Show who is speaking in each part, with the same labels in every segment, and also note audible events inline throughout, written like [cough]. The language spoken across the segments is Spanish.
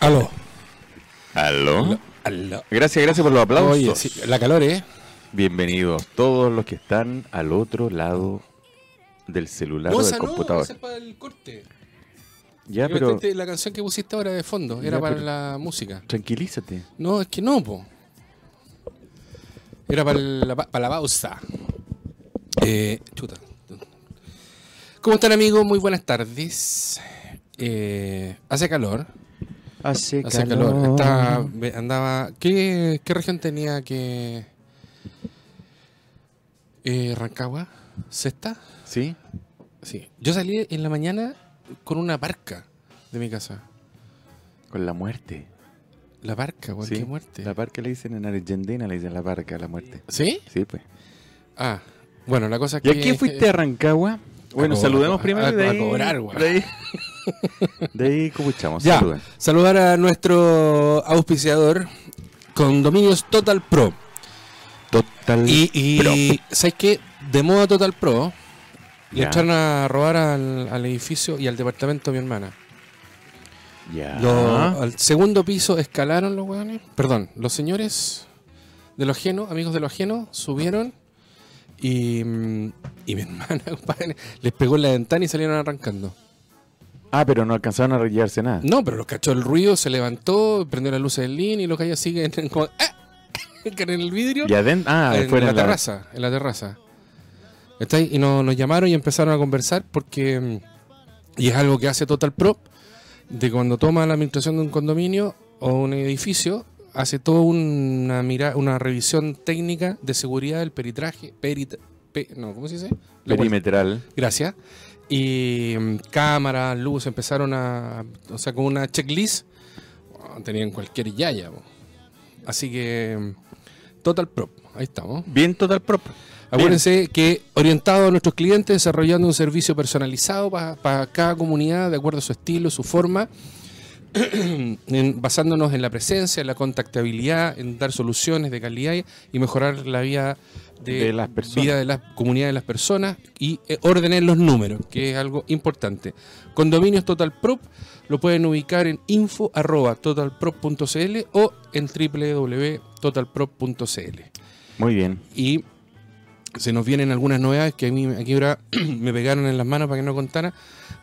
Speaker 1: Aló.
Speaker 2: ¿Aló?
Speaker 1: Aló.
Speaker 2: Gracias, gracias por los aplausos.
Speaker 1: Oye, sí, la calor, ¿eh?
Speaker 2: Bienvenidos todos los que están al otro lado del celular o del computador.
Speaker 1: esa es para el corte.
Speaker 2: Ya,
Speaker 1: Yo
Speaker 2: pero
Speaker 1: intenté- La canción que pusiste ahora de fondo era
Speaker 2: Ya,
Speaker 1: para
Speaker 2: pero-
Speaker 1: la música.
Speaker 2: tranquilízate.
Speaker 1: No, es que no, po. Era para la, pa- para la pausa. Eh, chuta. ¿Cómo están, amigos? Muy buenas tardes. Eh, hace calor.
Speaker 2: Hace,
Speaker 1: Hace calor. Estaba- ve- andaba. ¿qué, qué región tenía que. Eh, Rancagua? ¿Sexta?
Speaker 2: ¿Sí?
Speaker 1: Sí. Yo salí en la mañana con una barca de mi casa.
Speaker 2: Con la muerte.
Speaker 1: La barca, güey,
Speaker 2: ¿sí?
Speaker 1: qué muerte.
Speaker 2: La barca le dicen en Argentina, le dicen la barca, la muerte.
Speaker 1: ¿Sí?
Speaker 2: Sí, pues.
Speaker 1: Ah, bueno, la cosa es
Speaker 2: ¿Y
Speaker 1: que.
Speaker 2: a quién fuiste a Rancagua? Bueno,
Speaker 1: cobrar,
Speaker 2: saludemos
Speaker 1: eh, a-
Speaker 2: primero
Speaker 1: a-
Speaker 2: y de
Speaker 1: a
Speaker 2: ahí.
Speaker 1: cobrar, güey.
Speaker 2: De ahí, [laughs] de ahí copuchamos.
Speaker 1: [laughs] Ya,
Speaker 2: saluden.
Speaker 1: saludar a nuestro auspiciador, Condominios Total Pro.
Speaker 2: Total.
Speaker 1: Y, y ¿sabes qué? De moda Total Pro, le
Speaker 2: Ya.
Speaker 1: echaron a robar al, al edificio y al departamento de mi hermana.
Speaker 2: Ya. Ah.
Speaker 1: Lo- al segundo piso escalaron los hueones. Perdón, los señores de lo ajeno, amigos de lo ajeno, subieron y, mm, y mi [laughs] hermana, compadre, les pegó en la ventana y salieron arrancando.
Speaker 2: Ah, pero no alcanzaron a arreglarse nada.
Speaker 1: No, pero los cachó el ruido, se levantó, prendió las luces del lin y los gallos siguen [laughs] como, ¡ah! que en el vidrio.
Speaker 2: Y adentro. Ah,
Speaker 1: en,
Speaker 2: fuera
Speaker 1: la
Speaker 2: en la
Speaker 1: terraza, en la terraza. Está ahí, Y no- nos llamaron y empezaron a conversar porque, mm, y es algo que hace Total Prop, de cuando toma la administración de un condominio o un edificio, hace toda una, mira, una revisión técnica de seguridad del peritraje, perita- pe- no, ¿cómo se dice? La vuelta.
Speaker 2: perimetral.
Speaker 1: Gracias. Y mm, cámara, luz, empezaron a. O sea, con una checklist. oh, tenían cualquier yaya. po. Así que. mm, Total prop. Ahí estamos.
Speaker 2: Bien total prop.
Speaker 1: Acuérdense que orientado a nuestros clientes, desarrollando un servicio personalizado para cada comunidad, de acuerdo a su estilo, su forma, [clears throat] en- basándonos en la presencia, en la contactabilidad, en dar soluciones de calidad y- y mejorar la vida de,
Speaker 2: De las personas.
Speaker 1: vida de las comunidades de las personas y eh, ordenar los números, que es algo importante. Condominios Total Prop lo pueden ubicar en info@totalprop.cl o en www.totalprop.cl
Speaker 2: Muy bien.
Speaker 1: y se nos vienen algunas novedades que a mí aquí ahora [clears throat] me pegaron en las manos para que no contara,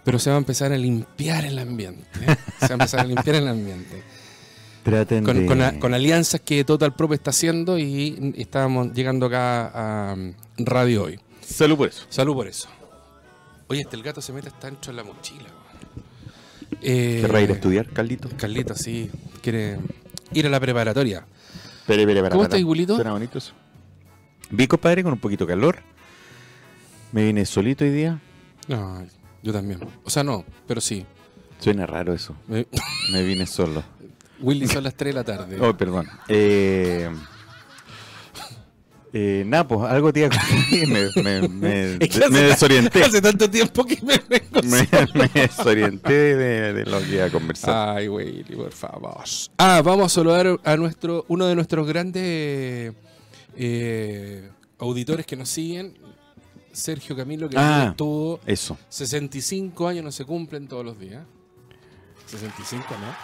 Speaker 1: pero se va a empezar a limpiar el ambiente. ¿eh? Se va a empezar a limpiar el ambiente.
Speaker 2: Traten
Speaker 1: Con,
Speaker 2: de...
Speaker 1: con a- con alianzas que Total Prop está haciendo y estábamos llegando acá a um, Radio Hoy.
Speaker 2: Salud por eso.
Speaker 1: Salud por eso. Oye, este el gato se mete hasta ancho en la mochila. weón. Eh,
Speaker 2: ¿Querrá ir a estudiar, Caldito?
Speaker 1: Carlito, sí, quiere ir a la preparatoria.
Speaker 2: Espere, espere, espere,
Speaker 1: ¿Cómo
Speaker 2: espere.
Speaker 1: estáis, Gulito?
Speaker 2: Suena bonito eso. Vi, compadre, con un poquito de calor. Me vine solito hoy día.
Speaker 1: No, yo también. O sea, no, pero sí.
Speaker 2: Suena raro eso.
Speaker 1: Me-
Speaker 2: Me vine solo.
Speaker 1: [laughs] Willy son las 3 de la tarde.
Speaker 2: Oh, perdón. Eh... Eh, nah, pues, algo te iba a contar. [laughs] me, me, me, [laughs]
Speaker 1: Es que hace
Speaker 2: me
Speaker 1: ta-
Speaker 2: desorienté.
Speaker 1: Hace tanto tiempo que me vengo.
Speaker 2: me, me desorienté de, de lo que iba a conversar.
Speaker 1: Ay, Willy, por favor. Ah, vamos a saludar a nuestro, uno de nuestros grandes eh, auditores que nos siguen, Sergio Camilo, que
Speaker 2: Ah.
Speaker 1: ayer tuvo
Speaker 2: Eso.
Speaker 1: 65 años, no se cumplen todos los días. 65, ¿no?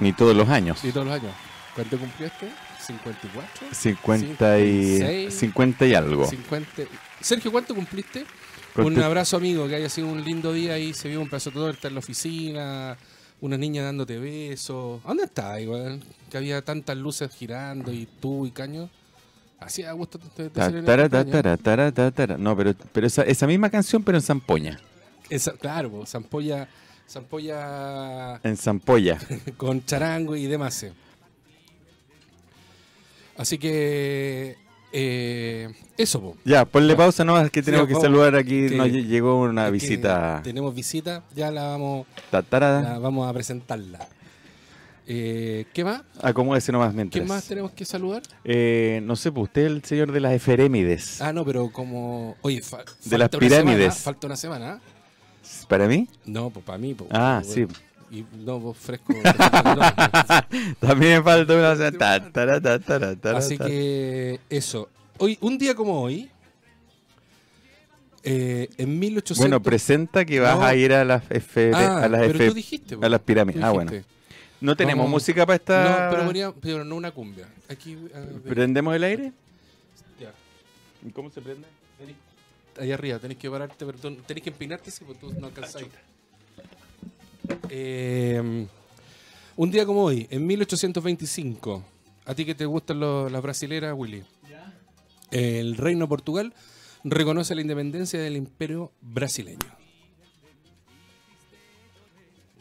Speaker 2: Ni todos los años.
Speaker 1: Sí, todos los años. ¿Cuánto cumplió este? ¿54?
Speaker 2: 50 y,
Speaker 1: 56.
Speaker 2: 50 y algo.
Speaker 1: 50. Sergio, ¿cuánto cumpliste?
Speaker 2: Cumplí-
Speaker 1: Un abrazo, amigo, que haya sido un lindo día ahí. Se vio un pedazo de torta en la oficina, una niña dándote besos. ¿A ¿Dónde está, igual? Que había tantas luces girando y tú y caño. Así a gusto te, te- te
Speaker 2: Ta,
Speaker 1: celebran
Speaker 2: tara,
Speaker 1: el
Speaker 2: ta,
Speaker 1: cumpleaños.
Speaker 2: tara, tara, ta, tara. No, pero, pero esa, esa misma canción, pero en Zampoña.
Speaker 1: Esa- claro, po, zampolla, zampolla [laughs]
Speaker 2: En Zampolla.
Speaker 1: con charango y demás. eh. Así que eh, eso, po.
Speaker 2: Ya, ponle pausa nomás que
Speaker 1: Sí,
Speaker 2: tenemos que
Speaker 1: vamos.
Speaker 2: saludar aquí.
Speaker 1: Que-
Speaker 2: Nos lle- llegó una
Speaker 1: Es que
Speaker 2: visita.
Speaker 1: Tenemos visita, ya la vamos.
Speaker 2: Ta, tara.
Speaker 1: La- vamos a presentarla. Eh, ¿Qué más?
Speaker 2: Acomódese nomás
Speaker 1: ¿Qué
Speaker 2: mientras.
Speaker 1: más tenemos que saludar?
Speaker 2: Eh, no sé, pues usted es el señor de las efemérides.
Speaker 1: Ah, no, pero como. Oye, fa- falta
Speaker 2: las
Speaker 1: una
Speaker 2: pirámides.
Speaker 1: semana, falta una semana. ¿ah?
Speaker 2: ¿Para mí? [laughs]
Speaker 1: No, pues para mí. Pues,
Speaker 2: Ah,
Speaker 1: pues,
Speaker 2: sí.
Speaker 1: Y no, pues fresco.
Speaker 2: [laughs]
Speaker 1: no.
Speaker 2: También me falta una. ta, tara, ta, tara, tara,
Speaker 1: Así
Speaker 2: ta.
Speaker 1: que eso. Hoy, un día como hoy, eh, en 1800.
Speaker 2: Bueno, presenta que vas
Speaker 1: No.
Speaker 2: a ir a las, efe-
Speaker 1: Ah,
Speaker 2: a las
Speaker 1: pero
Speaker 2: efe-
Speaker 1: tú dijiste.
Speaker 2: a las
Speaker 1: pues,
Speaker 2: pirámides.
Speaker 1: tú
Speaker 2: Ah, bueno.
Speaker 1: dijiste.
Speaker 2: No tenemos
Speaker 1: Vamos.
Speaker 2: música para esta.
Speaker 1: No, pero, ponía- pero no una cumbia. Aquí, ah,
Speaker 2: ¿Prendemos el aire?
Speaker 1: ya.
Speaker 2: ¿Y ¿Cómo se prende?
Speaker 1: Allá arriba, tenés que pararte, perdón, tenés que empinarte si tú no alcanzáis. Eh, un día como hoy, en 1825, a ti que te gustan lo- las brasileras, Willy, el Reino de Portugal reconoce la independencia del Imperio brasileño.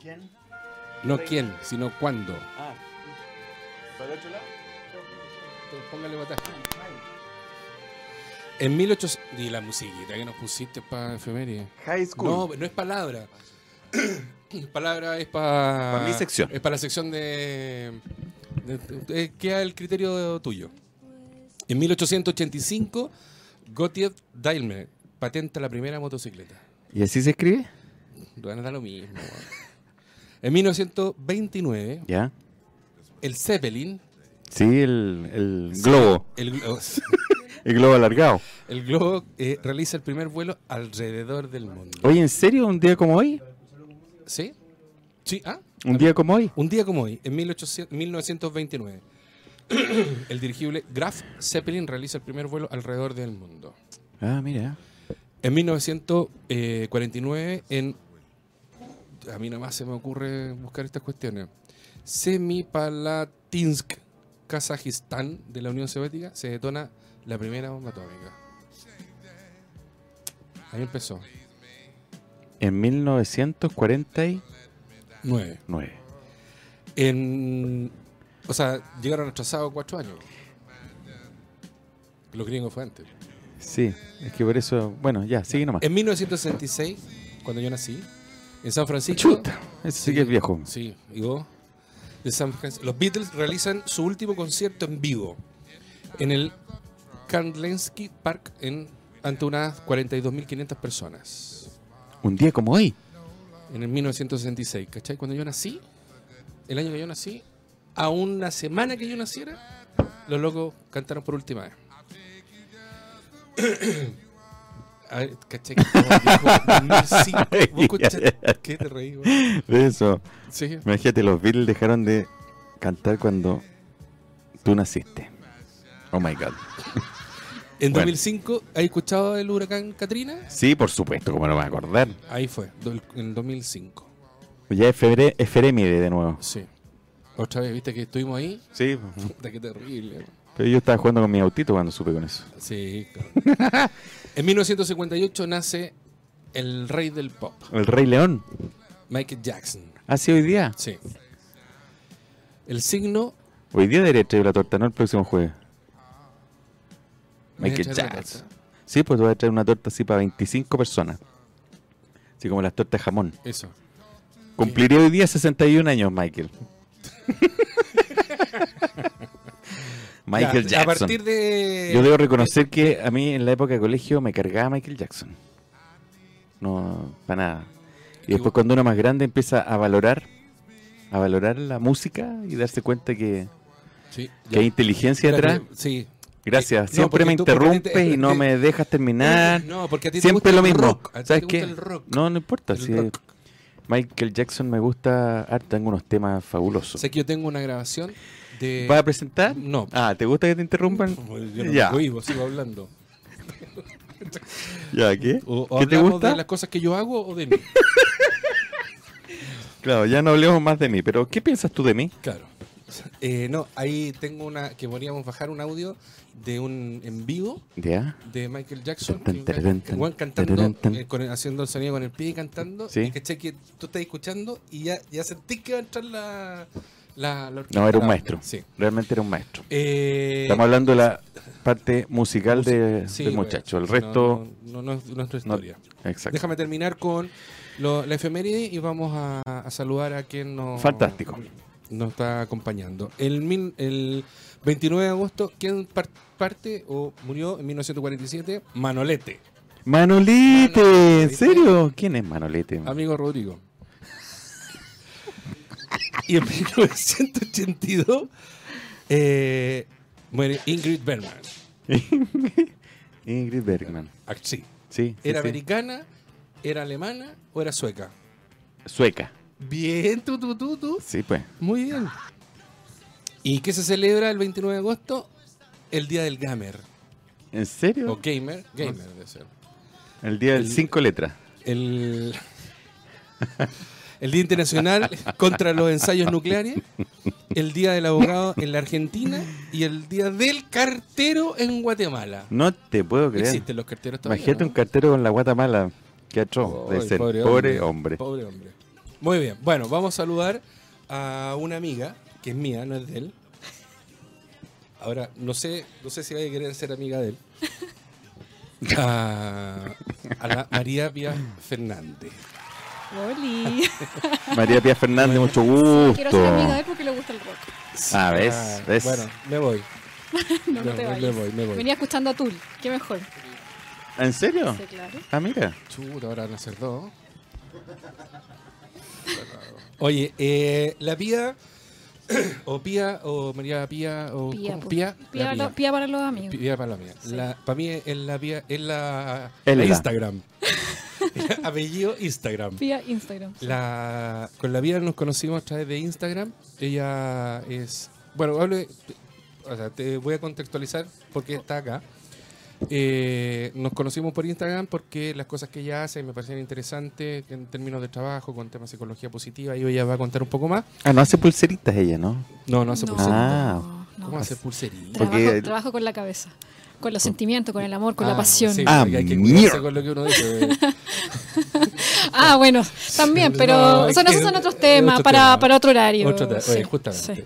Speaker 2: ¿Quién?
Speaker 1: No quién, sino cuándo.
Speaker 2: Ah. ¿Para el otro lado?
Speaker 1: Póngale bataja. En 1800 y la musiquita que nos pusiste para efeméride.
Speaker 2: High School.
Speaker 1: No, no es palabra. [clears throat] palabra es para.
Speaker 2: Pa mi sección.
Speaker 1: Es para la sección de. de- de- queda el criterio tuyo. En 1885, Gottlieb Daimler patenta la primera motocicleta.
Speaker 2: ¿Y así se escribe?
Speaker 1: Bueno, da lo mismo.
Speaker 2: [laughs]
Speaker 1: weón. En 1929,
Speaker 2: Ya.
Speaker 1: el Zeppelin,
Speaker 2: Sí, el, el globo.
Speaker 1: el, glo- [laughs]
Speaker 2: El globo alargado.
Speaker 1: el globo, eh, realiza el primer vuelo alrededor del mundo.
Speaker 2: Oye, ¿en serio? ¿Un día como hoy?
Speaker 1: ¿Sí? ¿Sí? ¿Ah?
Speaker 2: ¿Un día como hoy?
Speaker 1: Un día como hoy, en 1800 1929, [clears throat] el dirigible Graf Zeppelin realiza el primer vuelo alrededor del mundo.
Speaker 2: Ah, mira.
Speaker 1: En eh, 1949, en... A mí nada más se me ocurre buscar estas cuestiones. Semipalatinsk, Kazajistán, de la Unión Soviética, se detona la primera bomba atómica. Ahí empezó.
Speaker 2: En 1949.
Speaker 1: 9. En, o sea, llegaron retrasados cuatro años. Los gringos fue antes.
Speaker 2: Sí, es que por eso. Bueno, ya, sigue nomás.
Speaker 1: En 1966, cuando yo nací, en San Francisco.
Speaker 2: Chuta. Ese sí que es viejo.
Speaker 1: Sí, y vos. De San Francisco. Los Beatles realizan su último concierto en vivo en el Kandinsky Park en, ante unas 42.500 personas.
Speaker 2: Un día como hoy.
Speaker 1: en el 1966, ¿cachai? Cuando yo nací, el año que yo nací, a una semana que yo naciera, los locos cantaron por última vez. [coughs] A ver, ¿cachai? Que estamos viejos, 2005. ¿Vos escuchaste? ¿Qué te reí, güey?
Speaker 2: De eso.
Speaker 1: Sí.
Speaker 2: Imagínate, los Beatles dejaron de cantar cuando tú naciste. Oh my god.
Speaker 1: En
Speaker 2: Bueno.
Speaker 1: 2005, ¿has escuchado el huracán Katrina?
Speaker 2: Sí, por supuesto, como no me voy a acordar.
Speaker 1: Ahí fue, do- en 2005.
Speaker 2: Pues Ya es febre, efeméride de nuevo.
Speaker 1: Sí. Otra vez, viste que estuvimos ahí.
Speaker 2: Sí,
Speaker 1: Puta, qué terrible. güey.
Speaker 2: pero yo estaba jugando con mi autito cuando supe con eso.
Speaker 1: Sí, claro.
Speaker 2: [laughs]
Speaker 1: En 1958 nace el rey del pop,
Speaker 2: El Rey León.
Speaker 1: Michael Jackson.
Speaker 2: ¿Así Ah, hoy día?
Speaker 1: Sí. El signo.
Speaker 2: Hoy día debería traer la torta, no el próximo jueves.
Speaker 1: Voy
Speaker 2: Michael
Speaker 1: a traer la
Speaker 2: Jackson.
Speaker 1: torta.
Speaker 2: Sí, pues te voy a traer una torta así para 25 personas. Así como las tortas de jamón.
Speaker 1: Eso.
Speaker 2: Cumpliría hoy día 61 años, [laughs] Michael. Michael
Speaker 1: Ya,
Speaker 2: Jackson.
Speaker 1: A partir de.
Speaker 2: Yo debo reconocer que a mí en la época de colegio me cargaba Michael Jackson. No, para nada. Y después cuando uno más grande empieza a valorar, a valorar la música y darse cuenta que,
Speaker 1: Sí,
Speaker 2: que hay inteligencia detrás.
Speaker 1: Sí.
Speaker 2: Gracias,
Speaker 1: eh, No,
Speaker 2: siempre
Speaker 1: porque
Speaker 2: me
Speaker 1: tú- porque
Speaker 2: interrumpes
Speaker 1: te-
Speaker 2: y no
Speaker 1: te-
Speaker 2: me dejas terminar.
Speaker 1: No, porque a ti te gusta
Speaker 2: Siempre lo
Speaker 1: el
Speaker 2: mismo.
Speaker 1: rock. A ti
Speaker 2: ¿Sabes
Speaker 1: te
Speaker 2: qué?
Speaker 1: gusta el rock.
Speaker 2: No, no importa.
Speaker 1: El
Speaker 2: si
Speaker 1: rock.
Speaker 2: Michael Jackson me gusta harto, tengo unos temas fabulosos.
Speaker 1: Sé que yo tengo una grabación de.
Speaker 2: ¿Vas a presentar?
Speaker 1: No.
Speaker 2: Ah, ¿te gusta que te interrumpan?
Speaker 1: Yo no
Speaker 2: ya.
Speaker 1: me cohibo, sigo hablando.
Speaker 2: ¿Ya qué?
Speaker 1: O, o
Speaker 2: ¿Qué te
Speaker 1: hablamos
Speaker 2: gusta?
Speaker 1: de las cosas que yo hago o de mí.
Speaker 2: Claro, ya no hablemos más de mí, pero ¿qué piensas tú de mí?
Speaker 1: Claro. Eh, no, ahí tengo una que podríamos bajar un audio de un en vivo
Speaker 2: Ya.
Speaker 1: de Michael Jackson,
Speaker 2: Tan,
Speaker 1: el
Speaker 2: tan,
Speaker 1: weón-
Speaker 2: tan,
Speaker 1: el weón
Speaker 2: tan,
Speaker 1: cantando,
Speaker 2: tan, tan.
Speaker 1: eh, con- haciendo el sonido con el pie y cantando.
Speaker 2: Sí.
Speaker 1: Y caché que tú estás escuchando y ya, ya sentís que va a entrar la, la, la orquesta.
Speaker 2: No, era un
Speaker 1: La-
Speaker 2: maestro.
Speaker 1: Sí.
Speaker 2: Realmente era un maestro.
Speaker 1: Eh,
Speaker 2: Estamos hablando de la parte musical de,
Speaker 1: sí,
Speaker 2: del
Speaker 1: weón.
Speaker 2: muchacho. El
Speaker 1: No,
Speaker 2: resto.
Speaker 1: No, no, no es nuestra
Speaker 2: No,
Speaker 1: historia.
Speaker 2: Exacto.
Speaker 1: Déjame terminar con lo- la efeméride y vamos a, a saludar a quien nos.
Speaker 2: Fantástico.
Speaker 1: nos está acompañando. El, mil- el 29 de agosto, ¿quién par- parte o murió en 1947? Manolete,
Speaker 2: Manolete, ¿en
Speaker 1: ¿viste?
Speaker 2: serio? ¿Quién es Manolete?
Speaker 1: amigo Rodrigo. Y en 1982 eh, muere Ingrid Bergman,
Speaker 2: [laughs] Ingrid Bergman.
Speaker 1: actriz.
Speaker 2: Sí. sí,
Speaker 1: Ah, ¿Era
Speaker 2: sí.
Speaker 1: americana, era alemana o era sueca?
Speaker 2: Sueca.
Speaker 1: Bien, tú, tú, tú, tú.
Speaker 3: Sí, pues.
Speaker 1: Muy bien. ¿Y qué se celebra el 29 de agosto? El Día del Gamer.
Speaker 3: ¿En serio?
Speaker 1: O Gamer. Gamer, debe ser.
Speaker 3: El día del
Speaker 1: El-
Speaker 3: cinco letras.
Speaker 1: El, el Día Internacional contra los Ensayos Nucleares. El Día del Abogado en la Argentina. Y el Día del Cartero en Guatemala.
Speaker 3: No te puedo creer.
Speaker 1: Existen los carteros todavía.
Speaker 3: Imagínate
Speaker 1: ¿no?
Speaker 3: un cartero con la guata mala. Qué atroz
Speaker 1: Ay,
Speaker 3: de ser. Pobre, hombre.
Speaker 1: Pobre hombre. Muy bien. Bueno, vamos a saludar a una amiga que es mía, no es de él. Ahora, no sé, no sé si vaya a querer ser amiga
Speaker 3: [laughs]
Speaker 1: de él. A, a la María Pía Fernández.
Speaker 4: Oli.
Speaker 3: María Pía Fernández, mucho
Speaker 4: Quiero ser amiga de
Speaker 3: gusto.
Speaker 4: él porque le gusta el rock.
Speaker 3: Ah, ¿ves? ¿Ves?
Speaker 1: Bueno, me voy.
Speaker 4: [laughs] No, no
Speaker 1: Ya,
Speaker 4: te
Speaker 1: me
Speaker 4: vayas.
Speaker 1: voy, me voy.
Speaker 4: Venía escuchando a Tool. Qué mejor.
Speaker 3: ¿En serio?
Speaker 4: Sí, claro.
Speaker 3: Ah, mira.
Speaker 1: Chuta, ahora van a ser dos. Oye, eh, la Pía, [clears throat] o Pía, o María Pía, o
Speaker 4: Pía,
Speaker 1: ¿cómo?
Speaker 4: pues.
Speaker 1: Pía, la
Speaker 4: Pía,
Speaker 1: Pía.
Speaker 4: lo- pía para los amigos.
Speaker 1: Pía para la mía.
Speaker 4: Sí.
Speaker 1: La- para mí es la vía, es la,
Speaker 3: Es
Speaker 1: la
Speaker 3: la.
Speaker 1: Instagram.
Speaker 4: [laughs]
Speaker 1: [laughs] Apellido Instagram.
Speaker 4: Pía Instagram.
Speaker 1: La, con la vía nos conocimos a través de Instagram. Ella es. Bueno, hablo de- o sea, te voy a contextualizar porque está acá. Eh, nos conocimos por Instagram porque las cosas que ella hace me parecían interesantes en términos de trabajo, con temas de psicología positiva. Y ella va a contar un poco más.
Speaker 3: Ah, no hace pulseritas ella, ¿no?
Speaker 1: No, no hace
Speaker 4: No,
Speaker 1: pulserita.
Speaker 3: Ah.
Speaker 4: no,
Speaker 1: ¿Cómo
Speaker 4: no.
Speaker 1: hace pulserita?
Speaker 4: Trabajo,
Speaker 3: Porque-
Speaker 4: trabajo con la cabeza. Con los sentimientos, con el amor, con
Speaker 1: Ah,
Speaker 4: la pasión.
Speaker 1: sí,
Speaker 3: Ah,
Speaker 1: porque hay que cuidarse
Speaker 3: mierda.
Speaker 1: con lo que uno dice. eh.
Speaker 4: Ah, bueno, también, pero
Speaker 1: [laughs] No, es
Speaker 4: o sea, no,
Speaker 1: que-
Speaker 4: esos son otros temas,
Speaker 1: otro
Speaker 4: para,
Speaker 1: tema.
Speaker 4: para otro horario.
Speaker 1: Otro tema, oye,
Speaker 4: sí,
Speaker 1: justamente.
Speaker 4: sí.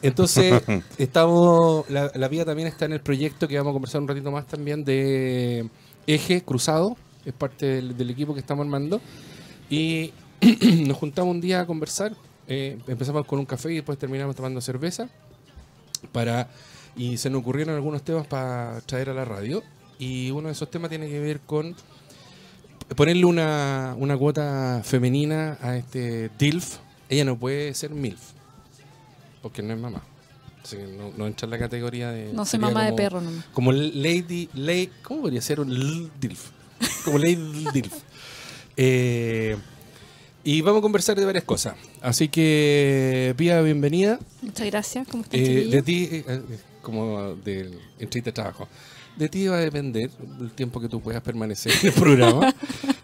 Speaker 1: Entonces, estamos, la, la vía también está en el proyecto que vamos a conversar un ratito más también de Eje Cruzado, es parte del, del equipo que estamos armando. Y [clears throat] nos juntamos un día a conversar, eh, empezamos con un café y después terminamos tomando cerveza. para Y se nos ocurrieron algunos temas para traer a la radio. Y uno de esos temas tiene que ver con ponerle una, una cuota femenina a este DILF. Ella no puede ser MILF, porque no es mamá. Así que no, no entra en la categoría de...
Speaker 4: No sé,
Speaker 1: sería
Speaker 4: mamá de
Speaker 1: como-
Speaker 4: perro nomás.
Speaker 1: Como Lady... lady ¿Cómo podría ser un L DILF? Como Lady DILF. Eh, y vamos a conversar de varias cosas. Así que, Pía, bienvenida.
Speaker 4: Muchas gracias, ¿cómo están,
Speaker 1: Eh, de
Speaker 4: chiquillos?
Speaker 1: ti, eh, eh, como del entrevista de trabajo, de ti va a depender el tiempo que tú puedas permanecer en el
Speaker 3: [laughs]
Speaker 1: programa.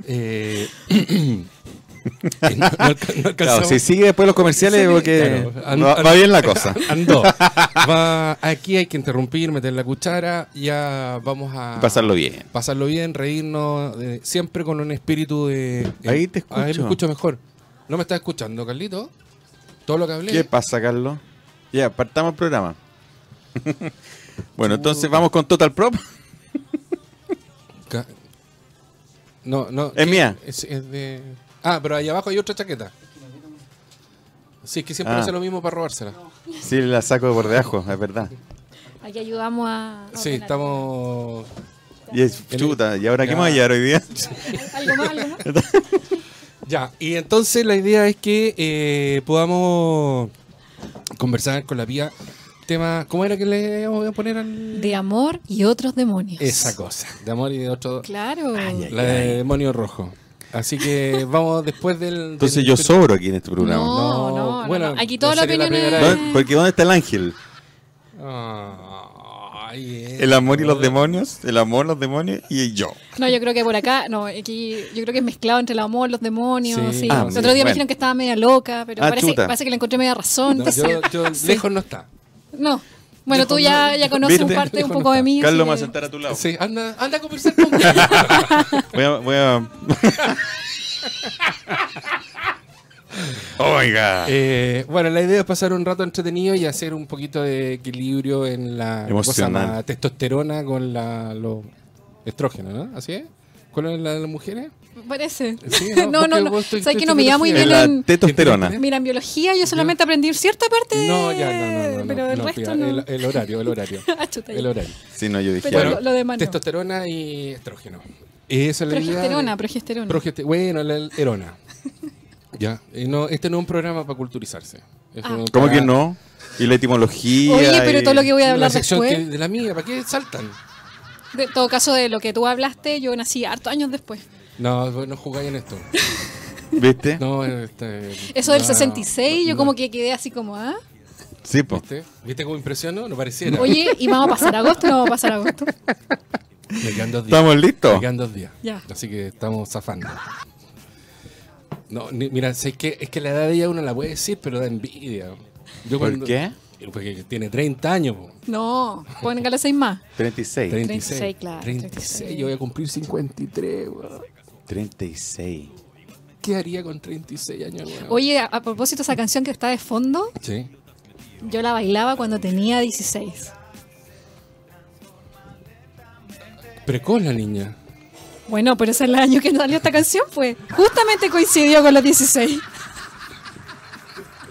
Speaker 1: Eh, [clears throat] no- no alca- no
Speaker 3: Claro,
Speaker 1: alcanzamos-
Speaker 3: si sigue después los comerciales,
Speaker 1: Sí,
Speaker 3: porque
Speaker 1: claro. An-
Speaker 3: va,
Speaker 1: an-
Speaker 3: va bien la cosa.
Speaker 1: Andó. Va- aquí hay que interrumpir, meter la cuchara, ya vamos a
Speaker 3: Pasarlo bien.
Speaker 1: pasarlo bien, reírnos, eh, siempre con un espíritu de... eh,
Speaker 3: Ahí te
Speaker 1: Ahí me
Speaker 3: escucho.
Speaker 1: escucho mejor. ¿No me estás escuchando, Carlito? Todo lo que hablé.
Speaker 3: ¿Qué pasa, Carlos? Ya, partamos el programa. [laughs] bueno, entonces vamos con Total Prop.
Speaker 1: Ca- No, no.
Speaker 3: Es mía.
Speaker 1: Es, es de... Ah, pero ahí abajo hay otra chaqueta. Sí, es que siempre
Speaker 3: Ah.
Speaker 1: hace lo mismo para robársela.
Speaker 3: Sí, la saco por debajo, es verdad.
Speaker 4: Aquí ayudamos a. a
Speaker 1: Sí,
Speaker 4: ordenar.
Speaker 1: estamos...
Speaker 3: Y es chuta, ¿y ahora qué
Speaker 1: Ya.
Speaker 3: más hallar hoy
Speaker 1: [laughs]
Speaker 3: día?
Speaker 4: ¿Algo más? ¿Algo más?
Speaker 1: Ya, y entonces la idea es que eh, podamos conversar con la vía tema... ¿Cómo era que le voy a poner al...?
Speaker 4: De amor y otros demonios.
Speaker 1: Esa cosa, de amor y de otro...
Speaker 4: Claro.
Speaker 1: La de demonio rojo. Así
Speaker 4: [laughs]
Speaker 1: que vamos después del...
Speaker 3: Entonces
Speaker 1: del-
Speaker 3: yo sobro aquí en este programa.
Speaker 4: No,
Speaker 1: No,
Speaker 4: no, no,
Speaker 1: bueno,
Speaker 4: no. Aquí
Speaker 1: no
Speaker 4: toda la
Speaker 1: sería la
Speaker 4: opinión es.
Speaker 1: primera
Speaker 3: ¿Dónde- Porque ¿dónde está el ángel?
Speaker 1: Ay, eh.
Speaker 3: El amor y los demonios, el amor, los demonios y yo.
Speaker 4: No, yo creo que por acá, no, aquí yo creo que es mezclado entre el amor, los demonios.
Speaker 1: Sí.
Speaker 4: sí.
Speaker 1: Ah,
Speaker 4: el
Speaker 1: sí,
Speaker 4: otro día
Speaker 3: bueno.
Speaker 4: me dijeron que estaba media loca, pero
Speaker 3: Ah,
Speaker 4: parece,
Speaker 3: chuta.
Speaker 4: parece que le encontré media razón.
Speaker 1: No,
Speaker 4: entonces,
Speaker 1: yo, yo-
Speaker 4: [laughs] sí.
Speaker 1: lejos no está.
Speaker 4: No. Bueno, tú ya, ya conoces
Speaker 3: ¿Viste?
Speaker 4: un parte un
Speaker 1: Lejos
Speaker 4: poco
Speaker 1: no
Speaker 4: de
Speaker 1: está.
Speaker 4: mí. así
Speaker 3: Carlos me va a
Speaker 4: que-
Speaker 3: sentar a tu lado.
Speaker 1: Sí, anda, anda a conversar
Speaker 4: [laughs]
Speaker 1: conmigo.
Speaker 3: Voy a. Voy a...
Speaker 2: Oh
Speaker 3: Oiga.
Speaker 1: Eh, bueno, la idea es pasar un rato entretenido y hacer un poquito de equilibrio en la
Speaker 3: Emocional.
Speaker 1: más testosterona con la los estrógenos, ¿no? ¿Así es? ¿Cuál es la de las mujeres?
Speaker 4: Parece. [laughs]
Speaker 1: Sí, ¿no?
Speaker 4: no, no,
Speaker 1: Porque
Speaker 4: no.
Speaker 1: vos estoy-
Speaker 4: Sabes
Speaker 1: estoy
Speaker 4: que no me iba muy
Speaker 1: biología.
Speaker 3: Es
Speaker 4: bien
Speaker 3: la
Speaker 4: en.
Speaker 3: testosterona.
Speaker 4: Mira, en biología yo solamente aprendí cierta parte. de-
Speaker 1: No, ya, no, no, no.
Speaker 4: Pero
Speaker 1: no,
Speaker 4: el
Speaker 1: no,
Speaker 4: resto
Speaker 1: fíjate,
Speaker 4: no.
Speaker 1: El, el horario, el horario.
Speaker 4: [laughs] Ah, chuta, ya.
Speaker 1: el horario.
Speaker 3: Sí, no, yo dije.
Speaker 4: Pero lo,
Speaker 3: ahora-
Speaker 4: lo demás. no.
Speaker 1: Testosterona y estrógeno. Esa es la idea de-
Speaker 4: Progesterona, progesterona.
Speaker 1: Progeste- bueno, la el- erona. ya. Y no, este no es un programa para culturizarse. Es
Speaker 4: Ah.
Speaker 1: un
Speaker 3: ¿Cómo
Speaker 1: programa-
Speaker 3: que no? Y la etimología.
Speaker 4: Oye, pero
Speaker 3: y-
Speaker 4: todo lo que voy a
Speaker 1: la
Speaker 4: hablar
Speaker 1: sección
Speaker 4: después.
Speaker 1: que- de la mía, ¿para qué saltan?
Speaker 4: De todo caso, de lo que tú hablaste, yo nací harto años después.
Speaker 1: No, no jugáis en esto.
Speaker 2: ¿Viste?
Speaker 1: No, este,
Speaker 4: Eso del
Speaker 1: no,
Speaker 4: 66, yo
Speaker 1: no,
Speaker 4: como que quedé así como, ¿ah?
Speaker 2: Sí, po.
Speaker 1: ¿Viste? ¿Viste cómo impresionó? No pareciera.
Speaker 4: Oye, ¿y vamos a pasar agosto? No, vamos a pasar agosto.
Speaker 1: Me quedan dos días.
Speaker 2: [laughs] ¿Estamos listos?
Speaker 1: Me quedan dos días.
Speaker 4: Ya.
Speaker 1: Así que estamos zafando. No, ni- mira, si es que, es que la edad de ella uno la puede decir, pero da envidia. Yo
Speaker 2: ¿Por
Speaker 1: cuando- Eh,
Speaker 2: qué?
Speaker 1: Porque tiene 30 años. po.
Speaker 4: No, póngale seis más.
Speaker 1: 36,
Speaker 2: 36.
Speaker 4: 36, claro,
Speaker 1: 36.
Speaker 4: 36.
Speaker 1: Yo voy a cumplir 53, weón.
Speaker 2: 36.
Speaker 1: ¿Qué haría con 36 años, weón?
Speaker 4: Oye, a, a propósito, esa canción que está de fondo,
Speaker 1: Sí.
Speaker 4: yo la bailaba cuando tenía 16.
Speaker 1: Precoz la niña.
Speaker 4: Bueno, pero ese es el año que salió esta canción, pues. Justamente coincidió con los 16.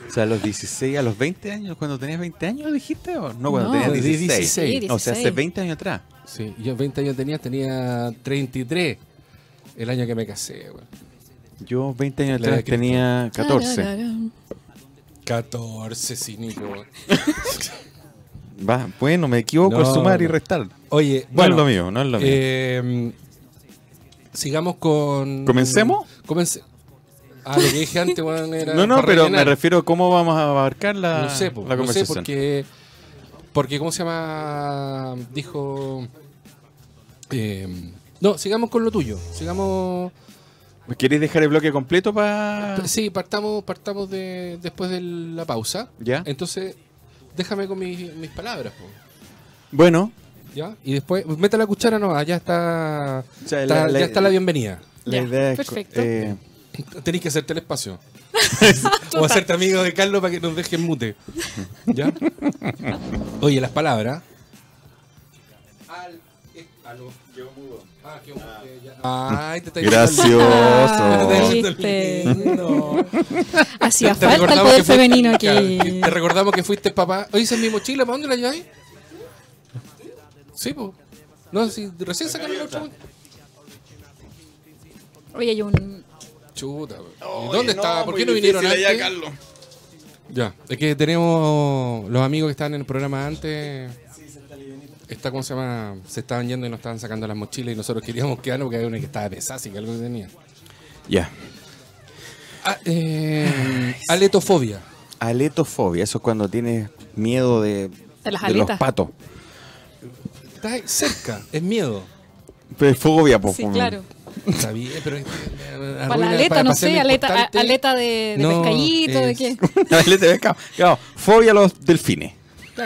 Speaker 2: O sea, a los 16, a los 20 años, cuando tenías 20 años, dijiste, o no, cuando
Speaker 4: No,
Speaker 2: tenías 16.
Speaker 1: 16.
Speaker 4: Sí,
Speaker 2: O sea, hace
Speaker 4: 16.
Speaker 2: 20 años atrás.
Speaker 1: Sí, yo 20 años tenía, tenía 33 el año que me casé, weón.
Speaker 2: Yo 20 años
Speaker 1: La edad
Speaker 2: atrás
Speaker 1: que tú-
Speaker 4: Ah,
Speaker 2: tenía 14.
Speaker 4: Tarararán.
Speaker 1: 14, cínico, weón.
Speaker 2: Va, bueno, me equivoco al
Speaker 1: No,
Speaker 2: sumar y
Speaker 1: no.
Speaker 2: restar. No
Speaker 1: [laughs] Oye,
Speaker 2: es lo mío, Este, no es lo mío.
Speaker 1: Eh, sigamos con.
Speaker 2: ¿Comencemos?
Speaker 1: Comence- Ah, lo que dije antes, weón, era.
Speaker 2: no, no,
Speaker 1: para
Speaker 2: pero me
Speaker 1: rellenar.
Speaker 2: refiero a cómo vamos a abarcar la,
Speaker 1: No sé, po,
Speaker 2: la
Speaker 1: no sé,
Speaker 2: conversación.
Speaker 1: porque. Porque, ¿cómo se llama? Dijo. eh, no, sigamos con lo tuyo. Sigamos.
Speaker 2: ¿Queréis dejar el bloque completo para...?
Speaker 1: Sí, partamos, partamos de, después de la pausa.
Speaker 2: ¿Ya?
Speaker 1: Entonces, déjame con mis, mis palabras, po,
Speaker 2: Bueno,
Speaker 1: ¿ya? Y después, meta la cuchara no, ya está.
Speaker 2: O sea,
Speaker 1: está-
Speaker 2: la- la-
Speaker 1: ya está la bienvenida.
Speaker 2: la
Speaker 4: Ya,
Speaker 2: idea es...
Speaker 4: perfecto.
Speaker 2: eh,
Speaker 1: Tenéis que hacerte el espacio. o hacerte amigo de Carlos para que nos dejen mute. ¿Ya? Oye, las palabras. Al. Ah, quedó mudo, eh, ya. Ay, te está
Speaker 2: gracioso.
Speaker 1: Ah,
Speaker 4: Ay. Ah, Viste.
Speaker 1: [laughs] No.
Speaker 4: Hacía falta el
Speaker 1: [laughs]
Speaker 4: poder femenino aquí.
Speaker 1: Te recordamos que fuiste papá. Oye, esa es mi mochila, ¿para dónde la lleváis? Sí, pues. No, si recién sacaron la otra.
Speaker 4: Oye, hay un...
Speaker 1: Chuta. ¿Y ¿Dónde está? ¿Por qué no vinieron antes? Ya, es que tenemos los amigos que estaban en el programa antes. Está, ¿cómo se llama? Se estaban yendo y nos estaban sacando las mochilas y nosotros queríamos quedarnos porque había una que estaba pesada, así que algo que tenía.
Speaker 2: Ya.
Speaker 1: Ah, eh, aletofobia.
Speaker 2: Aletofobia, eso es cuando tienes miedo de,
Speaker 4: De las
Speaker 2: los
Speaker 4: aletas.
Speaker 2: patos.
Speaker 1: Está ahí cerca, es miedo.
Speaker 2: Pero es Pues, fobia, po,
Speaker 4: Sí,
Speaker 2: po. [laughs]
Speaker 4: claro.
Speaker 1: Está bien, pero. eh, arruina-
Speaker 4: Para la aleta,
Speaker 1: para-
Speaker 4: no
Speaker 1: para ser
Speaker 4: sé, aleta,
Speaker 1: importante.
Speaker 4: a- aleta de, de
Speaker 1: No,
Speaker 4: pescadito, de
Speaker 1: es- [laughs]
Speaker 4: qué.
Speaker 2: La aleta de pescado. Claro, fobia a los delfines.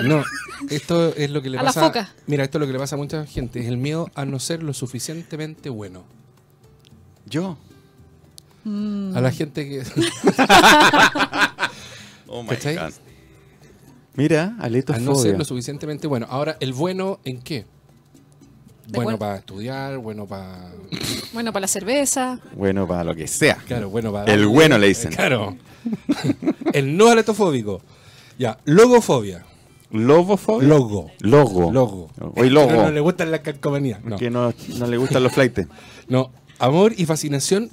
Speaker 1: No, esto es lo que le
Speaker 4: A la
Speaker 1: pasa.
Speaker 4: foca.
Speaker 1: Mira, esto es lo que le pasa a mucha gente: es el miedo a no ser lo suficientemente bueno.
Speaker 2: Yo.
Speaker 1: A
Speaker 4: Mm.
Speaker 1: la gente
Speaker 4: [laughs]
Speaker 1: que.
Speaker 2: Oh my
Speaker 1: ¿Cachai?
Speaker 2: God. Mira,
Speaker 1: A no ser
Speaker 2: aletofobia.
Speaker 1: lo suficientemente bueno. Ahora, ¿el bueno en qué?
Speaker 4: De
Speaker 1: Bueno
Speaker 4: acuerdo.
Speaker 1: para estudiar, bueno para.
Speaker 4: Bueno, para la cerveza.
Speaker 2: Bueno, para lo que sea.
Speaker 1: Claro, bueno para.
Speaker 2: El bueno le dicen.
Speaker 1: Claro. [laughs] el no aletofóbico. Ya, logofobia.
Speaker 2: Lobofobia.
Speaker 1: Logo.
Speaker 2: Logo.
Speaker 1: Logo.
Speaker 2: Hoy
Speaker 1: Que No,
Speaker 2: logo.
Speaker 1: no le gustan las calcomanías. No.
Speaker 2: Que no, no le gustan los flaites.
Speaker 1: no. Amor y fascinación.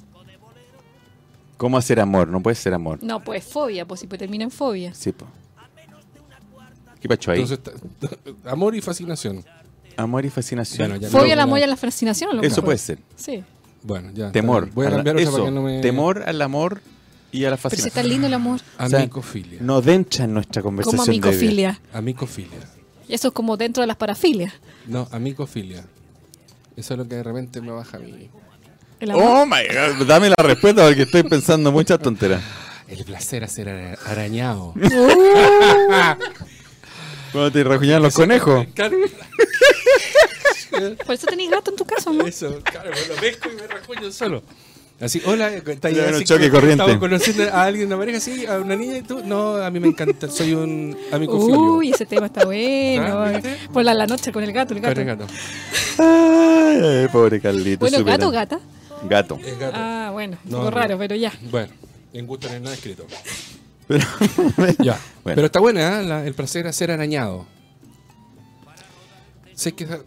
Speaker 2: ¿Cómo hacer amor? No puede ser amor.
Speaker 4: No, pues fobia, pues si pues, termina en fobia.
Speaker 2: Sí, po. ¿Qué pacho ahí?
Speaker 1: Entonces, está- amor y fascinación.
Speaker 2: amor y fascinación.
Speaker 1: Bueno, ya no.
Speaker 4: Fobia a la
Speaker 1: no.
Speaker 4: moya, a la fascinación, a lo
Speaker 2: Eso
Speaker 4: mejor.
Speaker 2: puede ser.
Speaker 4: Sí.
Speaker 1: Bueno, ya. está
Speaker 2: Temor.
Speaker 1: bien. Voy a cambiar
Speaker 2: A la-
Speaker 1: otra para
Speaker 2: eso,
Speaker 1: que no me.
Speaker 2: Temor al amor y a la
Speaker 4: Pero si está
Speaker 2: fascinación.
Speaker 4: lindo el amor.
Speaker 2: O sea,
Speaker 1: Amicofilia.
Speaker 2: No dencha en nuestra conversación.
Speaker 4: Como
Speaker 2: de hoy día.
Speaker 4: amicofilia.
Speaker 1: Amicofilia.
Speaker 4: Eso es como dentro de las parafilias.
Speaker 1: No, amicofilia. Eso es lo que de repente me baja a mí.
Speaker 4: El amor.
Speaker 2: Oh my god, dame la respuesta porque estoy pensando muchas tonteras.
Speaker 1: El placer a ser ara-
Speaker 2: [laughs]
Speaker 1: arañado.
Speaker 2: Cuando te rajuñan los conejos.
Speaker 1: [laughs] Claro,
Speaker 2: Oh.
Speaker 4: Por eso tenéis gato en tu casa, ¿no?
Speaker 1: eso, claro, me lo pesco y me rajuño solo. Así, hola, eh, está ahí
Speaker 2: Ya, no
Speaker 1: así
Speaker 2: choque
Speaker 1: como-
Speaker 2: corriente.
Speaker 1: Estaba conociendo a alguien, una pareja, sí, a una niña y tú. No, a mí me encanta, soy un amicofilio.
Speaker 4: Uy, ese tema está bueno.
Speaker 1: Ah, ¿viste?
Speaker 4: Por la, la noche con el gato, el gato.
Speaker 1: Pero es gato.
Speaker 2: Ay, pobre Carlito.
Speaker 4: Bueno,
Speaker 2: supera.
Speaker 4: gato o gata.
Speaker 2: Gato.
Speaker 1: Es gato.
Speaker 4: Ah, bueno,
Speaker 1: No,
Speaker 4: algo
Speaker 1: no.
Speaker 4: raro, pero ya.
Speaker 1: Bueno, en gusto no hay nada escrito.
Speaker 2: Pero-
Speaker 1: [laughs] Ya.
Speaker 2: [laughs] Bueno.
Speaker 1: Pero está buena, ¿eh? La- el placer a ser arañado. Sé que esa-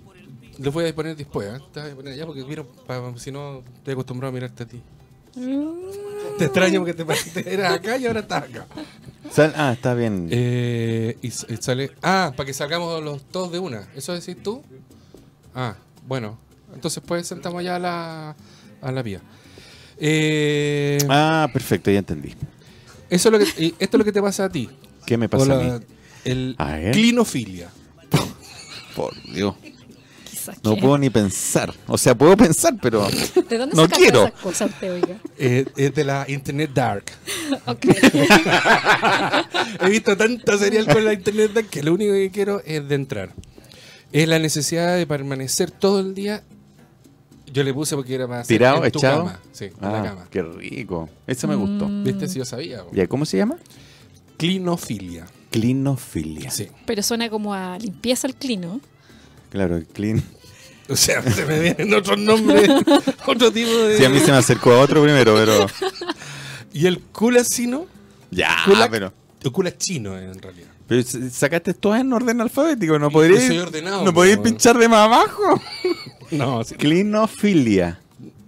Speaker 1: les voy a poner después, ¿eh? Te voy a poner ya porque vieron, pa- si no estoy acostumbrado a mirarte a ti.
Speaker 4: Mm,
Speaker 1: Te extraño porque te pareciste [laughs] eras acá y ahora estás acá.
Speaker 2: Sal- ah, está bien.
Speaker 1: Eh, y, s- y sale. Ah, para que salgamos los dos de una. ¿Eso decís tú? Ah, bueno. Entonces pues sentamos ya a la, a la vía. Eh,
Speaker 2: Ah, perfecto, ya entendí.
Speaker 1: eso es lo que, y esto es lo que te pasa a ti.
Speaker 2: ¿Qué me pasa
Speaker 1: O
Speaker 2: a
Speaker 1: la-
Speaker 2: mí?
Speaker 1: El
Speaker 2: A ver.
Speaker 1: clinofilia.
Speaker 2: Por Dios.
Speaker 4: Quizás
Speaker 2: No
Speaker 4: que-
Speaker 2: puedo ni pensar. O sea, puedo pensar, pero.
Speaker 4: ¿De dónde
Speaker 2: no
Speaker 4: sacaste
Speaker 2: quiero.
Speaker 4: esas cosas, te oiga? [laughs]
Speaker 1: Eh, es de la Internet Dark.
Speaker 4: Ok.
Speaker 1: He visto tanta serial con la Internet Dark que lo único que quiero es de entrar. Es la necesidad de permanecer todo el día. Yo le puse porque era más.
Speaker 2: ¿Tirado?
Speaker 1: en tu
Speaker 2: ¿Echado?
Speaker 1: cama. Sí, en la
Speaker 2: Ah,
Speaker 1: cama.
Speaker 2: qué rico. Eso me gustó.
Speaker 4: Mm.
Speaker 1: ¿Viste? Si yo sabía. bo.
Speaker 2: ¿Ya cómo se llama?
Speaker 1: Clinofilia.
Speaker 2: Clinofilia.
Speaker 1: Sí.
Speaker 4: Pero suena como a limpieza al clino.
Speaker 2: Claro, clean.
Speaker 1: O sea, [laughs] se me vienen otros
Speaker 2: [laughs]
Speaker 1: nombres, otro tipo de.
Speaker 2: Sí, a mí se me acercó a otro primero, pero.
Speaker 1: Y el culacino.
Speaker 2: Ya,
Speaker 1: Culac-
Speaker 2: pero.
Speaker 1: El culachino, en realidad.
Speaker 2: Pero s- sacaste todas en orden alfabético, no
Speaker 1: Y
Speaker 2: podrías.
Speaker 1: yo soy ordenado,
Speaker 2: no
Speaker 1: po,
Speaker 2: podrías
Speaker 1: weón.
Speaker 2: pinchar de más abajo.
Speaker 1: No, sí.
Speaker 2: Clinofilia.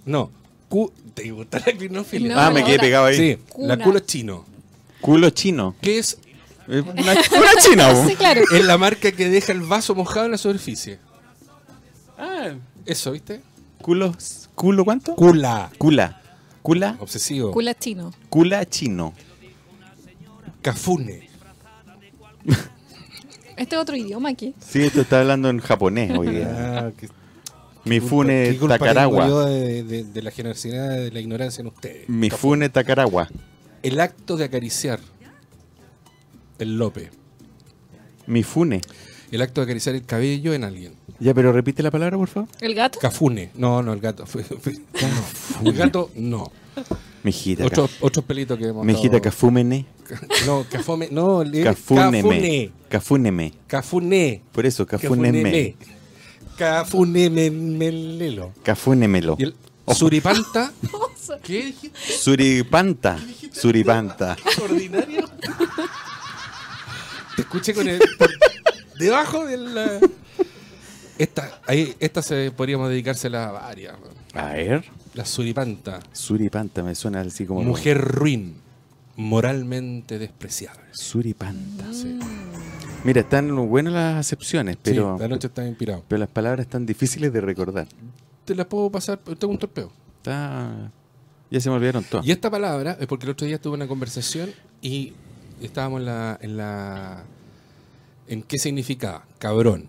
Speaker 1: No. cu- ¿Te gusta la clinofilia?
Speaker 4: No,
Speaker 2: ah,
Speaker 4: no,
Speaker 2: me quedé
Speaker 4: la-
Speaker 2: pegado ahí.
Speaker 1: Sí,
Speaker 4: Cuna.
Speaker 1: la culachino.
Speaker 2: Culo chino.
Speaker 1: Que es,
Speaker 4: [laughs]
Speaker 2: Eh, Una cuna china, po.
Speaker 1: [laughs]
Speaker 4: Sí, claro.
Speaker 1: es la marca que deja el vaso mojado en la superficie.
Speaker 2: Ah,
Speaker 1: Eso, ¿viste?
Speaker 2: culo. ¿Culo cuánto?
Speaker 1: Cula.
Speaker 2: Cula. Cula.
Speaker 1: Obsesivo.
Speaker 4: Culatino.
Speaker 2: Cula chino.
Speaker 1: Cafune.
Speaker 4: Este es otro idioma aquí.
Speaker 2: Sí, esto está hablando en japonés hoy día.
Speaker 1: Ah, qué
Speaker 2: Mifune
Speaker 1: qué culpa tengo
Speaker 2: Takaragua.
Speaker 1: yo de, de- de la generosidad, de la ignorancia en ustedes.
Speaker 2: Mifune Takaragua.
Speaker 1: El acto de acariciar. El lope.
Speaker 2: Mifune.
Speaker 1: El acto de acariciar el cabello en alguien.
Speaker 2: Ya, pero repite la palabra, por favor.
Speaker 4: ¿El gato?
Speaker 1: Cafune. No, no, el gato. [laughs] Fue- fue- El gato, no.
Speaker 2: Mijita.
Speaker 1: Otros
Speaker 2: ca-
Speaker 1: otros pelitos que hemos
Speaker 2: Mijita
Speaker 1: estado-
Speaker 2: Cafúmene.
Speaker 1: [laughs] No, cafome. No, le-
Speaker 2: Cafúneme. Cafúneme.
Speaker 1: Cafune.
Speaker 2: Por eso,
Speaker 1: Cafuneme.
Speaker 2: cafúneme.
Speaker 1: Cafunemelelo.
Speaker 2: Cafúnemelo.
Speaker 1: Y el [laughs] suripanta.
Speaker 4: Oso.
Speaker 1: ¿Qué dijiste?
Speaker 2: Suripanta. Suripanta.
Speaker 1: ordinario. [laughs] Te escuché con el. por debajo del. la- Esta, ahí, esta se podríamos dedicársela a varias. weón.
Speaker 2: A ver.
Speaker 1: La suripanta.
Speaker 2: Suripanta me suena así como.
Speaker 1: Mujer ruin. Moralmente despreciable.
Speaker 2: Suripanta.
Speaker 1: Sí.
Speaker 2: Mira, están buenas las acepciones, pero,
Speaker 1: Sí, la noche está inspirado.
Speaker 2: pero las palabras están difíciles de recordar.
Speaker 1: Te la puedo pasar, pero tengo un torpeo.
Speaker 2: Está... Ya se me olvidaron todas.
Speaker 1: Y esta palabra es porque el otro día tuve una conversación y estábamos en la. en, la, en qué significaba. Cabrón.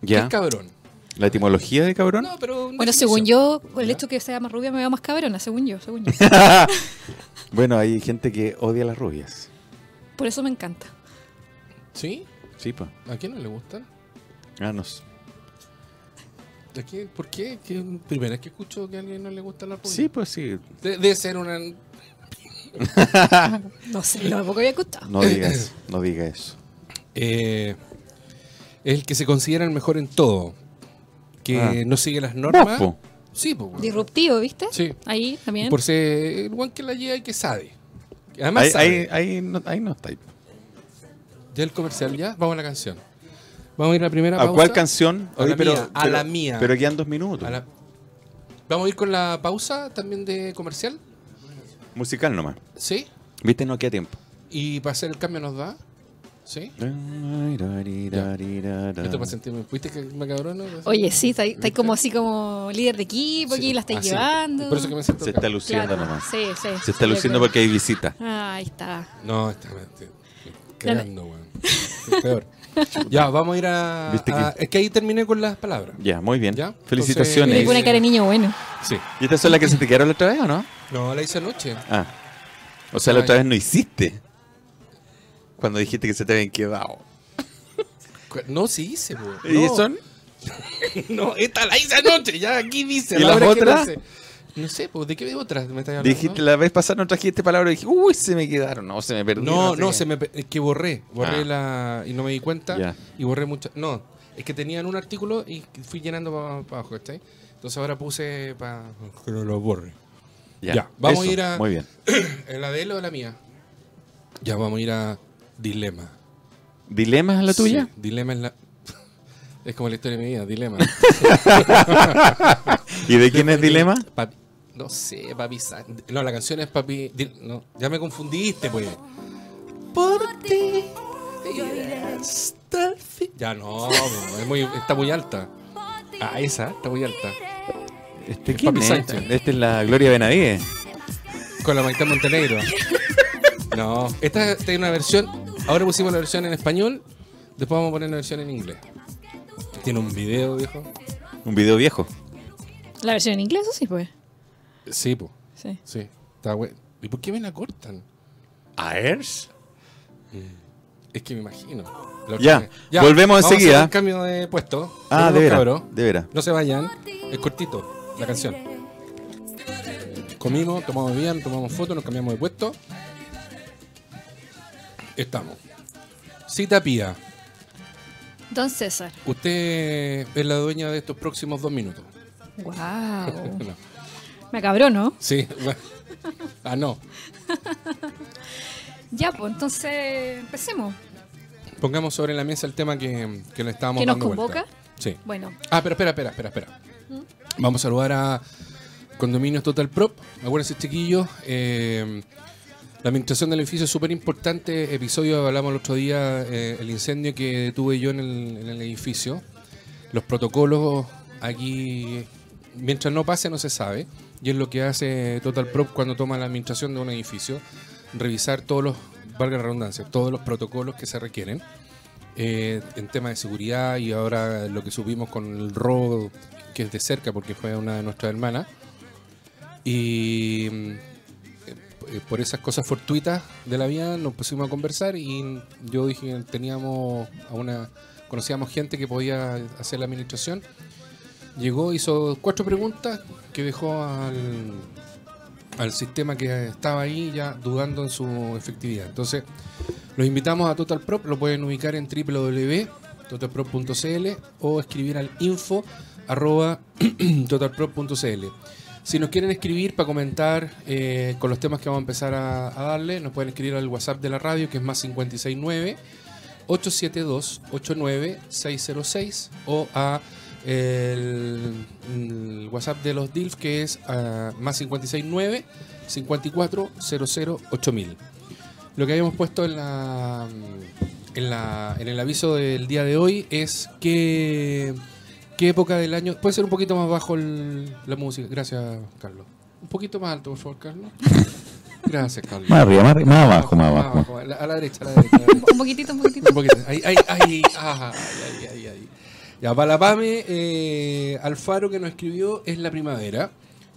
Speaker 1: ¿Qué
Speaker 2: ¿Ya?
Speaker 1: es cabrón?
Speaker 2: ¿La etimología de cabrón?
Speaker 1: No, pero.
Speaker 4: Bueno, según yo, el hecho que sea más rubia me veo más cabrona, según yo, según yo.
Speaker 2: Bueno, hay gente que odia las rubias.
Speaker 4: Por eso me encanta.
Speaker 1: ¿Sí?
Speaker 2: Sí, pues.
Speaker 1: ¿A quién no le gustan?
Speaker 2: Ah, no sé.
Speaker 1: ¿A quién? ¿Por qué? ¿Qué- Primera vez que escucho que a alguien no le gusta la
Speaker 2: Sí, pues sí.
Speaker 1: De- debe ser una.
Speaker 4: No sé, lo poco había gustado.
Speaker 2: No digas,
Speaker 1: [coughs]
Speaker 2: no diga eso.
Speaker 1: Eh, el que se considera el mejor en todo. Que
Speaker 2: Ah.
Speaker 1: no sigue las
Speaker 2: Vos,
Speaker 1: normas.
Speaker 2: po.
Speaker 1: Sí, pues. weón.
Speaker 4: Disruptivo, ¿viste?
Speaker 1: Sí.
Speaker 4: Ahí también.
Speaker 1: Por ser el guan que la lleva y que sabe. Además,
Speaker 2: Ahí,
Speaker 1: sabe.
Speaker 2: ahí- ahí no, ahí no está.
Speaker 1: Ya el comercial, ya. Vamos a la canción. Vamos a ir a la primera
Speaker 2: ¿A
Speaker 1: pausa.
Speaker 2: cuál canción?
Speaker 1: A
Speaker 2: Oye,
Speaker 1: la mía, a la mía.
Speaker 2: Pero quedan dos minutos.
Speaker 1: A la- Vamos a ir con la pausa también de comercial.
Speaker 2: Musical nomás.
Speaker 1: Sí.
Speaker 2: ¿Viste? No queda tiempo.
Speaker 1: Y para hacer el cambio nos da. Sí. Esto para sentirme. ¿Viste que me cabrona?
Speaker 4: Oye, sí, está, ahí- está ahí como así como líder de equipo, aquí
Speaker 1: Sí,
Speaker 4: la estáis
Speaker 1: así.
Speaker 4: llevando.
Speaker 1: Por eso que me siento.
Speaker 2: Se está
Speaker 1: acá.
Speaker 2: luciendo
Speaker 4: Claro,
Speaker 2: nomás.
Speaker 4: Sí, sí.
Speaker 2: Se está luciendo porque hay visita.
Speaker 4: Ah, ahí está.
Speaker 1: No, está. está- Cagando, weón. Es Peor. Ya, vamos a ir a.
Speaker 2: ¿Viste que-
Speaker 1: a- Es que ahí terminé con las palabras.
Speaker 2: Ya, muy bien.
Speaker 1: Ya,
Speaker 4: Y
Speaker 2: Felicitaciones.
Speaker 4: le
Speaker 1: entonces-
Speaker 4: pone cara de niño bueno.
Speaker 1: Sí.
Speaker 2: ¿Y estas son las que se te quedaron la otra vez o no?
Speaker 1: No, la hice anoche.
Speaker 2: Ah. O sea, la otra vez no hiciste. Cuando dijiste que se te habían quedado.
Speaker 1: Cu- No, sí hice, weón.
Speaker 2: ¿Y
Speaker 1: No.
Speaker 2: son?
Speaker 1: [laughs] No, esta la hice anoche, ya aquí dice.
Speaker 2: ¿Y
Speaker 1: la
Speaker 2: las
Speaker 1: hora que
Speaker 2: otras?
Speaker 1: nace. No sé, pues, ¿de qué otras me estás hablando?
Speaker 2: Dijiste, la vez pasada no trajiste palabra y dije, uy, se me quedaron. No, se me perdieron.
Speaker 1: No,
Speaker 2: sé
Speaker 1: no,
Speaker 2: qué.
Speaker 1: se me pe- es que borré, borré la y no me di cuenta
Speaker 2: Ya.
Speaker 1: y borré muchas. No, es que tenían un artículo y fui llenando para abajo, ¿cachai? Entonces ahora puse para que no lo borre. [coughs] ya, vamos a ir a-
Speaker 2: Muy bien.
Speaker 1: ¿La de él o la mía? Ya vamos a ir a dilema.
Speaker 2: ¿Dilemas la tuya?
Speaker 1: Sí, dilema es la [laughs] Es como la historia de mi vida, dilema. [laughs]
Speaker 2: ¿Y de quién es Dilema?
Speaker 1: Papi- no sé, papi. Sa- No, la canción es papi. di- No, ya me confundiste, pues. Por ti. iré hasta el fin. Ya no, bo, es muy, está muy alta. Ah, esa, está muy alta.
Speaker 2: Este,
Speaker 1: Es
Speaker 2: ¿quién
Speaker 1: este, Papi
Speaker 2: es?
Speaker 1: Sánchez.
Speaker 2: Esta es la Este Gloria Benavides.
Speaker 1: Con la Maitán Montenegro. No, esta, esta es una versión. Ahora pusimos la versión en español, después vamos a poner la versión en inglés. Tiene un video, viejo.
Speaker 3: Un video viejo.
Speaker 4: La versión en inglés, o sí, pues.
Speaker 1: Sí, po.
Speaker 4: Sí.
Speaker 1: Sí. Está bueno. ¿Y por qué me la cortan?
Speaker 3: ¿Aers?
Speaker 1: Es que me imagino. La otra
Speaker 3: Ya,
Speaker 1: vez.
Speaker 3: volvemos
Speaker 1: vamos a hacer
Speaker 3: enseguida.
Speaker 1: un cambio de puesto.
Speaker 3: Ah,
Speaker 1: Volvemos,
Speaker 3: de veras.
Speaker 1: cabros.
Speaker 3: De veras.
Speaker 1: No se vayan. Es cortito la canción. Eh, Comimos, tomamos bebida, nos tomamos fotos, nos cambiamos de puesto. Estamos. Cita Pía, [laughs]
Speaker 4: Don César.
Speaker 1: usted es la dueña de estos próximos dos minutos.
Speaker 4: Wow.
Speaker 1: [laughs] No.
Speaker 4: Me cabrón, ¿no?
Speaker 1: Sí. bueno. Ah, no.
Speaker 4: Ya, pues entonces empecemos.
Speaker 1: Pongamos sobre la mesa el tema que, que le estábamos
Speaker 4: ¿Que nos
Speaker 1: dando vuelta.
Speaker 4: convoca?
Speaker 1: Sí.
Speaker 4: Bueno,
Speaker 1: Ah, pero espera, espera, espera, espera. Vamos a saludar a Condominios Total Prop. Acuérdense, chiquillos. eh, la administración del edificio es súper importante. Episodio, hablamos el otro día, eh, el incendio que tuve yo en el, en el edificio. Los protocolos aquí, mientras no pase, no se sabe. Y es lo que hace Total Prop cuando toma la administración de un edificio. Revisar todos los, valga la redundancia, todos los protocolos que se requieren eh, en tema de seguridad y ahora lo que subimos con el robo que es de cerca porque fue una de nuestras hermanas y mm, eh, eh, por esas cosas fortuitas de la vida nos pusimos a conversar y yo dije que teníamos a una conocíamos gente que podía hacer la administración llegó hizo cuatro preguntas que dejó al al sistema que estaba ahí ya dudando en su efectividad entonces los invitamos a Total Prop, lo pueden ubicar en www.totalprop.cl o escribir al info arroba [clears throat] totalprop.cl. Si nos quieren escribir para comentar eh, con los temas que vamos a empezar a, a darle, nos pueden escribir al WhatsApp de la radio que es más 569 872 89606 o a el, el WhatsApp de los DILF que es ah, más 569 5400 8000 lo que habíamos puesto en la, en la- en el aviso del día de hoy es qué, qué época del año. Puede ser un poquito más bajo el- la música. Gracias, Carlos. Un poquito más alto, por favor, Carlos. [laughs] Gracias, Carlos.
Speaker 3: Más arriba, más, arriba, más abajo, más
Speaker 1: Más
Speaker 3: abajo.
Speaker 1: A la, a la derecha, a la derecha. a la derecha.
Speaker 4: un poquitito, un poquitito.
Speaker 1: Un poquito. Ahí, ahí, ahí. Ah, ahí, ahí, ahí. Ya, para la PAME, eh, Alfaro que nos escribió es la primavera.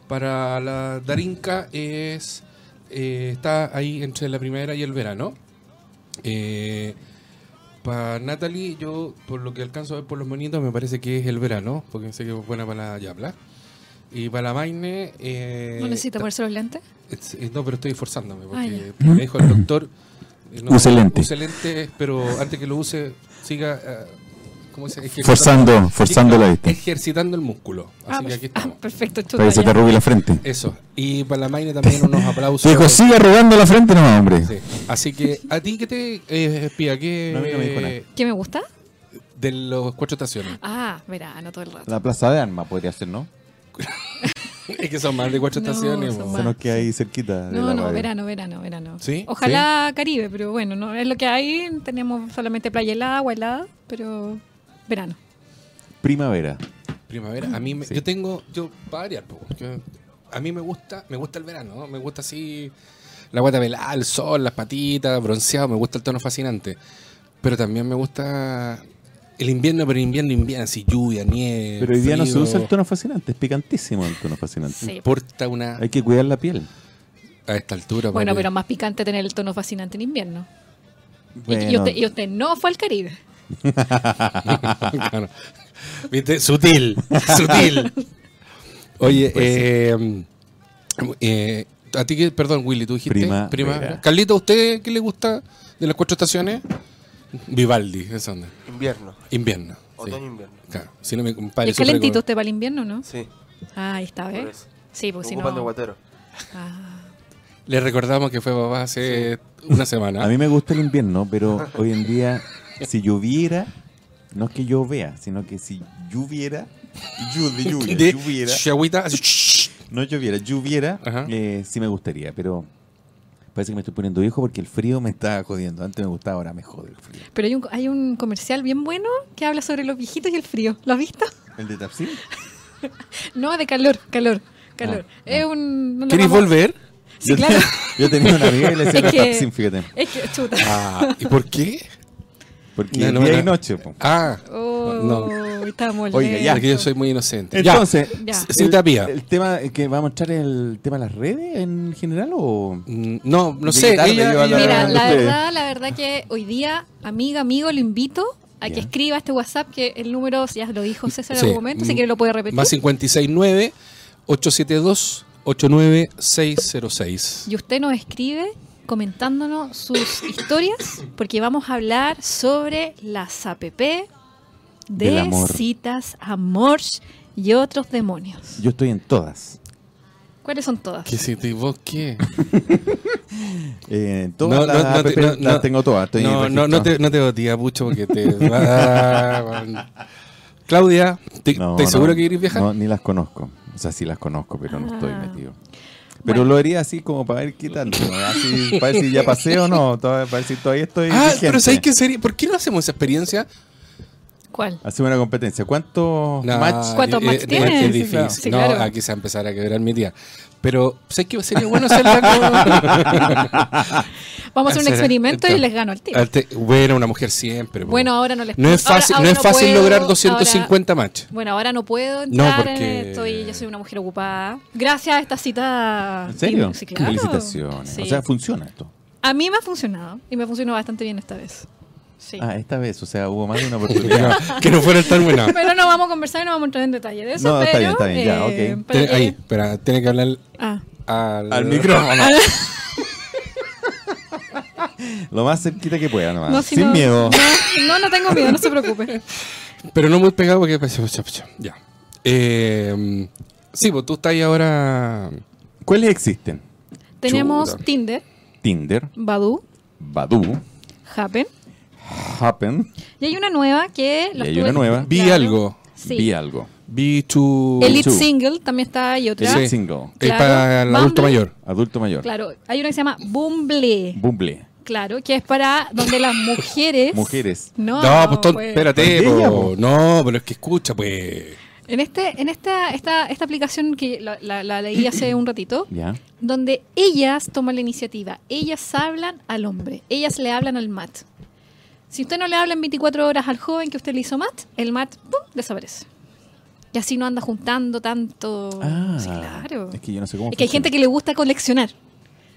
Speaker 1: Para la Darinka es eh, está ahí entre la primavera y el verano. Eh, para Natalie, yo por lo que alcanzo a ver por los monitos, me parece que es el verano, porque sé que es buena para la Yapla. Y para la Maine. eh,
Speaker 4: ¿No necesita ponerse los lentes?
Speaker 1: es- es- eh, No, pero estoy esforzándome, porque
Speaker 4: Ah,
Speaker 1: me dijo el doctor... eh, no,
Speaker 3: Use lente.
Speaker 1: Use lente, pero antes que lo use, siga... eh, ¿Cómo se dice?
Speaker 3: Forzando, forzando la vista.
Speaker 1: Ejercitando el músculo. Así que
Speaker 4: per-
Speaker 1: aquí estamos.
Speaker 4: Ah, pues, perfecto, chuta,
Speaker 3: Para que se te
Speaker 4: ya.
Speaker 3: arrugue la frente.
Speaker 1: Eso. Y para la Maine
Speaker 3: [laughs]
Speaker 1: también unos aplausos.
Speaker 3: Te dijo, sigue arrugando la frente nomás, hombre.
Speaker 1: Sí. Así que, ¿a ti qué te eh, espía? ¿Qué,
Speaker 3: No, a mí no me dijo nada.
Speaker 4: ¿Qué me gusta?
Speaker 1: De los cuatro estaciones. [laughs]
Speaker 4: Ah, verano todo el rato.
Speaker 2: La plaza de armas podría ser, ¿no?
Speaker 1: es que son más de cuatro
Speaker 4: No,
Speaker 1: estaciones.
Speaker 4: son
Speaker 1: po.
Speaker 4: más.
Speaker 2: Se nos queda ahí cerquita. de
Speaker 4: No,
Speaker 2: la
Speaker 4: no,
Speaker 2: radio.
Speaker 4: verano, verano, verano.
Speaker 1: ¿Sí?
Speaker 4: Ojalá Caribe, pero bueno, no es lo que hay. Tenemos solamente playa helada, agua helada, pero verano.
Speaker 2: Primavera.
Speaker 1: Primavera. A mí me- yo tengo yo para variar, po, yo- a mí me gusta, me gusta el verano, ¿no? me gusta así la guata pelada, el sol, las patitas, bronceado, me gusta el tono fascinante. Pero también me gusta el invierno, pero invierno, invierno, así lluvia, nieve.
Speaker 2: Pero hoy día no se
Speaker 1: frío.
Speaker 2: usa el tono fascinante, es picantísimo el tono fascinante.
Speaker 4: Sí.
Speaker 1: Importa una
Speaker 2: Hay que cuidar la piel.
Speaker 1: a esta altura.
Speaker 4: Bueno,
Speaker 1: porque-
Speaker 4: pero más picante tener el tono fascinante en invierno. Y- Y,
Speaker 2: Bueno,
Speaker 4: usted, y usted no fue al Caribe.
Speaker 1: [laughs] Claro. ¿Viste? Sutil, sutil. Oye,
Speaker 2: Pues
Speaker 1: eh, eh, a ti que, perdón, Willy, tú dijiste.
Speaker 2: Primavera.
Speaker 1: Carlito, ¿a usted qué le gusta de las cuatro estaciones? Vivaldi, esa onda.
Speaker 5: Invierno,
Speaker 1: Invierno. sí.
Speaker 5: otoño-invierno.
Speaker 1: Claro. Si no, mi
Speaker 4: Y
Speaker 1: compadre.
Speaker 4: es
Speaker 1: súper
Speaker 4: calentito
Speaker 1: económico.
Speaker 4: usted para el invierno, ¿no?
Speaker 5: Sí,
Speaker 4: Ah, ahí está,
Speaker 5: por
Speaker 4: ¿ves?
Speaker 5: eso.
Speaker 4: Sí, pues si
Speaker 5: Ocupan de
Speaker 4: no.
Speaker 5: guatero.
Speaker 4: Ah.
Speaker 1: Le recordamos que fue papá hace una semana.
Speaker 2: [laughs] A mí me gusta el invierno, pero hoy en día, si lloviera, no es que yo vea, sino que si lloviera, llu- [laughs] de lluvia,
Speaker 1: De
Speaker 2: lloviera,
Speaker 1: chihuahua, así, shh.
Speaker 2: no lloviera, lloviera,
Speaker 1: Ajá.
Speaker 2: eh, sí me gustaría, pero parece que me estoy poniendo viejo porque el frío me está jodiendo. Antes me gustaba, ahora me jode el frío.
Speaker 4: Pero hay un, hay un comercial bien bueno que habla sobre los viejitos y el frío. ¿Lo has visto? [laughs]
Speaker 2: ¿El de [laughs] Tapsil?
Speaker 4: No, de calor, calor, calor.
Speaker 2: Ah,
Speaker 4: Es un. no lo
Speaker 1: ¿Querés
Speaker 4: vamos-
Speaker 1: volver?
Speaker 4: Sí, claro.
Speaker 2: [laughs] Yo tenía una amiga y [laughs] le decía
Speaker 4: Es que-
Speaker 2: Tapsin, fíjate.
Speaker 4: Es que, chuta.
Speaker 1: Ah, ¿Y por qué?
Speaker 2: Porque
Speaker 1: Ya, no,
Speaker 2: día
Speaker 1: no.
Speaker 2: y noche, po.
Speaker 1: Ah,
Speaker 4: [laughs] Oh,
Speaker 1: No.
Speaker 4: estamos
Speaker 2: Oiga, ya.
Speaker 1: porque yo soy muy inocente. Ya.
Speaker 2: Entonces,
Speaker 4: Oh, Ya.
Speaker 1: S- cita pía.
Speaker 2: el tema eh, que va a mostrar el tema de las redes en general o
Speaker 1: Mm, No, no
Speaker 2: De
Speaker 1: sé.
Speaker 2: guitarra
Speaker 1: ella-
Speaker 2: lleva
Speaker 1: ella-
Speaker 4: Mira,
Speaker 2: de
Speaker 4: la
Speaker 2: ustedes.
Speaker 4: verdad, la verdad que hoy día, amiga, amigo, lo invito a que
Speaker 2: Ya.
Speaker 4: escriba este WhatsApp, que el número ya lo dijo César en
Speaker 1: Sí.
Speaker 4: algún momento, si quiere lo puede repetir.
Speaker 1: Más 569 872 89606.
Speaker 4: Y usted nos escribe comentándonos sus historias, porque vamos a hablar sobre las APP
Speaker 2: Del
Speaker 4: de
Speaker 2: amor.
Speaker 4: citas, amor y otros demonios.
Speaker 2: yo estoy en todas.
Speaker 4: ¿Cuáles son todas?
Speaker 1: ¿Qué si te- vos qué?
Speaker 2: Eh, en todas
Speaker 1: No,
Speaker 2: las
Speaker 1: no, no te-
Speaker 2: APP
Speaker 1: no,
Speaker 2: las
Speaker 1: no.
Speaker 2: tengo todas. Estoy
Speaker 1: No, no, no
Speaker 2: registrado.
Speaker 1: te, no te botía, Pucho, porque te. Ah, bueno. Claudia, ¿te- ¿estás
Speaker 2: No, no,
Speaker 1: segura que querés viajar?
Speaker 2: No, ni las conozco. O sea, sí las conozco, pero no estoy
Speaker 4: Ah.
Speaker 2: metido. Pero
Speaker 4: Bueno.
Speaker 2: lo haría así como para ver qué tanto. ¿no? Así, para ver
Speaker 4: [laughs]
Speaker 2: si ya pasé o no. todavía- Para ver si todavía estoy.
Speaker 1: ah,
Speaker 2: vigente.
Speaker 1: pero ¿sabes qué sería? ¿Por qué no hacemos esa experiencia?
Speaker 4: ¿Cuál?
Speaker 2: Hacemos una competencia. ¿Cuántos
Speaker 1: No,
Speaker 2: match?
Speaker 4: ¿Cuántos
Speaker 1: eh,
Speaker 4: match
Speaker 1: eh,
Speaker 4: tienes?
Speaker 1: Es
Speaker 2: Sí,
Speaker 1: difícil.
Speaker 2: claro.
Speaker 4: Sí,
Speaker 1: no,
Speaker 4: claro.
Speaker 1: aquí se va a empezar a quebrar mi tía. Pero ¿sabes qué sería bueno hacerla?
Speaker 4: Vamos a hacer un
Speaker 1: Será-
Speaker 4: experimento y
Speaker 1: está.
Speaker 4: les gano el tiro.
Speaker 1: con- Ante- bueno, una mujer siempre. po.
Speaker 4: Bueno, ahora no les
Speaker 1: no es
Speaker 4: ahora-
Speaker 1: fácil,
Speaker 4: ahora
Speaker 1: no es fácil
Speaker 4: puedo,
Speaker 1: lograr
Speaker 4: ahora-
Speaker 1: 250 match.
Speaker 4: Bueno, ahora no puedo
Speaker 1: No,
Speaker 4: entrar,
Speaker 1: porque-
Speaker 4: eh, estoy, yo soy una mujer ocupada. Gracias a esta cita.
Speaker 2: ¿En serio?
Speaker 4: Sí, claro.
Speaker 2: Felicitaciones.
Speaker 4: Sí.
Speaker 2: O sea, funciona esto.
Speaker 4: a mí me ha funcionado y me funcionó bastante bien esta vez. Sí.
Speaker 2: Ah, esta vez. O sea, hubo más de
Speaker 4: [laughs]
Speaker 2: una
Speaker 1: que,
Speaker 2: oportunidad.
Speaker 1: no, que no fuera tan buena.
Speaker 4: Pero no vamos a conversar y no vamos a entrar en detalle de eso.
Speaker 2: No, está
Speaker 4: pero,
Speaker 2: bien, está bien, ya,
Speaker 4: eh,
Speaker 2: ok.
Speaker 4: [laughs] pero
Speaker 1: Tiene-
Speaker 4: que-
Speaker 1: ahí, espera, tiene que hablar
Speaker 4: Ah,
Speaker 1: al,
Speaker 2: Al micrófono. [laughs] Lo más cerquita que pueda, nomás.
Speaker 4: no, si
Speaker 2: Ah, Sin
Speaker 4: no-
Speaker 2: miedo.
Speaker 4: No, no, no tengo miedo, no
Speaker 2: [laughs]
Speaker 4: se preocupe.
Speaker 1: Pero no muy pegado porque. pues, Ya. Eh, sí, pues tú estás ahí ahora.
Speaker 2: ¿Cuáles existen?
Speaker 4: Tenemos
Speaker 1: Chuta.
Speaker 4: Tinder,
Speaker 2: Tinder,
Speaker 4: Badoo,
Speaker 2: Badoo,
Speaker 4: Happen.
Speaker 2: Happen.
Speaker 4: Y hay una nueva que...
Speaker 2: Y
Speaker 4: la
Speaker 2: hay
Speaker 4: estuve-
Speaker 2: una nueva.
Speaker 1: Vi
Speaker 4: Claro.
Speaker 1: algo.
Speaker 4: Sí.
Speaker 2: Vi algo.
Speaker 1: Vi tu.
Speaker 4: Elite
Speaker 2: Two.
Speaker 4: Single también está y otra.
Speaker 1: Sí.
Speaker 2: Elite Single.
Speaker 1: Eh,
Speaker 4: Claro.
Speaker 1: para el adulto
Speaker 4: Bumble.
Speaker 1: mayor.
Speaker 2: Adulto mayor.
Speaker 4: Claro, hay una que se llama Bumble.
Speaker 2: Bumble.
Speaker 4: Claro, que es para donde las
Speaker 2: [laughs]
Speaker 4: mujeres.
Speaker 2: Mujeres.
Speaker 4: No,
Speaker 1: no, pues, ton-
Speaker 4: pues,
Speaker 1: espérate,
Speaker 2: Con ella,
Speaker 1: po.
Speaker 2: po.
Speaker 1: No, pero es que escucha, pues.
Speaker 4: En, este, en esta, esta, esta aplicación que la, la- la leí hace un ratito,
Speaker 2: Ya.
Speaker 4: donde ellas toman la iniciativa, ellas hablan al hombre, ellas le hablan al mat. Si usted no le habla en 24 horas al joven que usted le hizo mat, el mat ¡pum! desaparece. Y así no anda juntando tanto.
Speaker 2: Ah.
Speaker 4: Sí, claro.
Speaker 2: Es que yo no sé cómo.
Speaker 4: Es que hay gente que le gusta coleccionar.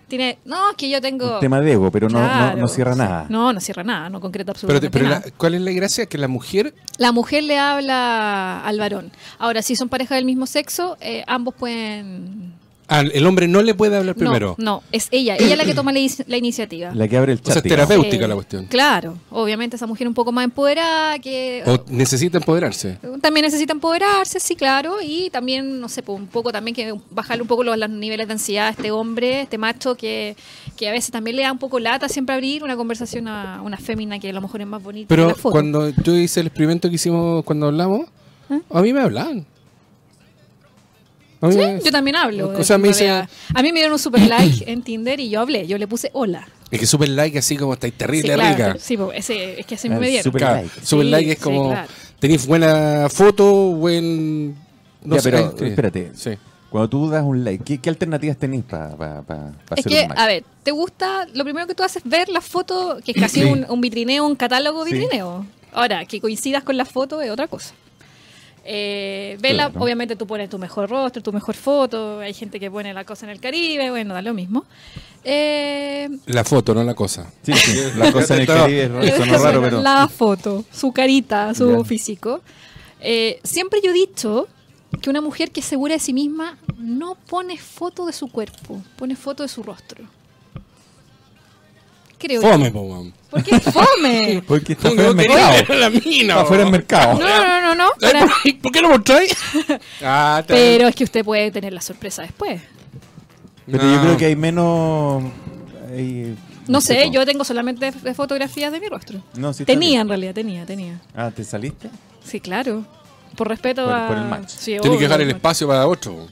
Speaker 4: Tiene, no, es que yo tengo.
Speaker 2: Un tema de ego, pero no, no-
Speaker 4: Claro,
Speaker 2: no, cierra
Speaker 4: sí.
Speaker 2: nada.
Speaker 4: No, no cierra nada, no concreta
Speaker 1: Pero,
Speaker 4: absolutamente
Speaker 1: te- pero
Speaker 4: nada.
Speaker 1: la- ¿cuál es la gracia? Que la mujer.
Speaker 4: La mujer le habla al varón. Ahora, si son pareja del mismo sexo, eh, ambos pueden...
Speaker 1: ah, el hombre no le puede hablar primero.
Speaker 4: No, no, es ella. Ella es la que toma la, is- la iniciativa. Eh,
Speaker 2: La que abre el
Speaker 1: O sea,
Speaker 2: chat.
Speaker 1: es
Speaker 2: digamos.
Speaker 1: terapeuta. terapéutica la cuestión.
Speaker 4: Claro, obviamente esa mujer un poco más empoderada que...
Speaker 1: O necesita empoderarse.
Speaker 4: También necesita empoderarse, sí, claro, y también, no sé, pues, un poco también que bajarle un poco los, los niveles de ansiedad a este hombre, este macho, que, que a veces también le da un poco lata siempre abrir una conversación a una fémina que a lo mejor es más bonita. que
Speaker 1: Pero
Speaker 4: la foto.
Speaker 1: cuando yo hice el experimento que hicimos cuando hablamos,
Speaker 4: ¿Ah?
Speaker 1: a mí me hablaban. A mí
Speaker 4: Sí,
Speaker 1: me-
Speaker 4: yo también hablo.
Speaker 1: O sea, me dice-
Speaker 4: A mí me dieron
Speaker 1: [coughs]
Speaker 4: un super like en Tinder y yo hablé. Yo le puse hola.
Speaker 1: Es que super like así como estáis
Speaker 4: Sí,
Speaker 1: terrible,
Speaker 4: claro,
Speaker 1: rica.
Speaker 4: pero- sí, po, ese- es que así
Speaker 2: Ah,
Speaker 4: me
Speaker 2: el
Speaker 4: dieron.
Speaker 2: super
Speaker 1: Claro,
Speaker 2: like.
Speaker 1: super
Speaker 4: Sí,
Speaker 1: like es
Speaker 4: sí,
Speaker 1: como
Speaker 4: claro.
Speaker 1: tenéis buena foto, buen no
Speaker 2: Ya,
Speaker 1: sé,
Speaker 2: pero
Speaker 1: sí.
Speaker 2: espérate.
Speaker 1: Sí.
Speaker 2: Cuando tú das un like, ¿qué, qué alternativas tenés para pa, pa- pa hacer
Speaker 4: Es que,
Speaker 2: un match?
Speaker 4: a ver, ¿te gusta? Lo primero que tú haces es ver la foto, que es casi
Speaker 1: Sí.
Speaker 4: un, un vitrineo, un catálogo
Speaker 2: Sí.
Speaker 4: vitrineo. Ahora, que coincidas con la foto es otra cosa. Eh, vela,
Speaker 2: Claro.
Speaker 4: obviamente tú pones tu mejor rostro, tu mejor foto. Hay gente que pone la cosa en el Caribe, bueno, da lo mismo. Eh,
Speaker 1: La foto, no la cosa.
Speaker 2: Sí, sí,
Speaker 1: [laughs]
Speaker 2: la cosa en el
Speaker 1: Estaba-
Speaker 2: Caribe es raro, sonó raro, pero.
Speaker 4: La foto, su carita, su
Speaker 2: Ya.
Speaker 4: físico. Eh, siempre yo he dicho que una mujer que es segura de sí misma no pone foto de su cuerpo, pone foto de su rostro. Creo
Speaker 1: Fome, po, weón.
Speaker 4: yo.
Speaker 2: [laughs]
Speaker 4: ¿Por qué es fome?
Speaker 2: Porque está
Speaker 1: Yo
Speaker 2: fuera del
Speaker 1: quería
Speaker 2: mercado.
Speaker 1: ver la mina.
Speaker 2: Está fuera
Speaker 1: weón.
Speaker 2: del mercado.
Speaker 4: No, no, no, no.
Speaker 2: [laughs]
Speaker 1: Ay,
Speaker 4: para-
Speaker 1: ¿por, por qué no
Speaker 4: [laughs]
Speaker 1: mostráis? ah, está bien.
Speaker 4: pero es que usted puede tener la sorpresa después.
Speaker 2: Pero yo
Speaker 1: No.
Speaker 2: creo que hay menos. hay-
Speaker 4: No sé,
Speaker 2: cómo.
Speaker 4: yo tengo solamente f- eh, fotografías de mi rostro.
Speaker 2: No, sí está
Speaker 4: tenía,
Speaker 2: bien.
Speaker 4: en realidad, tenía, tenía.
Speaker 2: Ah, ¿te saliste?
Speaker 4: Sí, claro. Por respeto
Speaker 2: Por-
Speaker 4: a...
Speaker 2: por el match.
Speaker 4: Sí,
Speaker 1: Tiene que
Speaker 4: obvio,
Speaker 1: dejar el
Speaker 4: por-
Speaker 1: espacio para otro. weón.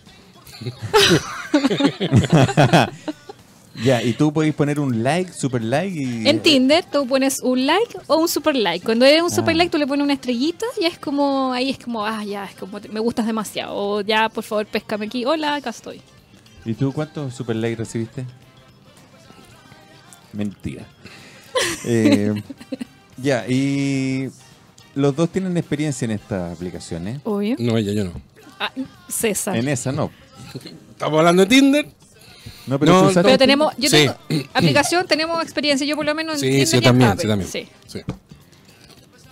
Speaker 2: Ya, y tú podés poner un like, super like y.
Speaker 4: En Tinder tú pones un like o un super like. Cuando eres un super
Speaker 2: Ah.
Speaker 4: like tú le pones una estrellita y es como, ahí es como, ah, ya, es como, te- me gustas demasiado. O ya, por favor, péscame aquí. Hola, acá estoy.
Speaker 2: ¿Y tú cuántos super like recibiste?
Speaker 4: [laughs]
Speaker 2: Mentira. Eh, ya, y los dos tienen experiencia en estas aplicaciones.
Speaker 4: Obvio.
Speaker 1: No, ella, yo no.
Speaker 4: Ah, César.
Speaker 2: En esa no.
Speaker 1: ¿Estamos hablando de Tinder?
Speaker 2: No, pero
Speaker 1: No,
Speaker 2: tú usaste-
Speaker 4: Pero tenemos, yo
Speaker 1: Sí.
Speaker 4: tengo aplicación, tenemos experiencia. Yo por lo menos en
Speaker 1: Sí,
Speaker 4: Tinder
Speaker 1: sí, yo
Speaker 4: ya
Speaker 1: también,
Speaker 4: estaba,
Speaker 1: sí, también.
Speaker 4: sí.
Speaker 1: Sí.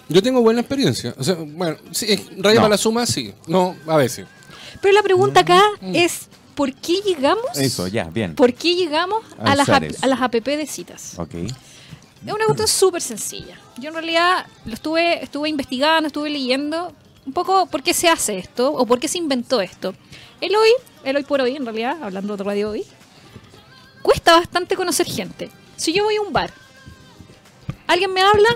Speaker 1: Yo tengo buena experiencia. O sea, bueno, sí, es- radio
Speaker 2: No.
Speaker 1: para la suma, sí. No, a veces.
Speaker 4: Pero la pregunta acá es, ¿por qué llegamos?
Speaker 2: Eso, ya, bien.
Speaker 4: ¿Por qué llegamos a
Speaker 2: Al
Speaker 4: las,
Speaker 2: usar
Speaker 4: ap-
Speaker 2: eso.
Speaker 4: a las app de citas?
Speaker 2: Ok.
Speaker 4: Es una cuestión súper sencilla. Yo en realidad lo estuve, estuve investigando, estuve leyendo un poco por qué se hace esto o por qué se inventó esto. El hoy, el hoy por hoy en realidad, hablando de radio hoy, cuesta bastante conocer gente. Si yo voy a un bar, alguien me habla,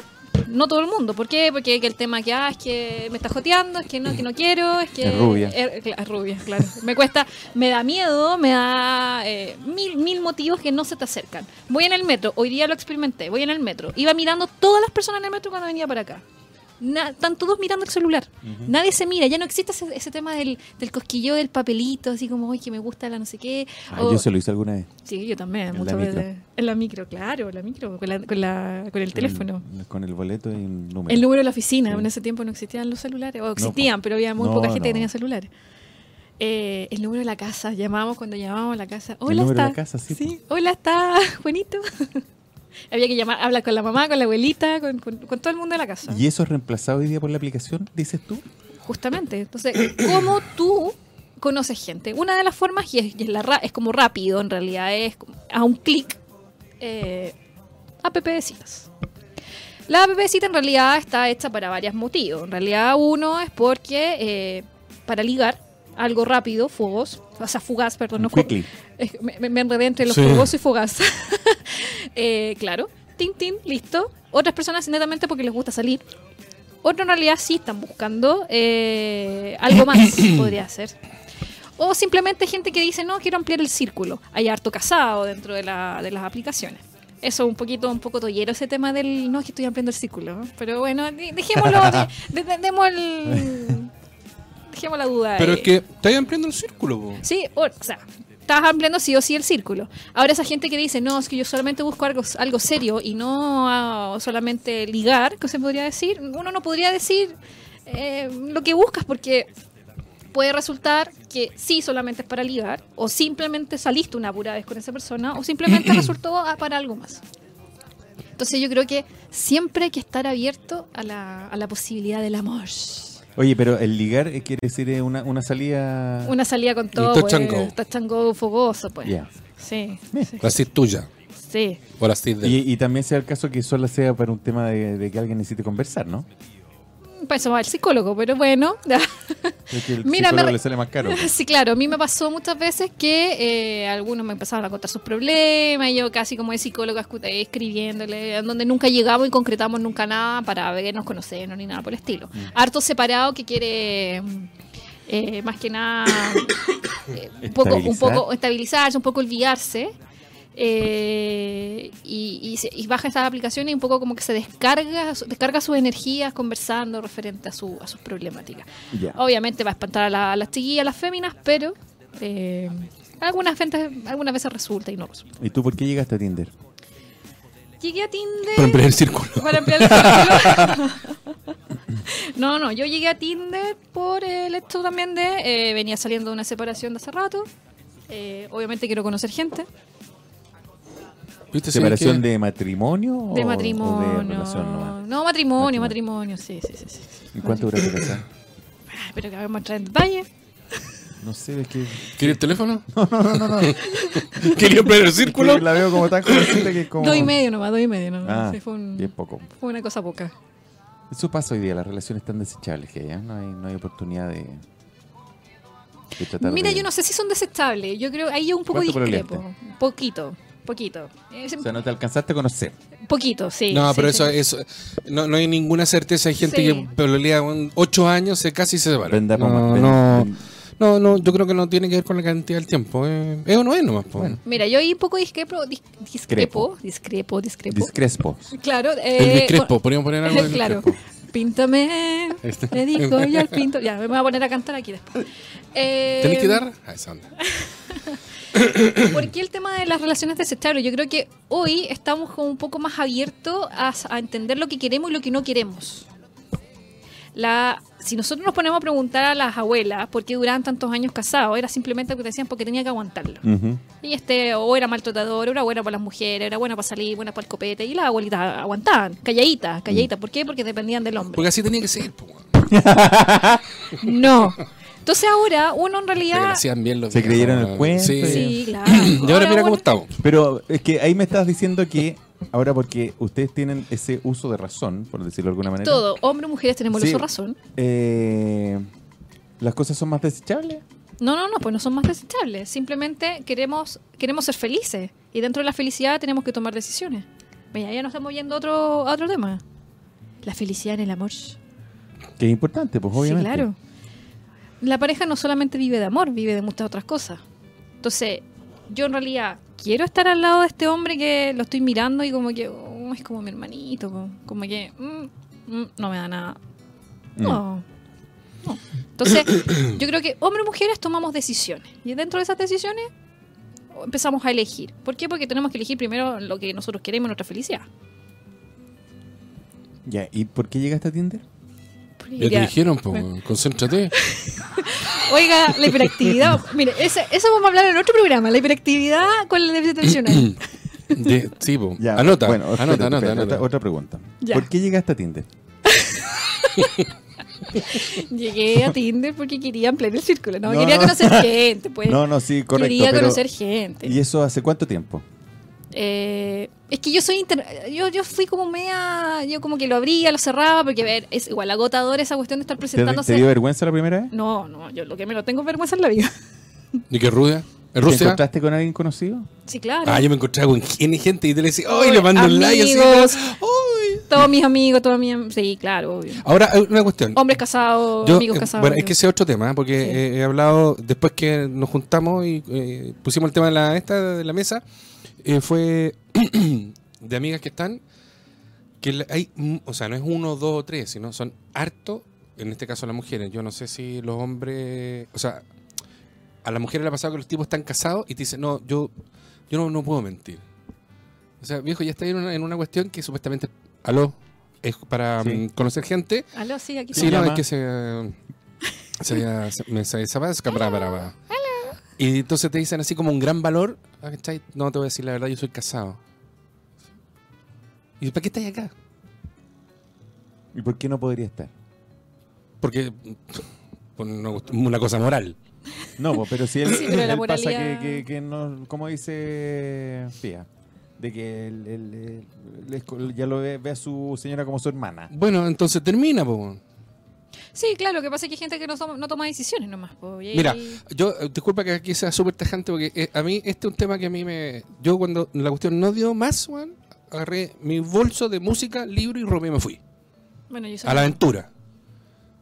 Speaker 4: no todo el mundo. ¿Por qué? Porque que el tema que, ah, es que me está joteando, es que no, que no quiero, es que...
Speaker 2: Es rubia.
Speaker 4: Es, cla- es rubia, claro. me cuesta, me da miedo, me da eh, mil, mil motivos que no se te acercan. Voy en el metro, hoy día lo experimenté, voy en el metro. Iba mirando todas las personas en el metro cuando venía para acá. Na- están todos mirando el celular. Nadie se mira, ya no existe ese, ese tema del, del cosquillo, del papelito, así como, oye, que me gusta la no sé qué.
Speaker 2: Ah,
Speaker 4: o-
Speaker 2: yo se lo hice alguna vez.
Speaker 4: Sí, yo también,
Speaker 2: En
Speaker 4: muchas
Speaker 2: la micro.
Speaker 4: veces. En la micro, claro, la micro, con, la- con la- con el teléfono.
Speaker 2: Con el, con el boleto y el número.
Speaker 4: El número de la oficina,
Speaker 2: Sí.
Speaker 4: en ese tiempo no existían los celulares, o
Speaker 2: pues.
Speaker 4: existían, pero había muy
Speaker 2: No,
Speaker 4: poca gente que
Speaker 2: no.
Speaker 4: tenía celulares. Eh, el número de la casa, llamábamos cuando llamábamos a la casa. Hola,
Speaker 2: número de
Speaker 4: está.
Speaker 2: la casa, sí, pues.
Speaker 4: hola, está [laughs] Juanito. había que llamar, hablar con la mamá, con la abuelita, con, con- con todo el mundo de la casa.
Speaker 2: ¿Y eso es reemplazado hoy día por la aplicación, dices tú?
Speaker 4: Justamente. Entonces, ¿cómo tú conoces gente? Una de las formas, y es, y es la ra- es como rápido en realidad, es como a un clic, eh, app de citas. La app de citas en realidad está hecha para varios motivos. En realidad uno es porque eh, para ligar algo rápido, fogos, o sea, fugaz, perdón, no fu-
Speaker 2: Quickly.
Speaker 4: es que me, me- me enredé entre los
Speaker 1: Sí.
Speaker 4: fogosos y fogaz. [laughs] Eh, claro. Tin, tin, listo. Otras personas netamente porque les gusta salir. Otros en realidad sí están buscando eh, algo
Speaker 1: [coughs]
Speaker 4: más, podría ser. O simplemente gente que dice, no, quiero ampliar el círculo. Hay harto casado dentro de, la- de las aplicaciones. Eso, un poquito, un poco tollero ese tema del, no, es que estoy ampliando el círculo. ¿no? Pero bueno,
Speaker 1: [laughs]
Speaker 4: de- dejémoslo, de- de- de- demos el- dejemos la duda.
Speaker 1: Pero
Speaker 4: eh.
Speaker 1: es que estáis ampliando el círculo, po.
Speaker 4: Sí, o, o sea, estás ampliando sí o sí el círculo. Ahora esa gente que dice, no, es que yo solamente busco algo, algo serio y no ah, solamente ligar, que se podría decir, uno no podría decir eh, lo que buscas porque puede resultar que sí solamente es para ligar o simplemente saliste una pura vez con esa persona o simplemente resultó ah, para algo más. Entonces yo creo que siempre hay que estar abierto a la, a la posibilidad del amor.
Speaker 2: Oye, pero el ligar eh, quiere decir eh, una, una salida...
Speaker 4: Una salida con todo,
Speaker 1: touch
Speaker 4: pues,
Speaker 1: and go.
Speaker 4: touch and go fogoso, pues.
Speaker 2: Ya.
Speaker 4: Sí, sí,
Speaker 1: La CID tuya.
Speaker 4: sí.
Speaker 1: O la CID de
Speaker 2: Y, y también sea el caso que solo sea para un tema de, de que alguien necesite conversar, ¿no?
Speaker 4: Para eso va el psicólogo, pero bueno.
Speaker 2: Es que el
Speaker 4: Mira,
Speaker 2: psicólogo
Speaker 4: me-
Speaker 2: le sale más caro.
Speaker 4: [laughs] sí, claro, a mí me pasó muchas veces que eh, algunos me empezaban a contar sus problemas, y yo casi como de psicóloga escu- eh, escribiéndole, en donde nunca llegamos y concretamos nunca nada para vernos, conocernos ni nada por el estilo. Harto separado que quiere mm, eh, más que nada eh, un, poco, un
Speaker 2: Estabilizar.
Speaker 4: poco estabilizarse, un poco olvidarse. eh, y, y se- y baja esas aplicaciones y un poco como que se descarga su- descarga sus energías conversando referente a, su, a sus problemáticas.
Speaker 2: Ya.
Speaker 4: Obviamente va a espantar a, la- a las chiquillas, a las féminas, pero eh, algunas, veces, algunas veces resulta y no resulta.
Speaker 2: ¿Y tú por qué llegaste a Tinder?
Speaker 4: Llegué a Tinder
Speaker 1: Para ampliar el círculo.
Speaker 4: para ampliar el círculo. No, no, yo llegué a Tinder por el hecho también de eh, venía saliendo de una separación de hace rato. Eh, obviamente quiero conocer gente
Speaker 1: ¿Viste? Sí,
Speaker 2: ¿Separación
Speaker 1: que-
Speaker 2: de matrimonio? o-
Speaker 4: de
Speaker 2: O
Speaker 4: matrimonio.
Speaker 2: Oh, de relación nomás?
Speaker 4: no, matrimonio, matrimonio, sí, sí, sí. sí.
Speaker 2: ¿Y cuánto duraste casada?
Speaker 4: Ah, Pero que vamos a entrar en detalle.
Speaker 2: No sé, es que...
Speaker 1: ¿Quieres el teléfono? No, no, no. no. [laughs] ¿Quería ampliar el círculo?
Speaker 2: La veo como tan jovencita que es como...
Speaker 4: Dos y medio nomás, dos y medio nomás.
Speaker 2: Ah,
Speaker 4: Sí, fue, un-
Speaker 2: bien poco.
Speaker 4: fue una cosa poca.
Speaker 2: Eso pasa hoy día, las relaciones están desechables que ya no hay, no hay oportunidad de... de tratar
Speaker 4: Mira,
Speaker 2: de-
Speaker 4: yo no sé si son desechables. Yo creo ahí yo un poco
Speaker 2: ¿Cuánto
Speaker 4: discrepo. Poquito, poquito. Eh,
Speaker 2: O sea, no te alcanzaste a conocer.
Speaker 4: Poquito, sí.
Speaker 1: No,
Speaker 4: sí,
Speaker 1: pero
Speaker 4: sí.
Speaker 1: eso, eso no, no hay ninguna certeza. Hay gente
Speaker 4: Sí.
Speaker 1: que pelolea un- ocho años, se casi se separa.
Speaker 2: Venda
Speaker 1: no,
Speaker 2: pomas, ven-
Speaker 1: no,
Speaker 2: ven-
Speaker 1: no, no, yo creo que no tiene que ver con la cantidad del tiempo. eh. Es o no es nomás. po.
Speaker 4: Mira, yo ahí un poco discrepo, dis- discrepo, discrepo, discrepo.
Speaker 2: Discrespo.
Speaker 4: claro.
Speaker 1: el
Speaker 4: Eh,
Speaker 1: discrepo, podríamos
Speaker 4: [laughs]
Speaker 1: poner algo del
Speaker 4: claro.
Speaker 1: discrepo.
Speaker 4: Píntame,
Speaker 1: Este.
Speaker 4: le dijo y al pinto. Ya, me voy a poner a cantar aquí después. Eh,
Speaker 1: ¿Tenés guitarra? Ah, esa onda.
Speaker 4: ¿Por qué el tema de las relaciones desechables? Yo creo que hoy estamos como un poco más abiertos a, a entender lo que queremos y lo que no queremos. La, si nosotros nos ponemos a preguntar a las abuelas por qué duraban tantos años casados, era simplemente porque decían porque tenía que aguantarlo.
Speaker 2: Ujú.
Speaker 4: Y este, o era maltratador, o era buena para las mujeres, era buena para salir, buena para el copete. Y las abuelitas aguantaban, calladitas, calladitas. ¿Por qué? Porque dependían del hombre.
Speaker 1: Porque así tenía que ser, po, weón.
Speaker 4: No. Entonces ahora uno
Speaker 1: Porque lo
Speaker 4: en realidad...
Speaker 1: hacían bien los
Speaker 2: Se
Speaker 1: viejos,
Speaker 2: creyeron el
Speaker 1: weón.
Speaker 2: cuento
Speaker 1: Sí.
Speaker 4: Sí, claro.
Speaker 1: [clears throat] Y ahora mira
Speaker 4: uno-
Speaker 1: cómo estamos.
Speaker 2: Pero es que ahí me estás diciendo que ahora porque ustedes tienen ese uso de razón, por decirlo de alguna manera.
Speaker 4: Todo, hombres y mujeres tenemos
Speaker 2: Sí.
Speaker 4: su razón.
Speaker 2: eh, las cosas son más desechables.
Speaker 4: No, no, no, pues no son más desechables. Simplemente queremos, queremos ser felices. Y dentro de la felicidad tenemos que tomar decisiones. Mira, ya nos estamos yendo a otro, a otro tema. La felicidad en el amor.
Speaker 2: Que es importante, pues obviamente.
Speaker 4: Sí, claro. La pareja no solamente vive de amor, vive de muchas otras cosas. Entonces, yo en realidad quiero estar al lado de este hombre que lo estoy mirando y como que "Oh, es como mi hermanito, co- como que mm, mm, no me da nada. No. no. Entonces, yo creo que hombres y mujeres tomamos decisiones. Y dentro de esas decisiones empezamos a elegir. ¿Por qué? Porque tenemos que elegir primero lo que nosotros queremos, nuestra felicidad.
Speaker 2: Ya, ¿y por qué llegaste a Tinder?
Speaker 4: Porque
Speaker 1: Ya te
Speaker 4: ya-
Speaker 1: dijeron, po, weón, concéntrate.
Speaker 4: Oiga, la hiperactividad. Mire, ese- eso vamos a hablar en otro programa. La hiperactividad con el déficit atencional.
Speaker 1: De- sí, po.
Speaker 2: Ya,
Speaker 1: anota,
Speaker 2: bueno,
Speaker 1: anota,
Speaker 2: espérate,
Speaker 1: anota,
Speaker 2: espérate,
Speaker 1: anota.
Speaker 2: Otra, otra pregunta.
Speaker 4: Ya.
Speaker 2: ¿Por qué llegaste a Tinder?
Speaker 4: Llegué a Tinder porque quería ampliar el círculo. No,
Speaker 2: No,
Speaker 4: quería
Speaker 2: no.
Speaker 4: conocer gente, pues.
Speaker 2: No, no, sí, correcto.
Speaker 4: quería
Speaker 2: pero-
Speaker 4: conocer gente.
Speaker 2: ¿Y eso hace cuánto tiempo?
Speaker 4: Eh, es que yo soy inter- yo, yo fui como media, yo como que lo abría, lo cerraba, porque a ver, es igual agotador esa cuestión de estar
Speaker 2: ¿Te,
Speaker 4: presentándose.
Speaker 2: te dio vergüenza la primera vez?
Speaker 4: No, no, yo lo que me lo tengo es vergüenza en la vida.
Speaker 1: ¿Y qué Rusia? ¿En
Speaker 2: ¿Te
Speaker 1: Rusia?
Speaker 2: encontraste con alguien conocido?
Speaker 4: Sí, claro.
Speaker 1: Ah, yo me encontraba con quién es gente y te le decía, ¡ay,
Speaker 4: Oye,
Speaker 1: le mando un like! Así,
Speaker 4: amigos.
Speaker 1: ¿no? ¡Ay!
Speaker 4: Todos mis amigos, todos mis am- sí, claro, obvio.
Speaker 1: Ahora, hay una cuestión.
Speaker 4: Hombres casados,
Speaker 1: Yo,
Speaker 4: amigos
Speaker 1: eh,
Speaker 4: casados.
Speaker 1: Bueno, es
Speaker 4: obvio.
Speaker 1: que ese es otro tema, ¿eh? porque
Speaker 4: Sí.
Speaker 1: eh, he hablado, después que nos juntamos y eh, pusimos el tema de la, esta, de la mesa, eh, fue [clears throat] de amigas que están, que la- hay, mm, o sea, no es uno, dos o tres, sino son harto, en este caso las mujeres, yo no sé si los hombres, o sea, a las mujeres le ha pasado que los tipos están casados y te dicen, no, yo, yo no, no puedo mentir. O sea, viejo, ya está en una, en una cuestión que supuestamente, aló, es para
Speaker 2: Sí.
Speaker 1: mm, conocer gente.
Speaker 4: Aló, sí, aquí
Speaker 1: Sí,
Speaker 2: ¿Cómo
Speaker 1: no,
Speaker 2: llama?
Speaker 1: es que se. Se, se, me- se, se va a escapar, brava. Y entonces te dicen así como un gran valor. ah, ¿cachai? No te voy a decir la verdad, yo soy casado. ¿Y para qué estás acá?
Speaker 2: ¿Y por qué no podría estar?
Speaker 1: Porque. por una, cuest- una cosa moral.
Speaker 2: No, po, pero si él,
Speaker 4: Sí, pero la
Speaker 2: él pasa que,
Speaker 4: moralidad-
Speaker 2: que- que no, como dice Pía, de que él, él- él- él es co- ya lo ve, ve a su señora como su hermana.
Speaker 1: Bueno, entonces termina, po.
Speaker 4: Sí, claro, lo que pasa es que hay gente que no, toma- no toma decisiones nomás. po, y ahí-
Speaker 1: Mira, yo, eh, disculpa que aquí sea súper tajante, porque eh, a mí este es un tema que a mí me. Yo cuando la cuestión no dio más, weón, agarré mi bolso de música, libro y robé y me fui.
Speaker 4: bueno, yo soy-
Speaker 1: a la aventura.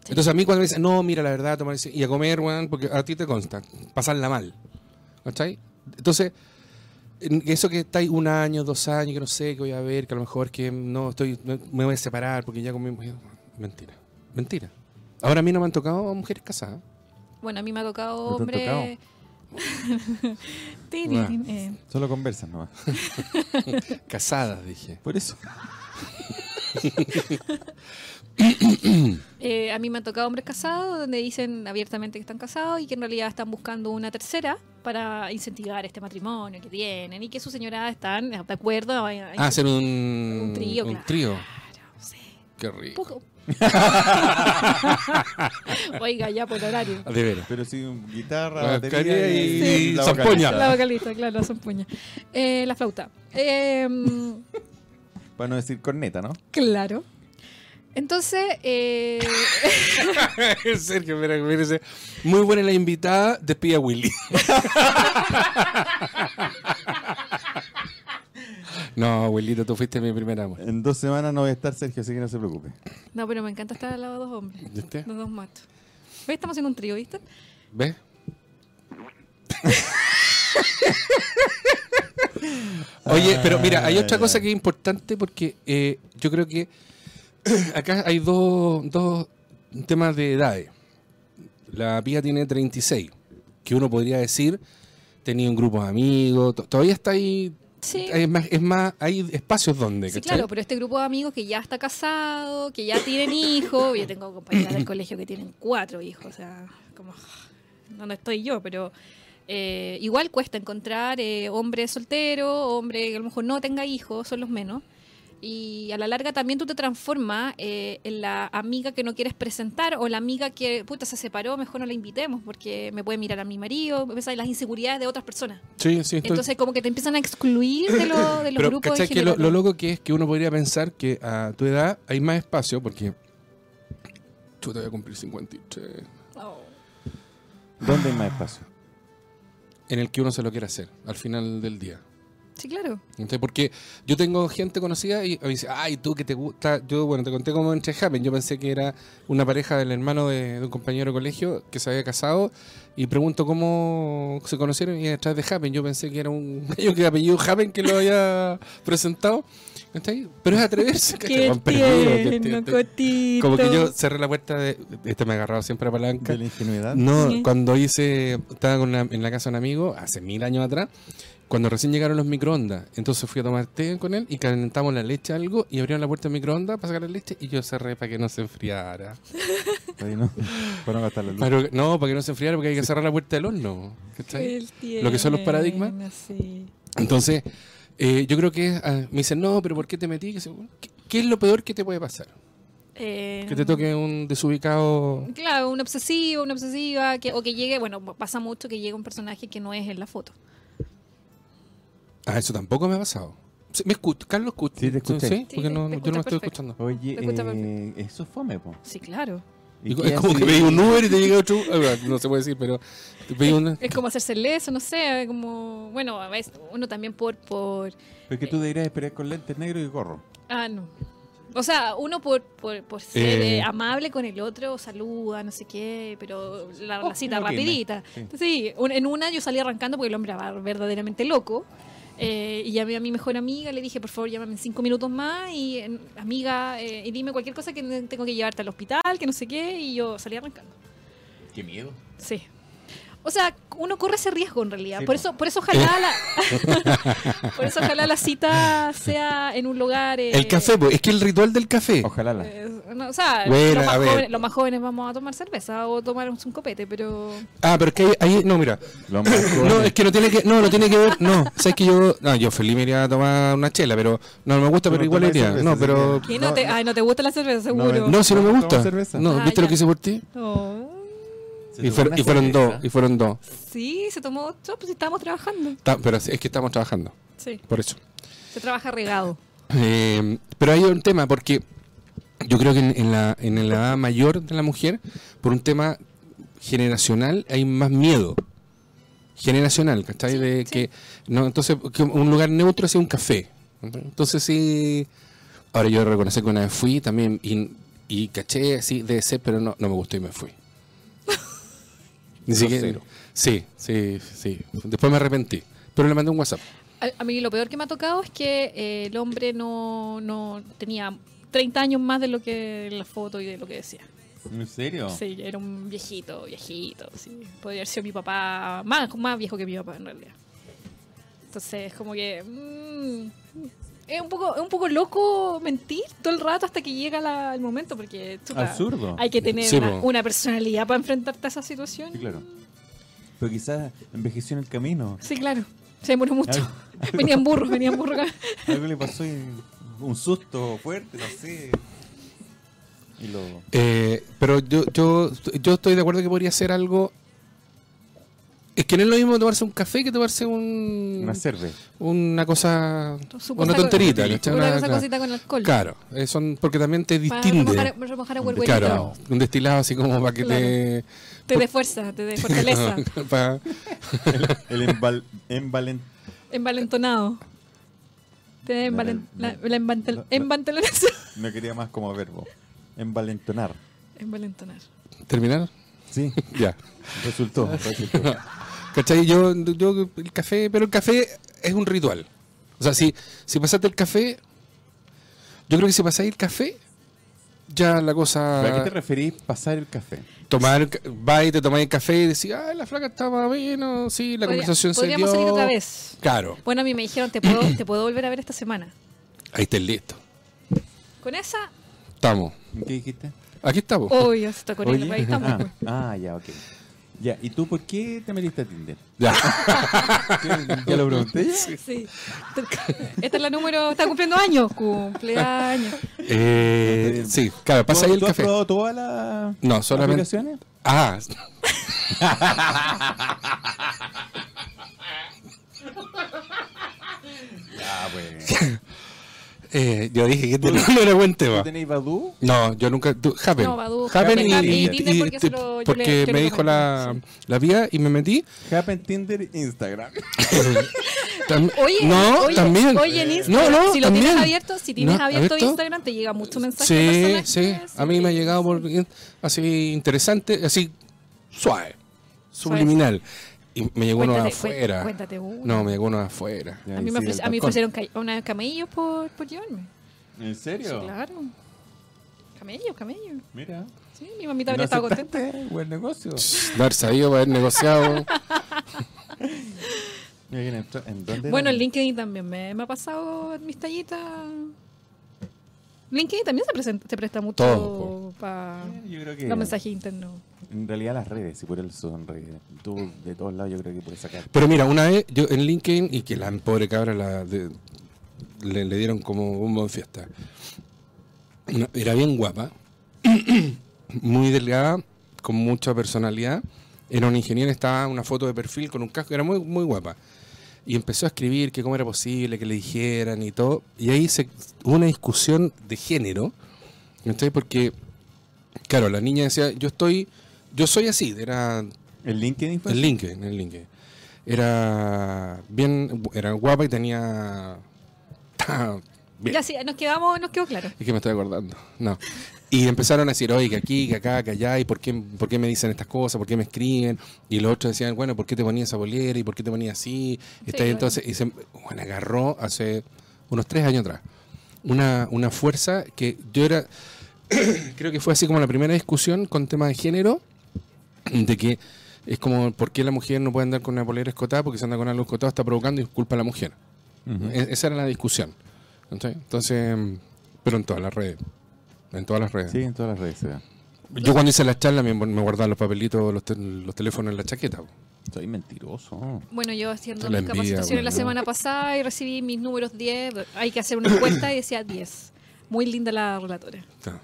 Speaker 4: Sí.
Speaker 1: Entonces a mí cuando me dicen, no, mira, la verdad, tomar ese- y a comer, weón, porque a ti te consta, pasarla mal. ¿Cachai? Entonces, en- eso que estáis un año, dos años, que no sé, que voy a ver, que a lo mejor que no estoy, no- me voy a separar porque ya comí. Mentira, mentira. Ahora a mí no me han tocado mujeres
Speaker 4: [laughs]
Speaker 1: casadas.
Speaker 4: Bueno, a mí me ha tocado
Speaker 2: ¿No te han
Speaker 4: hombre. [laughs] Tirirín, eh.
Speaker 2: Solo conversan nomás.
Speaker 1: Casadas, dije.
Speaker 2: Por eso.
Speaker 4: Eh, a mí me han tocado hombres casados donde dicen abiertamente que están casados y que en realidad están buscando una tercera para incentivar este matrimonio que tienen y que sus señoras están de acuerdo a, a-
Speaker 1: Ah, hacer un,
Speaker 4: Un trío,
Speaker 1: Un
Speaker 4: claro.
Speaker 1: trío.
Speaker 4: Claro, sí,
Speaker 1: Qué rico.
Speaker 4: poco. [laughs] Oiga, ya por horario.
Speaker 1: [laughs] De veras.
Speaker 2: Pero sí, guitarra,
Speaker 1: La
Speaker 2: batería
Speaker 1: batería
Speaker 2: y,
Speaker 1: y
Speaker 2: la
Speaker 1: zampoña.
Speaker 2: vocalista.
Speaker 1: Ya.
Speaker 4: La vocalista, claro, son puñas. Eh, la flauta. Em,
Speaker 2: Para no decir corneta, ¿no?
Speaker 4: claro. Entonces, eh, [laughs]
Speaker 1: [laughs] Sergio, mira, mira ese. Muy buena la invitada, despide a Willy. [laughs] no, abuelito, tú fuiste mi primer amor.
Speaker 2: En dos semanas no voy a estar Sergio, así que no se preocupe.
Speaker 4: no, pero me encanta estar al lado de dos hombres.
Speaker 1: ¿Viste?
Speaker 4: Los dos matos. ¿Ves? Estamos haciendo un trío, ¿viste?
Speaker 1: ¿Ves? Oye, pero mira, hay otra cosa que es importante porque eh, yo creo que [clears throat] acá hay dos, dos temas de edades. La pía tiene 36, que uno podría decir tenía un grupo de amigos, to- todavía está ahí,
Speaker 4: Sí.
Speaker 1: hay más, es más, hay espacios donde,
Speaker 4: Sí,
Speaker 1: ¿cachai?
Speaker 4: claro, pero este grupo de amigos que ya está casado, que ya tienen hijos, yo tengo compañeras del colegio que tienen cuatro hijos, o sea, como donde estoy yo, pero eh, igual cuesta encontrar eh, hombre soltero, hombre que a lo mejor no tenga hijos, son los menos. Y a la larga también tú te transformas eh, en la amiga que no quieres presentar o la amiga que, puta, se separó, mejor no la invitemos porque me puede mirar a mi marido, ¿sabes? las inseguridades de otras personas.
Speaker 1: Sí, sí, estoy-
Speaker 4: Entonces como que te empiezan a excluir de, lo- de los
Speaker 1: Pero
Speaker 4: grupos.
Speaker 1: ¿cachai
Speaker 4: en
Speaker 1: que lo,
Speaker 4: general.
Speaker 1: lo loco que es que uno podría pensar que a tu edad hay más espacio porque... Chuta, voy a cumplir 53.
Speaker 4: Oh.
Speaker 2: ¿Dónde hay más espacio?
Speaker 1: En el que uno se lo quiere hacer al final del día.
Speaker 4: Sí, claro.
Speaker 1: ¿Cachai? Porque yo tengo gente conocida y me dice, ay, tú que te gusta. Yo, bueno, te conté cómo entre Happen. Yo pensé que era una pareja del hermano de, de un compañero de colegio que se había casado y pregunto cómo se conocieron y detrás de Happen. Yo pensé que era un [laughs] gallo que apellido Happen que lo había [laughs] presentado. ¿Cachai? Pero es atreverse. ¿cachai? Juan, perdido, qué tierno. Como que yo cerré la puerta de. Este me ha agarrado siempre a palanca.
Speaker 2: De la
Speaker 4: Ah,
Speaker 2: ingenuidad.
Speaker 1: No,
Speaker 4: Sí.
Speaker 1: cuando hice, estaba con una- en la casa de un amigo hace mil años atrás, cuando recién llegaron los microondas, entonces fui a tomar té con él y calentamos la leche algo y abrieron la puerta del microondas para sacar la leche y yo cerré para que no se enfriara.
Speaker 2: Ahí no. Para no gastar la luz.
Speaker 1: Para- no, para que no se enfriara porque hay que cerrar la puerta del horno. ¿cachai? Lo que son los paradigmas. Entonces, eh, yo creo que ah, me dicen, no, pero ¿por qué te metí? Que se- ¿Qué, qué es lo peor que te puede pasar? Que te toque un desubicado...
Speaker 4: Eh, Claro, un obsesivo, una obsesiva, que, o que llegue, bueno, pasa mucho que llegue un personaje que no es en la foto.
Speaker 1: Ah, eso tampoco me ha pasado. Sí, ¿Me escucho? ¿Carlos escucha?
Speaker 2: Sí, te escuché.
Speaker 1: ¿Sí?
Speaker 4: Sí,
Speaker 1: Porque
Speaker 4: te-
Speaker 1: no, yo no
Speaker 4: te
Speaker 1: me
Speaker 4: escucho
Speaker 1: estoy
Speaker 4: perfecto.
Speaker 1: escuchando.
Speaker 2: Oye,
Speaker 4: Te escucha
Speaker 2: eh,
Speaker 4: perfecto.
Speaker 2: eso es fome, po.
Speaker 4: Sí, claro.
Speaker 2: ¿Y
Speaker 1: Y
Speaker 2: qué
Speaker 1: es como
Speaker 2: hace?
Speaker 1: que pedí un Uber y te llega otro. ah, bueno, No se puede decir, pero te pedí una.
Speaker 4: Es como hacerse leso, no sé, como, bueno, a veces uno también por, por,
Speaker 2: Porque tú deberías esperar con lentes negros y gorro.
Speaker 4: ah, no. O sea, uno por, por, por ser
Speaker 1: Eh.
Speaker 4: eh, amable con el otro, saluda, no sé qué, pero la,
Speaker 2: Oh,
Speaker 4: la cita
Speaker 2: lo que me-
Speaker 4: rapidita.
Speaker 2: sí.
Speaker 4: Sí, un- en una yo salí arrancando porque el hombre era verdaderamente loco. eh, y llamé a mi mejor amiga, le dije, por favor, llámame en cinco minutos más y en- amiga, eh, y dime cualquier cosa que ne- tengo que llevarte al hospital, que no sé qué, y yo salí arrancando.
Speaker 2: Qué miedo.
Speaker 4: Sí. O sea, uno corre ese riesgo en realidad.
Speaker 2: Sí,
Speaker 4: por
Speaker 2: po.
Speaker 4: eso, por
Speaker 2: [laughs]
Speaker 4: eso ojalá la, [laughs] por eso ojalá la cita sea en un lugar. eh,
Speaker 1: El café, pues, es que el ritual del café.
Speaker 2: Ojalá. la-
Speaker 4: eh, no, o sea,
Speaker 1: Bueno,
Speaker 4: los, más
Speaker 1: a ver.
Speaker 4: jóvenes, los más jóvenes vamos a tomar cerveza o tomar un copete, pero
Speaker 1: Ah, pero es que ahí, ahí- no, mira.
Speaker 2: Lo más
Speaker 1: No, es que no tiene que, no, no tiene que ver, no. Sabes que yo, no, yo feliz me iría a tomar una chela, pero no, no me gusta,
Speaker 2: Tú
Speaker 1: pero
Speaker 2: no
Speaker 1: igual
Speaker 2: tomas
Speaker 1: iría.
Speaker 2: cerveza,
Speaker 1: No,
Speaker 2: así
Speaker 1: pero
Speaker 2: que-
Speaker 4: ¿Qué? no, te,
Speaker 2: No, no.
Speaker 4: ay, no te gusta la cerveza seguro.
Speaker 1: no, si no me
Speaker 2: ¿Tomas
Speaker 1: gusta.
Speaker 2: cerveza?
Speaker 1: No,
Speaker 4: Ah,
Speaker 1: ¿viste lo
Speaker 4: ya.
Speaker 1: que hice por ti?
Speaker 4: Oh,
Speaker 1: Y, fueron- y fueron dos, y fueron dos.
Speaker 4: sí, se tomó otro, pues estábamos trabajando.
Speaker 1: Ta- pero es que estamos trabajando,
Speaker 4: Sí,
Speaker 1: por eso.
Speaker 4: se trabaja regado.
Speaker 1: Eh, pero hay un tema, porque yo creo que en, en la, en la edad mayor de la mujer, por un tema generacional, hay más miedo. Generacional, ¿cachai?
Speaker 4: Sí,
Speaker 1: de
Speaker 4: sí.
Speaker 1: que no, entonces que un lugar neutro sea un café. Entonces sí. Ahora yo reconocí que una vez fui también y, y caché así de ser, pero no, no me gustó y me
Speaker 4: [laughs]
Speaker 1: fui. Ni siquiera.
Speaker 2: Grosero.
Speaker 1: Sí, sí, sí. Después me arrepentí. Pero le mandé un WhatsApp.
Speaker 4: A, a mí lo peor que me ha tocado es que eh, el hombre no, no tenía 30 años más de lo que la foto y de lo que decía.
Speaker 2: ¿En
Speaker 1: Oh.
Speaker 2: serio?
Speaker 4: Sí, era un viejito, viejito. Sí. Podría haber sido mi papá, más, más viejo que mi papá en realidad. Entonces, como que. mm, es, un poco, es un poco loco mentir todo el rato hasta que llega la- el momento, porque chuta,
Speaker 2: Absurdo.
Speaker 4: hay que tener
Speaker 1: Sí,
Speaker 4: una,
Speaker 1: po.
Speaker 4: una personalidad para enfrentarte a esa situación.
Speaker 2: Sí, claro. Pero quizás envejeció en el camino.
Speaker 4: Sí, claro. Se demoró mucho.
Speaker 2: Algo-
Speaker 4: [laughs] venían burros, venían burros.
Speaker 2: Algo le pasó y un susto fuerte, no sé. Y lo.
Speaker 1: Eh, pero yo, yo, yo estoy de acuerdo que podría ser algo. Es que no es lo mismo tomarse un café que tomarse un.
Speaker 4: Mm.
Speaker 2: Una cerveza.
Speaker 1: una cosa.
Speaker 4: Su
Speaker 1: una
Speaker 4: cosa-
Speaker 1: tonterita.
Speaker 2: una
Speaker 1: ¿cachai?
Speaker 4: Una
Speaker 1: Una-
Speaker 4: cosa
Speaker 1: claro.
Speaker 4: cosita con alcohol.
Speaker 1: Claro, eh, son, porque también te
Speaker 4: Para
Speaker 1: distinde.
Speaker 4: remojar- remojar a huerguerito.
Speaker 1: Claro, un destilado así como para que te.
Speaker 4: Te dé fuerza, te
Speaker 1: [laughs]
Speaker 4: dé fortaleza.
Speaker 1: para-
Speaker 2: El embal, envalen.
Speaker 4: Envalentonado. Te da envalen-
Speaker 2: La-
Speaker 4: la,
Speaker 2: la-
Speaker 4: la embantel-
Speaker 2: la- la-
Speaker 4: envantelenación.
Speaker 2: No quería más como verbo. Envalentonar.
Speaker 4: [laughs] Envalentonar.
Speaker 1: ¿Terminar?
Speaker 2: Sí,
Speaker 1: Ya.
Speaker 2: resultó. resultó.
Speaker 1: ¿Cachai? Yo, yo, el café, pero el café es un ritual. O sea, si, si pasaste el café, yo creo que si pasáis el café, ya la cosa...
Speaker 2: ¿A qué te referís pasar el café?
Speaker 1: tomar, el ca- va y te tomáis el café y decís, ah, la flaca estaba bueno, sí, la
Speaker 4: Podría-
Speaker 1: conversación se dio.
Speaker 4: podríamos salir otra vez.
Speaker 1: Claro,
Speaker 4: Bueno, a mí me dijeron, te puedo, te puedo volver a ver esta semana.
Speaker 1: ahí estáis listo.
Speaker 4: Con esa,
Speaker 1: Estamos.
Speaker 2: ¿Qué dijiste?
Speaker 1: Aquí estamos.
Speaker 4: obvio, se está con
Speaker 2: Oye,
Speaker 4: el pues. país
Speaker 2: ah,
Speaker 4: tampoco.
Speaker 2: ah, ya, ok. Ya, ¿y tú por qué te metiste a Tinder?
Speaker 1: Ya.
Speaker 2: Ya lo pregunté.
Speaker 4: Sí. Esta es la número, está cumpliendo años. Cumpleaños.
Speaker 1: Eh, sí, claro, pasa ahí
Speaker 2: ¿Tú-
Speaker 1: el
Speaker 2: ¿Tú has
Speaker 1: café.
Speaker 2: probado todas las
Speaker 1: No, solamente-
Speaker 2: aplicaciones?
Speaker 1: Ah. [laughs] Eh, yo dije que este [laughs] no era buen tema.
Speaker 2: ¿Tú tenés Badoo?
Speaker 1: No, yo nunca. du- Happen.
Speaker 4: No, Badoo,
Speaker 1: Happen
Speaker 2: Happen,
Speaker 1: y,
Speaker 2: Happen
Speaker 1: y-
Speaker 2: y
Speaker 1: y-
Speaker 4: Tinder, porque
Speaker 1: y-
Speaker 4: se lo- yo
Speaker 1: porque
Speaker 4: le- yo le
Speaker 1: me dijo la,
Speaker 4: comenté,
Speaker 1: la vía y me metí.
Speaker 2: Happen, Tinder, Instagram.
Speaker 1: Tam-
Speaker 4: [laughs] Oye,
Speaker 1: no,
Speaker 4: oye,
Speaker 1: también.
Speaker 4: oye, en Instagram,
Speaker 1: No, no,
Speaker 4: si lo
Speaker 1: también.
Speaker 4: tienes abierto, si tienes
Speaker 1: No,
Speaker 4: abierto,
Speaker 1: ¿abierto?
Speaker 4: Instagram, te llega mucho mensaje.
Speaker 1: Sí,
Speaker 4: de
Speaker 1: sí.
Speaker 4: personajes,
Speaker 1: A mí me ha llegado por, así interesante, así suave, subliminal. Y me llegó uno
Speaker 4: Cuéntate, cué-
Speaker 1: afuera.
Speaker 4: cuéntate uno.
Speaker 1: No, me llegó uno afuera.
Speaker 4: A mí me ofreci- a mí me ofrecieron ca- una camello por, por llevarme.
Speaker 2: ¿En serio?
Speaker 4: Sí, claro. Camello, camello.
Speaker 2: Mira.
Speaker 4: Sí, mi mamita habría estado contenta.
Speaker 2: contento. Buen negocio.
Speaker 1: No haber sabido, haber negociado.
Speaker 2: Mira, ¿quién entró? ¿En dónde
Speaker 4: Bueno,
Speaker 2: era?
Speaker 4: en LinkedIn también me, me ha pasado mis tallitas. LinkedIn también se, presenta- se presta
Speaker 1: Todo,
Speaker 4: mucho para
Speaker 2: Yo creo que
Speaker 4: los mensajes internos.
Speaker 2: en realidad las redes, si por el son redes, tú de todos lados yo creo que puedes sacar.
Speaker 1: Pero mira, una vez yo en LinkedIn y que la pobre cabra la de- le, le dieron como un buen fiesta. Una- era bien guapa, [coughs] muy delgada, con mucha personalidad. Era una ingeniera, estaba una foto de perfil con un casco, era muy, muy guapa. Y empezó a escribir que cómo era posible que le dijeran y todo. Y ahí se, hubo una discusión de género. ¿cachai? Porque, claro, la niña decía, yo estoy, yo soy así, era
Speaker 2: ¿El LinkedIn fue?
Speaker 1: el LinkedIn, el LinkedIn. Era bien, era guapa y tenía... Bien.
Speaker 4: Ya sí, nos quedamos, nos quedó claro.
Speaker 1: Es que me estoy acordando. No. Y empezaron a decir, oye, que aquí, que acá, que allá, y por qué, por qué me dicen estas cosas, por qué me escriben. Y los otros decían, bueno, ¿por qué te ponías esa bolera y por qué te ponías así? Está ahí
Speaker 4: claro.
Speaker 1: entonces, y se, bueno, agarró hace unos tres años atrás una, una fuerza que yo era, [clears throat] creo que fue así como la primera discusión con tema de género, de que es como, ¿por qué la mujer no puede andar con una bolera escotada? Porque si anda con algo escotado está provocando y es culpa a la mujer. E- Esa era la discusión. ¿cachai? Entonces, mm, pero en todas las redes. En todas las redes.
Speaker 2: Sí, en todas las redes se da.
Speaker 1: Yo cuando hice las charlas me, me guardaba los papelitos, los, tel- los teléfonos en la chaqueta. po.
Speaker 2: Soy mentiroso.
Speaker 4: Bueno, yo haciendo
Speaker 1: La
Speaker 4: mis
Speaker 1: envidia,
Speaker 4: capacitaciones la
Speaker 1: bueno.
Speaker 4: semana pasada y recibí mis números 10. Hay que hacer una encuesta y decía 10. Muy linda la relatora.
Speaker 1: Claro.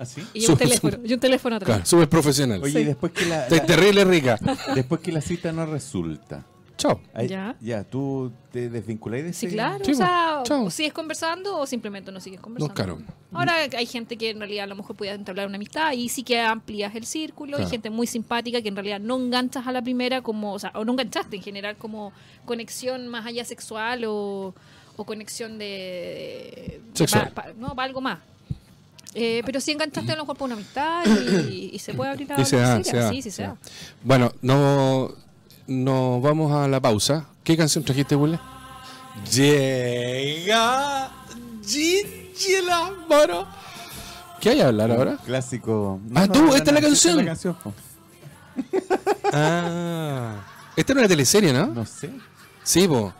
Speaker 2: ¿Así?
Speaker 4: Y yo un
Speaker 1: Súper,
Speaker 4: teléfono, y un teléfono atrás.
Speaker 1: Claro, súper profesional.
Speaker 2: ¿Ah, Oye,
Speaker 4: Sí.
Speaker 2: y después que la,
Speaker 1: Te-
Speaker 2: la-
Speaker 1: Terrible
Speaker 2: [laughs]
Speaker 1: rica.
Speaker 2: después que la cita no resulta.
Speaker 1: Chao.
Speaker 2: ahí-
Speaker 4: Ya.
Speaker 2: tú te desvinculáis de
Speaker 4: Sí,
Speaker 2: ese-
Speaker 4: claro.
Speaker 1: Sí, pues,
Speaker 4: o sea,
Speaker 1: chao.
Speaker 4: o sigues conversando o simplemente no sigues conversando.
Speaker 1: No, claro.
Speaker 4: Ahora hay gente que en realidad a lo mejor puede entablar una amistad y sí que amplías el círculo.
Speaker 1: Claro.
Speaker 4: Hay gente muy simpática que en realidad no enganchas a la primera como, o sea, o no enganchaste en general como conexión más allá sexual o, o conexión de... de
Speaker 1: Sexual.
Speaker 4: pa- pa- no, para algo más. Eh, pero sí enganchaste a lo mejor por una amistad y, y se puede abrir la
Speaker 1: Y se da,
Speaker 4: posibilidad.
Speaker 1: se da,
Speaker 4: Sí, sí, se
Speaker 1: se
Speaker 4: da.
Speaker 1: da. Bueno, no, nos vamos a la pausa. ¿Qué canción trajiste, Willy? Llega Gigi Lambaro. ¿Qué hay a hablar ahora?
Speaker 2: Un Clásico.
Speaker 1: Ah, tú, esta es la canción.
Speaker 2: esta es la canción, po.
Speaker 1: Ah. Esta era una teleserie, ¿no?
Speaker 2: No sé.
Speaker 1: Sí, po.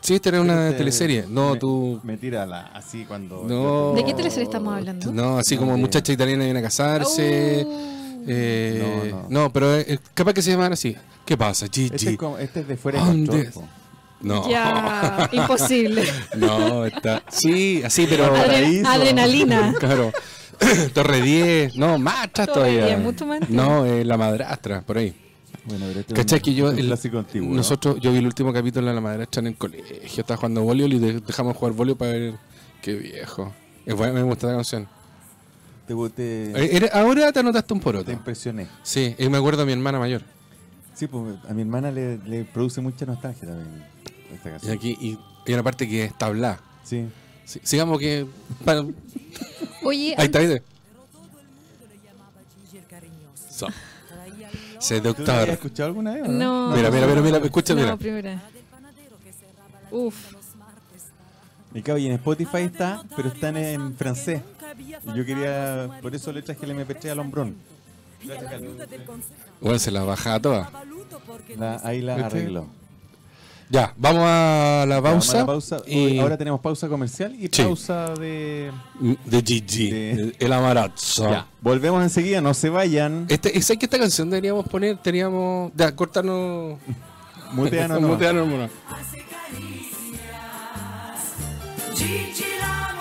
Speaker 1: Sí, esta era una
Speaker 2: Este,
Speaker 1: teleserie. No,
Speaker 2: me-
Speaker 1: tú.
Speaker 2: Me tira la, así cuando.
Speaker 1: No.
Speaker 4: ¿De qué teleserie estamos hablando?
Speaker 1: No, así como
Speaker 2: No, de-
Speaker 1: muchacha italiana viene a casarse.
Speaker 4: Uh.
Speaker 1: eh,
Speaker 2: No, no.
Speaker 1: no, pero eh, capaz que se llamara así. ¿Qué pasa, Gigi?
Speaker 2: Este es, como- este es de fuera de
Speaker 1: ¿Dónde
Speaker 2: control,
Speaker 1: es?
Speaker 2: po.
Speaker 1: No. [laughs]
Speaker 4: Ya, imposible.
Speaker 1: No, está. Sí, así, pero.
Speaker 4: Adre- adrenalina.
Speaker 1: [laughs] Claro. [clears throat] Torre 10. No, machas
Speaker 4: Torre
Speaker 1: todavía.
Speaker 4: 10, mucho más antiguo.
Speaker 1: No, eh, la madrastra, por ahí.
Speaker 2: Bueno, pero este es
Speaker 1: ¿Cachai
Speaker 2: un-
Speaker 1: que yo.
Speaker 2: un
Speaker 1: el-
Speaker 2: clásico antiguo. ¿no?
Speaker 1: Nosotros, yo vi el último capítulo de la madrastra en el colegio. Estaba jugando voleibol y de- dejamos jugar voleibol para ver. Qué viejo. Es buena, me gusta la canción.
Speaker 2: Te, te,
Speaker 1: Eh, era- ahora te anotaste un
Speaker 2: te
Speaker 1: poroto.
Speaker 2: impresioné.
Speaker 1: Sí, y me acuerdo a mi hermana mayor.
Speaker 2: Sí, pues a mi hermana le, le produce mucha nostalgia también esta
Speaker 1: Y
Speaker 2: canción.
Speaker 1: aquí, y hay una parte que es tabla.
Speaker 2: Sí.
Speaker 1: Sí, sigamos que. para-
Speaker 4: Oye,
Speaker 1: ahí está, ¿viste? So.
Speaker 2: ¿Tú la
Speaker 1: Seductor.
Speaker 2: habías escuchado alguna vez? o
Speaker 4: No.
Speaker 1: Mira, mira, mira, mira, escucha,
Speaker 4: no,
Speaker 1: mira.
Speaker 4: primera. Uf.
Speaker 2: Y claro, y en Spotify está, pero están en francés. Y yo quería, por eso le traje el MP3 al hombrón.
Speaker 1: Bueno, se la baja toda.
Speaker 2: La- ahí la
Speaker 1: ¿Viste?
Speaker 2: arregló.
Speaker 1: Ya, vamos a la pausa.
Speaker 2: Vamos a la pausa.
Speaker 1: Y
Speaker 2: Hoy- Ahora tenemos pausa comercial y
Speaker 1: Sí.
Speaker 2: pausa de...
Speaker 1: mm, de Gigi,
Speaker 2: De-
Speaker 1: el amarazzo.
Speaker 2: Ya. Volvemos enseguida, no se vayan.
Speaker 1: Este, ¿Sabes que esta canción deberíamos poner? Teníamos. Ya, cortarnos.
Speaker 2: Muteanos
Speaker 1: [laughs]
Speaker 2: no.
Speaker 1: Muteanos nomás.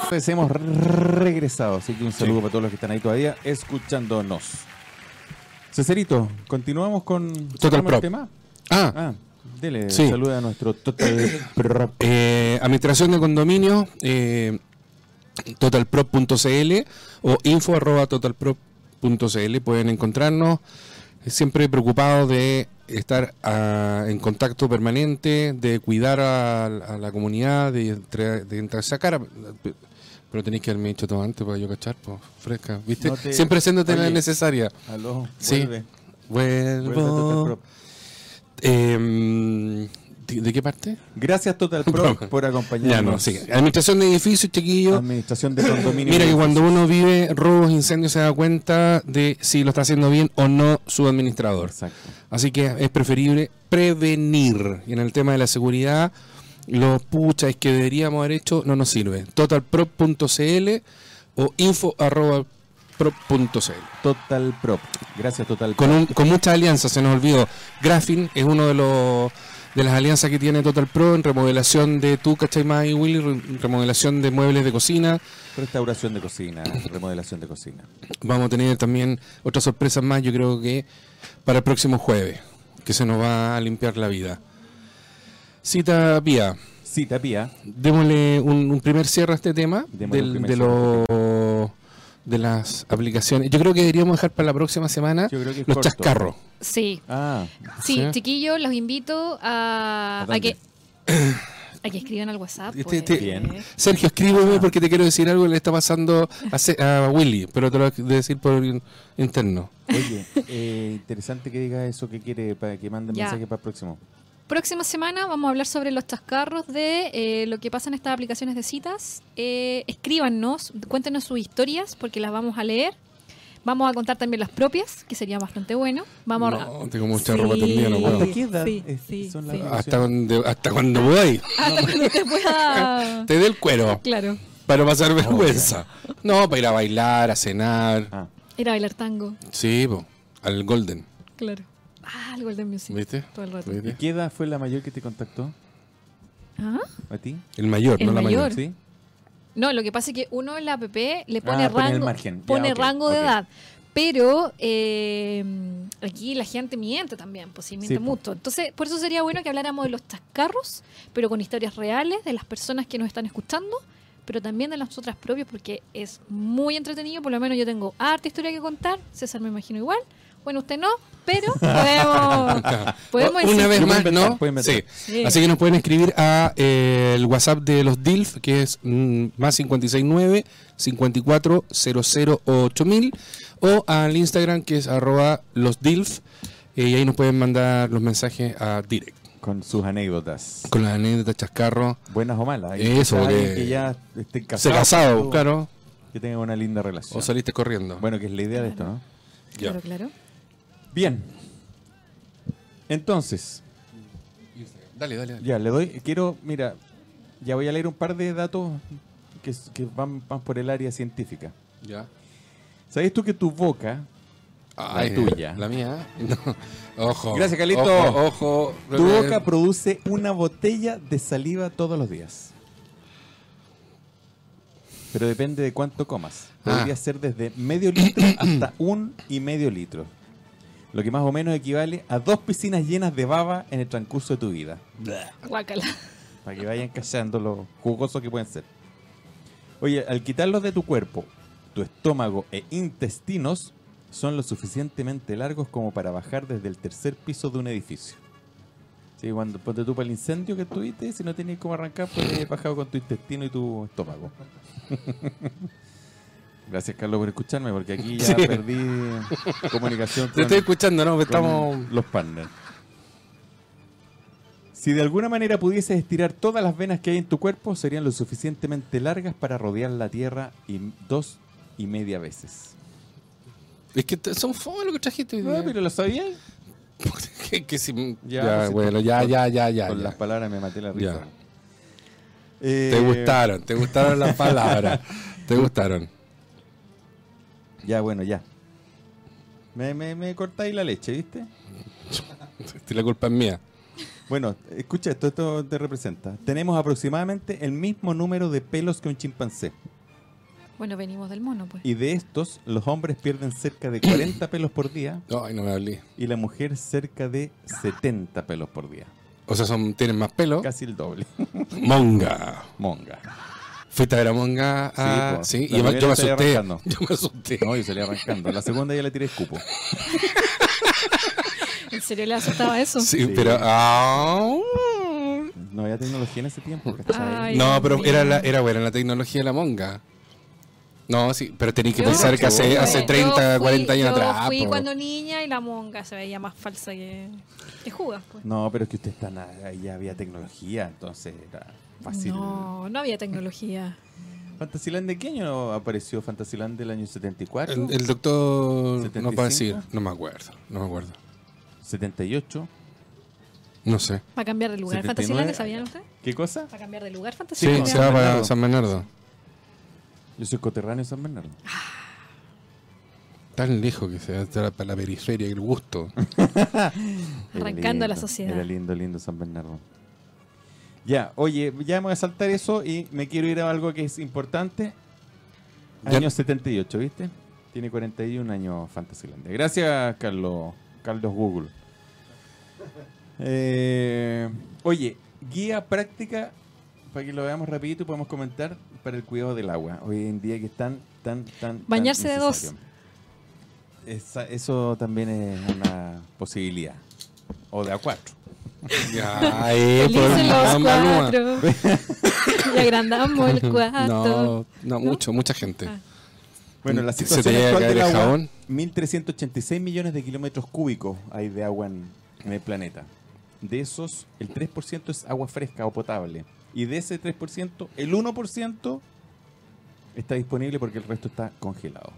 Speaker 2: Pues hemos re- regresado, así que un saludo para todos los que están ahí todavía escuchándonos. Cecerito, continuamos con
Speaker 1: Total
Speaker 2: con el
Speaker 1: Prop.
Speaker 2: tema.
Speaker 1: Ah,
Speaker 2: Ah, dele
Speaker 1: Sí.
Speaker 2: saluda a nuestro Total Prop.
Speaker 1: Eh, administración de condominio, eh, totalprop.cl o info arroba totalprop.cl pueden encontrarnos. Siempre preocupados de estar ah, en contacto permanente, de cuidar a, a la comunidad, de, entre- de entrar sacar. Pero tenéis que haberme dicho todo antes para yo cachar, pues, fresca, ¿viste?
Speaker 2: No te-
Speaker 1: Siempre haciéndote la
Speaker 2: Oye.
Speaker 1: necesaria.
Speaker 2: Aló,
Speaker 1: Sí.
Speaker 2: vuelve,
Speaker 1: Vuelvo.
Speaker 2: vuelve a Total Prop.
Speaker 1: Em, ¿de, de qué parte?
Speaker 2: Gracias Total Prop por acompañarnos.
Speaker 1: Ya no, sí. Administración de edificios, chiquillos.
Speaker 2: Administración de condominio.
Speaker 1: Mira que cuando uno vive robos, incendios, se da cuenta de si lo está haciendo bien o no su administrador.
Speaker 2: Exacto.
Speaker 1: Así que es preferible prevenir. Y en el tema de la seguridad, los puchas que deberíamos haber hecho no nos sirve. Totalprop.cl o info.prop.cl.
Speaker 2: Total Prop. Gracias Total Prop.
Speaker 1: Con, un- con muchas alianzas, se nos olvidó. Grafin es uno de los de las alianzas que tiene Total Pro en remodelación de tu, ¿cachai? Más y Willy, Re- remodelación de muebles de cocina,
Speaker 2: Restauración de cocina, remodelación de cocina.
Speaker 1: Vamos a tener también otras sorpresas más, yo creo que para el próximo jueves, que se nos va a limpiar la vida. Cita Pía,
Speaker 2: Cita Pía.
Speaker 1: démosle un, un primer cierre a este tema
Speaker 2: Démosle
Speaker 1: del-
Speaker 2: un primer
Speaker 1: de,
Speaker 2: cierre
Speaker 1: lo- de las aplicaciones. Yo creo que deberíamos dejar para la próxima semana
Speaker 2: Yo creo que es
Speaker 1: los
Speaker 2: corto.
Speaker 1: chascarros.
Speaker 4: Sí,
Speaker 2: Ah,
Speaker 4: sí,
Speaker 1: ¿Sí?
Speaker 4: chiquillos, los invito a,
Speaker 2: ¿A
Speaker 4: a
Speaker 2: dónde?
Speaker 4: que a que escriban al WhatsApp.
Speaker 1: Este-
Speaker 4: pues.
Speaker 1: este-
Speaker 2: Bien.
Speaker 1: Sergio, escríbeme
Speaker 4: Ah.
Speaker 1: porque te quiero decir algo que le está pasando a, Ce- a Willy, pero te lo voy a decir por in- interno.
Speaker 2: oye, eh, interesante que diga eso que quiere para que manden
Speaker 4: Ya.
Speaker 2: mensaje para el próximo.
Speaker 4: Próxima semana vamos a hablar sobre los chascarros de eh, lo que pasa en estas aplicaciones de citas. Eh, escríbanos, cuéntenos sus historias porque las vamos a leer. Vamos a contar también las propias, que sería bastante bueno. Vamos a-
Speaker 1: No, tengo mucha ropa tendida, no puedo.
Speaker 2: ¿Hasta qué edad
Speaker 4: sí,
Speaker 2: es-
Speaker 4: sí,
Speaker 2: son
Speaker 4: sí.
Speaker 2: las-
Speaker 1: Hasta cuando, hasta cuando voy,
Speaker 4: [laughs] Hasta cuando te pueda...
Speaker 1: [laughs] te dé el cuero.
Speaker 4: Claro,
Speaker 1: Para
Speaker 4: Oh,
Speaker 1: pasar vergüenza. No, para ir a bailar, a cenar.
Speaker 2: Ah,
Speaker 4: ir a bailar tango,
Speaker 1: Sí, po, al Golden.
Speaker 4: claro. Ah, el Golden Music.
Speaker 1: ¿Viste?
Speaker 4: Todo el rato.
Speaker 2: ¿Y
Speaker 1: ¿Viste?
Speaker 2: qué edad fue la mayor que te contactó
Speaker 4: ¿Ah?
Speaker 2: a ti?
Speaker 1: El mayor,
Speaker 4: El
Speaker 1: no la mayor.
Speaker 4: mayor.
Speaker 2: ¿Sí?
Speaker 4: No, lo que pasa es que uno en la app le pone
Speaker 2: Ah,
Speaker 4: rango,
Speaker 2: pone el
Speaker 4: pone,
Speaker 2: margen. Ya, ok,
Speaker 4: rango de
Speaker 2: ok.
Speaker 4: edad. Pero eh, aquí la gente miente también, pues sí, miente
Speaker 2: Sí, po.
Speaker 4: mucho. Entonces, por eso sería bueno que habláramos de los chascarros, pero con historias reales de las personas que nos están escuchando, pero también de las otras propias, porque es muy entretenido. Por lo menos yo tengo harta historia que contar. César me imagino igual. Bueno, usted no, pero podemos, podemos
Speaker 1: Una
Speaker 4: decir-
Speaker 1: vez
Speaker 2: Yo puedo
Speaker 1: más,
Speaker 2: inventar,
Speaker 1: ¿no?
Speaker 2: puedo inventar.
Speaker 1: Sí.
Speaker 4: Sí.
Speaker 1: Así que nos pueden escribir a eh, el WhatsApp de los DILF, que es mm, más 569 54008000 o al Instagram, que es arroba los DILF. eh, y ahí nos pueden mandar los mensajes a direct.
Speaker 2: Con sus anécdotas.
Speaker 1: Con las anécdotas chascarro.
Speaker 2: Buenas o malas. Hay
Speaker 1: Eso,
Speaker 2: quizás
Speaker 1: porque-
Speaker 2: alguien que ya esté
Speaker 1: Se
Speaker 2: casado.
Speaker 1: casado,
Speaker 2: o
Speaker 1: claro.
Speaker 2: Que tenga una linda relación.
Speaker 1: O saliste corriendo.
Speaker 2: bueno, que es la idea de esto, ¿no?
Speaker 1: Ya.
Speaker 4: Claro, claro.
Speaker 2: Bien. Entonces,
Speaker 1: Dale, dale, dale.
Speaker 2: ya le doy. Quiero, mira, ya voy a leer un par de datos que, s- que van, van por el área científica.
Speaker 1: Ya.
Speaker 2: ¿Sabes tú que tu boca,
Speaker 1: Ay,
Speaker 2: tuya.
Speaker 1: La mía. [laughs] No. Ojo.
Speaker 2: Gracias, Calito.
Speaker 1: Ojo. ojo.
Speaker 2: tu
Speaker 1: eh,
Speaker 2: boca produce una botella de saliva todos los días? Pero depende de cuánto comas.
Speaker 1: Ah.
Speaker 2: Podría ser desde medio litro hasta un y medio litro. Lo que más o menos equivale a dos piscinas llenas de baba en el transcurso de tu vida.
Speaker 4: Guácala.
Speaker 2: Para que vayan callando lo jugosos que pueden ser. Oye, al quitarlos de tu cuerpo, tu estómago e intestinos son lo suficientemente largos como para bajar desde el tercer piso de un edificio. Sí, cuando ponte tú para el incendio que tuviste, si no tenías cómo arrancar, pues he bajado con tu intestino y tu estómago. [laughs] Gracias, Carlos, por escucharme, porque aquí ya
Speaker 1: Sí.
Speaker 2: perdí comunicación
Speaker 1: Te
Speaker 2: con,
Speaker 1: estoy escuchando,
Speaker 2: Pues
Speaker 1: ¿no? Estamos.
Speaker 2: con los partners. Si de alguna manera pudieses estirar todas las venas que hay en tu cuerpo, serían lo suficientemente largas para rodear la Tierra y dos y media veces.
Speaker 1: Es que t- son fome lo que trajiste hoy
Speaker 2: No,
Speaker 1: día.
Speaker 2: Ah, pero lo sabía.
Speaker 1: que, que si-
Speaker 2: Ya,
Speaker 1: ya,
Speaker 2: pues, si
Speaker 1: bueno,
Speaker 2: con-
Speaker 1: ya,
Speaker 2: con-
Speaker 1: ya, ya, ya.
Speaker 2: Con
Speaker 1: ya.
Speaker 2: las palabras me maté la risa.
Speaker 1: Ya.
Speaker 2: Eh,
Speaker 1: Te gustaron, te gustaron
Speaker 2: [laughs]
Speaker 1: las palabras. Te gustaron.
Speaker 2: Eh, Ya, bueno, ya. Me, me, me cortáis la leche, ¿viste?
Speaker 1: Si La culpa es mía.
Speaker 2: Bueno, escucha esto, esto te representa. Tenemos aproximadamente el mismo número de pelos que un chimpancé.
Speaker 4: Bueno, venimos del mono, pues.
Speaker 2: Y de estos, los hombres pierden cerca de 40 pelos por día
Speaker 1: Ay, no me hablé.
Speaker 2: y la mujer cerca de 70 pelos por día.
Speaker 1: O sea, son, tienen más pelo.
Speaker 2: Casi el doble. [laughs]
Speaker 1: Monga.
Speaker 2: Monga.
Speaker 1: Fuiste a ver a Monga. ah,
Speaker 2: po.
Speaker 1: sí, y
Speaker 2: La
Speaker 1: yo,
Speaker 2: primera
Speaker 1: me
Speaker 2: salí
Speaker 1: asusté.
Speaker 2: arrancando.
Speaker 1: [laughs] Yo me
Speaker 2: [laughs]
Speaker 1: asusté.
Speaker 2: No, yo salí arrancando. La segunda ya le tiré escupo.
Speaker 4: ¿En serio le asustaba eso?
Speaker 1: Sí,
Speaker 2: Sí.
Speaker 1: pero. ah,
Speaker 2: No había tecnología en ese tiempo,
Speaker 4: Ay,
Speaker 2: ¿cachai?
Speaker 1: no,
Speaker 4: Dios
Speaker 1: pero
Speaker 4: mío.
Speaker 1: era, la, era buena la tecnología de la Monga. No, sí, pero tenéis que
Speaker 4: Yo-
Speaker 1: pensar que hace,
Speaker 2: Yo-
Speaker 1: hace
Speaker 4: Yo
Speaker 1: 30,
Speaker 4: fui-
Speaker 1: 40 años
Speaker 4: yo
Speaker 1: atrás. ah,
Speaker 4: fui
Speaker 1: po.
Speaker 4: cuando niña y la monga se veía más falsa que, que Judas, pues.
Speaker 2: No, pero es que usted está nada, ya había tecnología, entonces era fácil.
Speaker 4: No, no había tecnología.
Speaker 2: ¿Fantasyland de qué año apareció Fantasyland del año 74?
Speaker 1: El, el doctor nos va a decir.
Speaker 2: 75.
Speaker 1: No me acuerdo, no me acuerdo.
Speaker 2: 78.
Speaker 1: No sé.
Speaker 4: ¿Para cambiar de lugar
Speaker 2: 79,
Speaker 4: Fantasylandia sabían ustedes?
Speaker 2: ¿Qué cosa?
Speaker 4: ¿Para cambiar de lugar
Speaker 1: Sí,
Speaker 4: Fantasylandia?
Speaker 1: se va
Speaker 2: San
Speaker 1: para
Speaker 2: Bernardo.
Speaker 1: San Bernardo.
Speaker 2: Yo soy coterráneo de San Bernardo.
Speaker 1: Tan lejos que se va hasta la- para la periferia, el gusto.
Speaker 2: Era
Speaker 4: Arrancando a la
Speaker 2: lindo,
Speaker 4: sociedad.
Speaker 2: Era lindo, lindo San Bernardo. Ya, oye, ya me voy a saltar eso y me quiero ir a algo que es importante.
Speaker 1: Ya-
Speaker 2: Año 78, ¿viste? Tiene 41 años Fantasylandia. Gracias, Carlos, Carlos Google. Eh, oye, guía práctica, para que lo veamos rapidito y podemos comentar, para el cuidado del agua. Hoy en día que es tan, tan, tan... tan
Speaker 4: Bañarse de dos.
Speaker 2: necesario. Esa- eso también es una posibilidad. O de a cuatro.
Speaker 1: [laughs] ya, eh,
Speaker 4: Felices
Speaker 1: Maluma,
Speaker 4: los
Speaker 1: Maluma.
Speaker 4: cuatro.
Speaker 1: [laughs]
Speaker 4: y agrandamos el cuarto.
Speaker 1: No, ah, no, mucho, mucha gente.
Speaker 4: Ah.
Speaker 2: Bueno, la
Speaker 1: Mm, Se te
Speaker 2: situación
Speaker 1: llega a
Speaker 2: actual
Speaker 1: caer
Speaker 2: del
Speaker 1: el
Speaker 2: agua,
Speaker 1: jabón.
Speaker 2: 1.386 millones de kilómetros cúbicos hay de agua en, en el planeta. De esos, el 3% es agua fresca o potable. Y de ese 3%, el 1% está disponible porque el resto está congelado.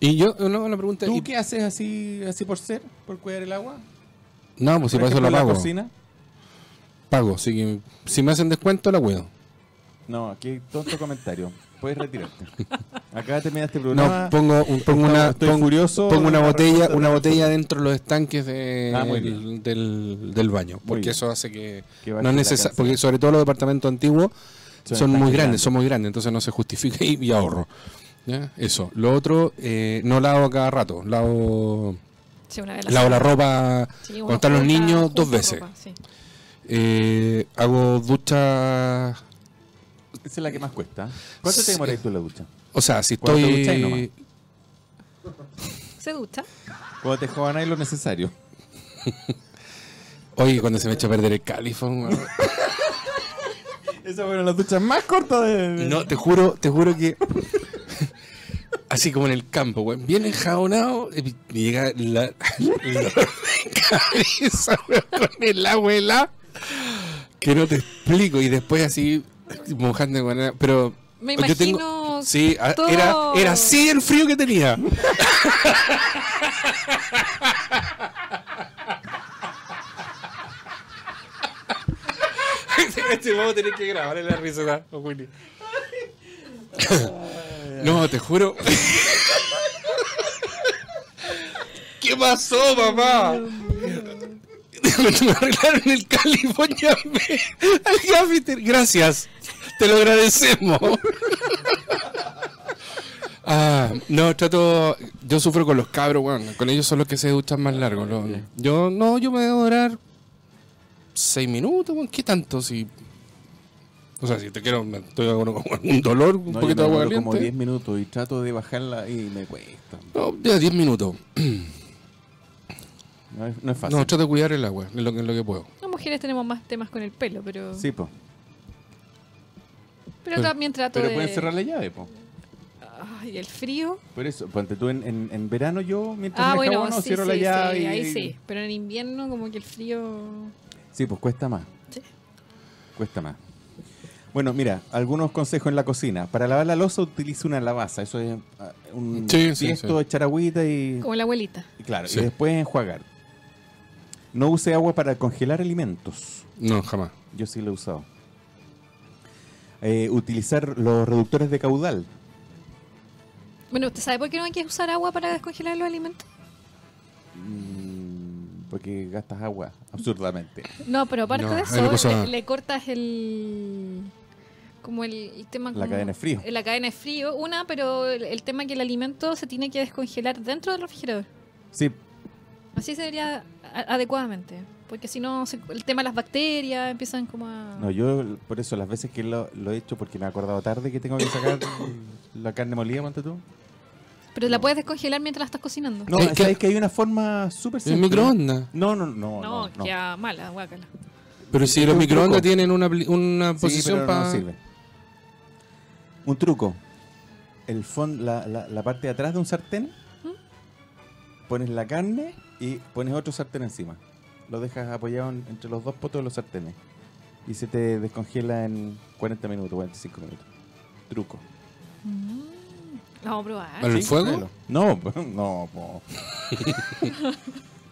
Speaker 1: Y yo, no, una pregunta.
Speaker 2: ¿Tú
Speaker 1: y-
Speaker 2: qué haces así, así por ser, por cuidar el agua?
Speaker 1: No, pues si
Speaker 2: Por
Speaker 1: para eso
Speaker 2: ejemplo,
Speaker 1: la
Speaker 2: en
Speaker 1: pago.
Speaker 2: la cocina.
Speaker 1: Pago. Si, que- si me hacen descuento, la cuido.
Speaker 2: No, aquí tonto comentario.
Speaker 1: [laughs]
Speaker 2: Puedes retirarte. Acá termina este programa.
Speaker 1: No, pongo, un- pongo
Speaker 2: Estamos-
Speaker 1: una,
Speaker 2: estoy
Speaker 1: pongo-
Speaker 2: furioso.
Speaker 1: pongo una
Speaker 2: La
Speaker 1: botella,
Speaker 2: respuesta
Speaker 1: una
Speaker 2: de-
Speaker 1: botella dentro de los estanques de-
Speaker 2: Ah, muy
Speaker 1: del,
Speaker 2: bien.
Speaker 1: del- del baño. Porque
Speaker 2: bien.
Speaker 1: eso hace que
Speaker 2: Que baje
Speaker 1: no es
Speaker 2: la
Speaker 1: necesa-
Speaker 2: cantidad.
Speaker 1: porque sobre todo los departamentos antiguos
Speaker 2: Son
Speaker 1: son muy
Speaker 2: estanques
Speaker 1: grandes, son muy grandes, entonces no se justifica y, y ahorro. ¿Ya? Eso. Lo otro, eh, no lavo cada rato, lavo,
Speaker 4: Sí, una vez a
Speaker 1: lavo la
Speaker 4: semana.
Speaker 1: ropa
Speaker 4: Sí, una
Speaker 1: cuando están los
Speaker 4: junta-
Speaker 1: niños
Speaker 4: junta
Speaker 1: dos veces.
Speaker 4: ropa, sí.
Speaker 1: Eh, hago duchas
Speaker 2: Esa es la que más cuesta. ¿Cuánto
Speaker 1: Sí.
Speaker 2: te demoráis tú en la ducha?
Speaker 1: O sea, si
Speaker 2: Cuando te
Speaker 1: estoy.
Speaker 2: ducháis nomás.
Speaker 4: Se ducha.
Speaker 2: Cuando te jodanáis
Speaker 1: [laughs]
Speaker 2: lo necesario.
Speaker 1: Oye, cuando se me echa a perder el califón. weón.
Speaker 2: Esa fueron las duchas más cortas de.
Speaker 1: No, te juro, te juro que. [laughs] Así como en el campo, güey. Bien enjabonado, eh, me llega la. [laughs] el dolor de cabeza, [laughs] weón, con el abuela. Que no te explico. Y después así, mojando con el- Pero.
Speaker 4: Me
Speaker 1: yo tengo-
Speaker 4: imagino
Speaker 1: sí, a-
Speaker 4: todo-
Speaker 1: era,
Speaker 4: [laughs]
Speaker 1: era así el frío que tenía. [laughs] Este vamos a tener que grabar en la risa a Willy. [laughs] No, te juro. [laughs] ¿Qué pasó, papá? [laughs] Me arreglaron el California al Gaffiter. Gracias. Te lo agradecemos. [laughs] Ah, no, trato. Yo sufro con los cabros, weón. Con ellos son los que se duchan más largo. lo- yo no, yo me debo durar seis minutos, weón. ¿Qué tanto? Si. O sea, si te quiero, me- estoy con con algún dolor, [laughs] un
Speaker 2: No, yo me
Speaker 1: poquito de agua caliente.
Speaker 2: demoro como 10 minutos y trato de bajarla y me cuesta.
Speaker 1: No, ya 10 minutos.
Speaker 2: No es, no es fácil.
Speaker 1: No, trato de cuidar el agua, en lo, que- en lo que puedo.
Speaker 4: Las mujeres tenemos más temas con el pelo, pero.
Speaker 2: Sí, po.
Speaker 4: Pero también trato
Speaker 2: Pero
Speaker 4: de.
Speaker 2: pueden cerrar la llave, po.
Speaker 4: Ay, el frío.
Speaker 2: Por eso, ponte tú en, en, en verano yo, mientras
Speaker 4: Ah,
Speaker 2: me
Speaker 4: bueno,
Speaker 2: jabono,
Speaker 4: sí,
Speaker 2: cierro
Speaker 4: sí,
Speaker 2: la llave.
Speaker 4: sí,
Speaker 2: y-
Speaker 4: ahí sí. Pero en invierno, como que el frío.
Speaker 2: Sí, pues cuesta más.
Speaker 4: Sí.
Speaker 2: Cuesta más. Bueno, mira, algunos consejos en la cocina. Para lavar la losa utiliza una lavaza. Eso es ah, un
Speaker 1: Sí, sí,
Speaker 2: tiesto,
Speaker 1: sí.
Speaker 2: echar agüita y
Speaker 4: Como la abuelita.
Speaker 2: y Claro,
Speaker 1: Sí.
Speaker 2: y después enjuagar. No use agua para congelar alimentos.
Speaker 1: No, jamás.
Speaker 2: Yo sí lo he usado. Eh, utilizar los reductores de caudal.
Speaker 4: Bueno, ¿usted sabe por qué no hay que usar agua para descongelar los alimentos?
Speaker 2: Mm, Porque gastas agua absurdamente.
Speaker 4: No, pero aparte
Speaker 1: No,
Speaker 4: de
Speaker 1: hay una
Speaker 4: eso,
Speaker 1: cosa-
Speaker 4: le, le cortas el. Como el, el tema.
Speaker 2: La
Speaker 4: como-
Speaker 2: cadena de frío.
Speaker 4: La cadena de frío, una, pero el, el tema que el alimento se tiene que descongelar dentro del refrigerador.
Speaker 2: Sí,
Speaker 4: Así sería a- adecuadamente. Porque si no, se- el tema de las bacterias empiezan como a.
Speaker 2: no, yo por eso las veces que lo, lo he hecho, porque me he acordado tarde que tengo
Speaker 1: [coughs]
Speaker 2: que sacar la carne molida, ponte tú.
Speaker 4: pero la puedes descongelar mientras la estás cocinando.
Speaker 2: No,
Speaker 1: Es que-
Speaker 2: sabes que hay una forma súper
Speaker 1: El
Speaker 2: simple.
Speaker 1: microondas.
Speaker 2: No, no, no.
Speaker 4: No,
Speaker 2: No, no.
Speaker 4: queda mala, guácala.
Speaker 1: Pero si
Speaker 2: Es
Speaker 1: los
Speaker 2: un
Speaker 1: microondas
Speaker 2: truco.
Speaker 1: tienen una, pli- una
Speaker 2: Sí,
Speaker 1: posición
Speaker 2: pero
Speaker 1: para.
Speaker 2: no sirve. Un truco. El fon- la, la- la parte de atrás de un sartén,
Speaker 1: ¿Mm?
Speaker 2: pones la carne y pones otro sartén encima. Lo dejas apoyado en- entre los dos potos de los sartenes. Y se te descongela en 40 minutos, 45 minutos. Truco.
Speaker 4: Mm, la vamos a probar.
Speaker 1: ¿Al fuego?
Speaker 2: pruébalo. No, po- [laughs] no,
Speaker 1: [laughs]
Speaker 2: po.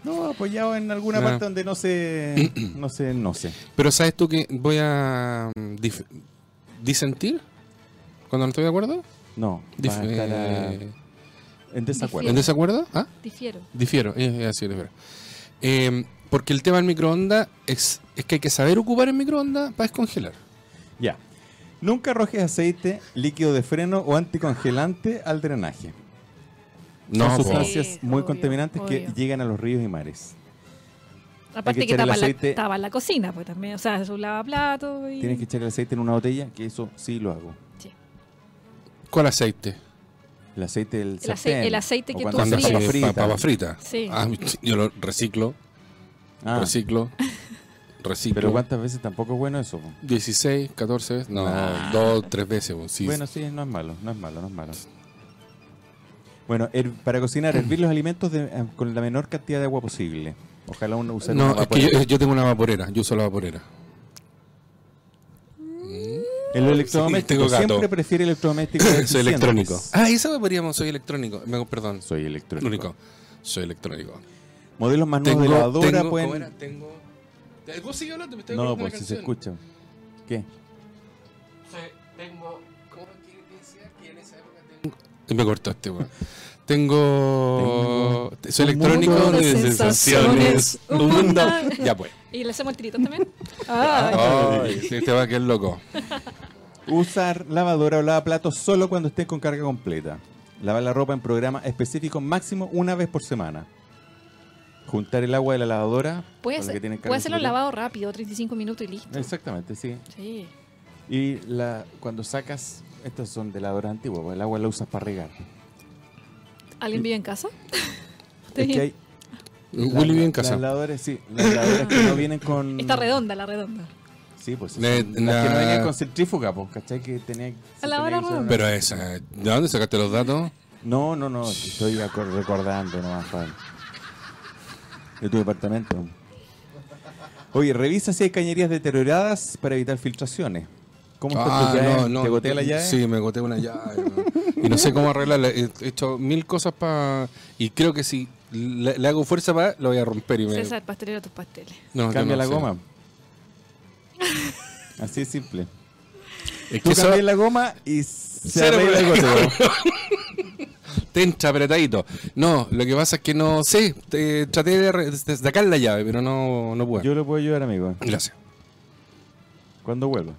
Speaker 2: No, apoyado en alguna
Speaker 1: No.
Speaker 2: parte donde no se. No se, no sé.
Speaker 1: Pero sabes tú que voy a mm, dif- disentir cuando no estoy de acuerdo.
Speaker 2: No.
Speaker 1: Dif-
Speaker 2: vas a estar a-
Speaker 1: eh,
Speaker 2: en desacuerdo.
Speaker 1: ¿En desacuerdo? ¿Ah?
Speaker 4: Difiero.
Speaker 1: Difiero, es es así, difiero. Eh, porque el tema del microondas es, es que hay que saber ocupar el microondas para descongelar.
Speaker 2: Ya. Nunca arrojes aceite, líquido de freno o anticongelante al drenaje. Son
Speaker 1: No, po.
Speaker 4: sustancia.
Speaker 2: sustancias
Speaker 4: Sí,
Speaker 2: muy
Speaker 4: obvio,
Speaker 2: contaminantes que
Speaker 4: obvio.
Speaker 2: llegan a los ríos y mares.
Speaker 4: Aparte que,
Speaker 2: echar el
Speaker 4: tapa, la,
Speaker 2: aceite.
Speaker 4: tapa la cocina, pues también. O sea, su lavaplato y.
Speaker 2: Tienes que echar el aceite en una botella, que eso sí lo hago.
Speaker 1: ¿cuál aceite?
Speaker 2: El aceite del
Speaker 4: ace-
Speaker 2: sartén,
Speaker 4: el aceite
Speaker 2: o
Speaker 4: que
Speaker 2: cuando
Speaker 4: tú
Speaker 2: haces
Speaker 1: Cuando
Speaker 4: fríes.
Speaker 2: papa
Speaker 1: papas
Speaker 2: frita.
Speaker 1: fritas. Papa frita.
Speaker 4: Sí.
Speaker 1: Ah, yo lo reciclo,
Speaker 2: Ah, [laughs]
Speaker 1: reciclo, reciclo.
Speaker 2: pero cuántas veces tampoco es bueno eso. po?
Speaker 1: 16, 14 veces, no,
Speaker 2: Nah.
Speaker 1: dos, tres veces. po, sí.
Speaker 2: Ah. Bueno, sí, no es malo, no es malo, no es malo. Bueno, her- para cocinar, hervir los alimentos de- eh, con la menor cantidad de agua posible. Ojalá uno use
Speaker 1: no,
Speaker 2: una
Speaker 1: es que yo, [laughs]
Speaker 2: vaporera.
Speaker 1: yo tengo una vaporera, yo uso la [coughs] vaporera.
Speaker 2: El electrodoméstico
Speaker 1: tengo gato.
Speaker 2: siempre prefiere
Speaker 1: [coughs]
Speaker 2: electrodoméstico.
Speaker 1: soy electrónico. Ah, eso podríamos, soy electrónico. Me- Perdón, soy
Speaker 2: Soy electrónico.
Speaker 1: electrónico. Soy electrónico.
Speaker 2: Modelos más nuevos
Speaker 1: Tengo,
Speaker 2: de lavadora
Speaker 1: tengo,
Speaker 2: pueden.
Speaker 1: ¿cómo era? tengo. Vos sigue hablando, me estoy
Speaker 2: No,
Speaker 1: acordando
Speaker 2: pues
Speaker 1: de la
Speaker 2: si se
Speaker 1: canción.
Speaker 2: escucha. ¿Qué?
Speaker 1: Tengo. ¿Cómo que en esa época tengo? Eh, Me cortaste, weón. Tengo. Soy
Speaker 2: un
Speaker 1: electrónico de
Speaker 2: mundo
Speaker 4: de
Speaker 1: sensaciones.
Speaker 4: sensaciones.
Speaker 1: Un mundo. Ya pues.
Speaker 4: ¿Y le hacemos el tirito
Speaker 2: [laughs]
Speaker 4: también? Ah,
Speaker 1: Ay, sí, te va a quedar loco.
Speaker 2: Usar lavadora o lavaplatos solo cuando estén con carga completa. Lavar la ropa en programa específico máximo una vez por semana. Juntar el agua de la lavadora.
Speaker 4: Puede
Speaker 2: con la que tiene
Speaker 4: ser,
Speaker 2: carga
Speaker 4: puede hacerlo
Speaker 2: superior.
Speaker 4: lavado rápido, 35 minutos y listo.
Speaker 2: Exactamente, sí.
Speaker 4: Sí.
Speaker 2: Y la, cuando sacas, estos son de lavadoras antiguas, pues el agua la usas para regar.
Speaker 4: ¿Alguien vive en casa? [laughs]
Speaker 2: Es que hay la-
Speaker 1: Willy vive en casa.
Speaker 2: Las lavadoras, sí, las lavadoras que no vienen con.
Speaker 4: Está redonda, la redonda.
Speaker 2: Sí, pues.
Speaker 1: Le-
Speaker 2: son las que no
Speaker 1: la-
Speaker 2: venían con centrífuga, pues, ¿cachai? Que tenía. se
Speaker 4: la
Speaker 2: tenía que
Speaker 4: hora
Speaker 2: usar
Speaker 4: redonda.
Speaker 2: una-
Speaker 1: Pero esa, ¿de dónde sacaste los datos?
Speaker 2: No, no, no, estoy acor- recordando nomás, Juan. De tu departamento. Oye, revisa si hay cañerías deterioradas para evitar filtraciones. ¿Cómo está
Speaker 1: Ah,
Speaker 2: tu llave? ¿Te gotea la llave?
Speaker 1: Sí, me goteé una llave. weón. y no sé cómo arreglarla. He he hecho mil cosas para. Y creo que si le, le hago fuerza para, lo voy a romper y me.
Speaker 4: César, pastelero, tus pasteles.
Speaker 1: No, yo
Speaker 2: Cambia
Speaker 1: no
Speaker 2: la
Speaker 1: sé.
Speaker 2: goma. Así es simple.
Speaker 1: Es [laughs]
Speaker 2: Tú
Speaker 1: que eso-
Speaker 2: cambias la goma y se
Speaker 1: Cero
Speaker 2: arregla el
Speaker 1: problema. [laughs]
Speaker 2: goteo.
Speaker 1: Tencha, apretadito. No, lo que pasa es que no sé. te- traté de, re- de sacar la llave, pero no, no pude.
Speaker 2: Yo lo puedo ayudar, amigo.
Speaker 1: Gracias.
Speaker 2: Cuando vuelva.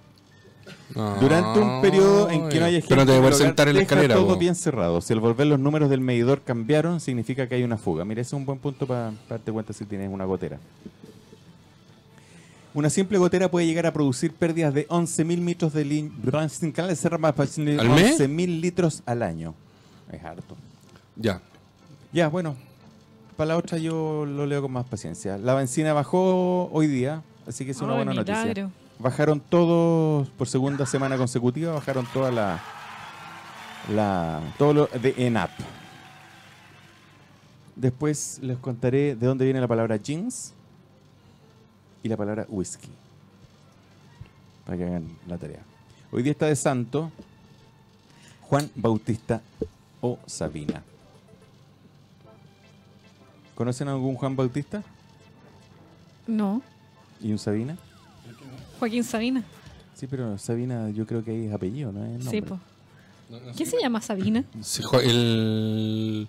Speaker 1: No.
Speaker 2: Durante un periodo en que no haya gente
Speaker 1: Pero no te
Speaker 2: en el
Speaker 1: voy a
Speaker 2: hogar,
Speaker 1: sentar en la
Speaker 2: deja
Speaker 1: escalera.
Speaker 2: todo
Speaker 1: po.
Speaker 2: bien cerrado. Si al volver los números del medidor cambiaron, significa que hay una fuga. Mira, ese es un buen punto para darte cuenta si tienes una gotera. Una simple gotera puede llegar a producir pérdidas de 11.000 litros de lin- pues, 11.000 litros al año. Es harto.
Speaker 1: Ya.
Speaker 2: Ya, bueno. Para la otra yo lo leo con más paciencia. La benzina bajó hoy día, así que es una
Speaker 4: Ay,
Speaker 2: buena noticia.
Speaker 4: milagro.
Speaker 2: Bajaron todos por segunda semana consecutiva, bajaron toda la. la todo lo de ENAP. Después les contaré de dónde viene la palabra jeans y la palabra whisky. Para que hagan la tarea. Hoy día está de santo Juan Bautista o Sabina. ¿Conocen a algún Juan Bautista
Speaker 4: No,
Speaker 2: y un Sabina?
Speaker 4: Joaquín Sabina.
Speaker 2: Sí, pero Sabina yo creo que es apellido, ¿no? Es
Speaker 4: Sí,
Speaker 2: nombre.
Speaker 4: po. ¿Quién se
Speaker 2: [laughs]
Speaker 4: llama Sabina?
Speaker 1: Sí, jo- el.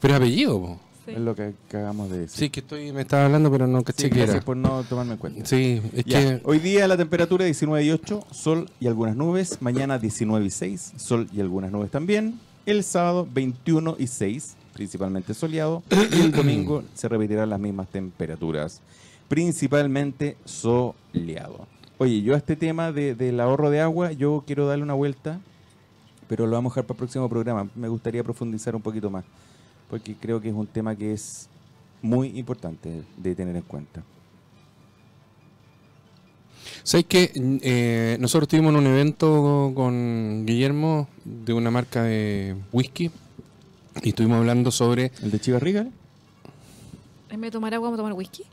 Speaker 1: Pero es apellido, po.
Speaker 2: Es lo que acabamos de decir.
Speaker 1: Sí, que estoy, me estaba hablando, pero no caché
Speaker 2: Sí,
Speaker 1: que
Speaker 2: gracias
Speaker 1: era.
Speaker 2: por no tomarme en cuenta.
Speaker 1: Sí, es
Speaker 2: Ya.
Speaker 1: que.
Speaker 2: Hoy día la temperatura 19 y 8, sol y algunas nubes. Mañana 19 y 6, sol y algunas nubes también. El sábado 21 y 6, principalmente soleado. Y el domingo se repetirán las mismas temperaturas, principalmente soleado. Oye, yo a este tema de- del ahorro de agua, yo quiero darle una vuelta, pero lo vamos a dejar para el próximo programa. Me gustaría profundizar un poquito más, porque creo que es un tema que es muy importante de tener en cuenta.
Speaker 1: ¿Sabes qué? Eh, nosotros tuvimos un evento con Guillermo de una marca de whisky y estuvimos hablando sobre.
Speaker 2: ¿El de Chivas Regal?
Speaker 4: ¿En vez de tomar agua, vamos a tomar whisky?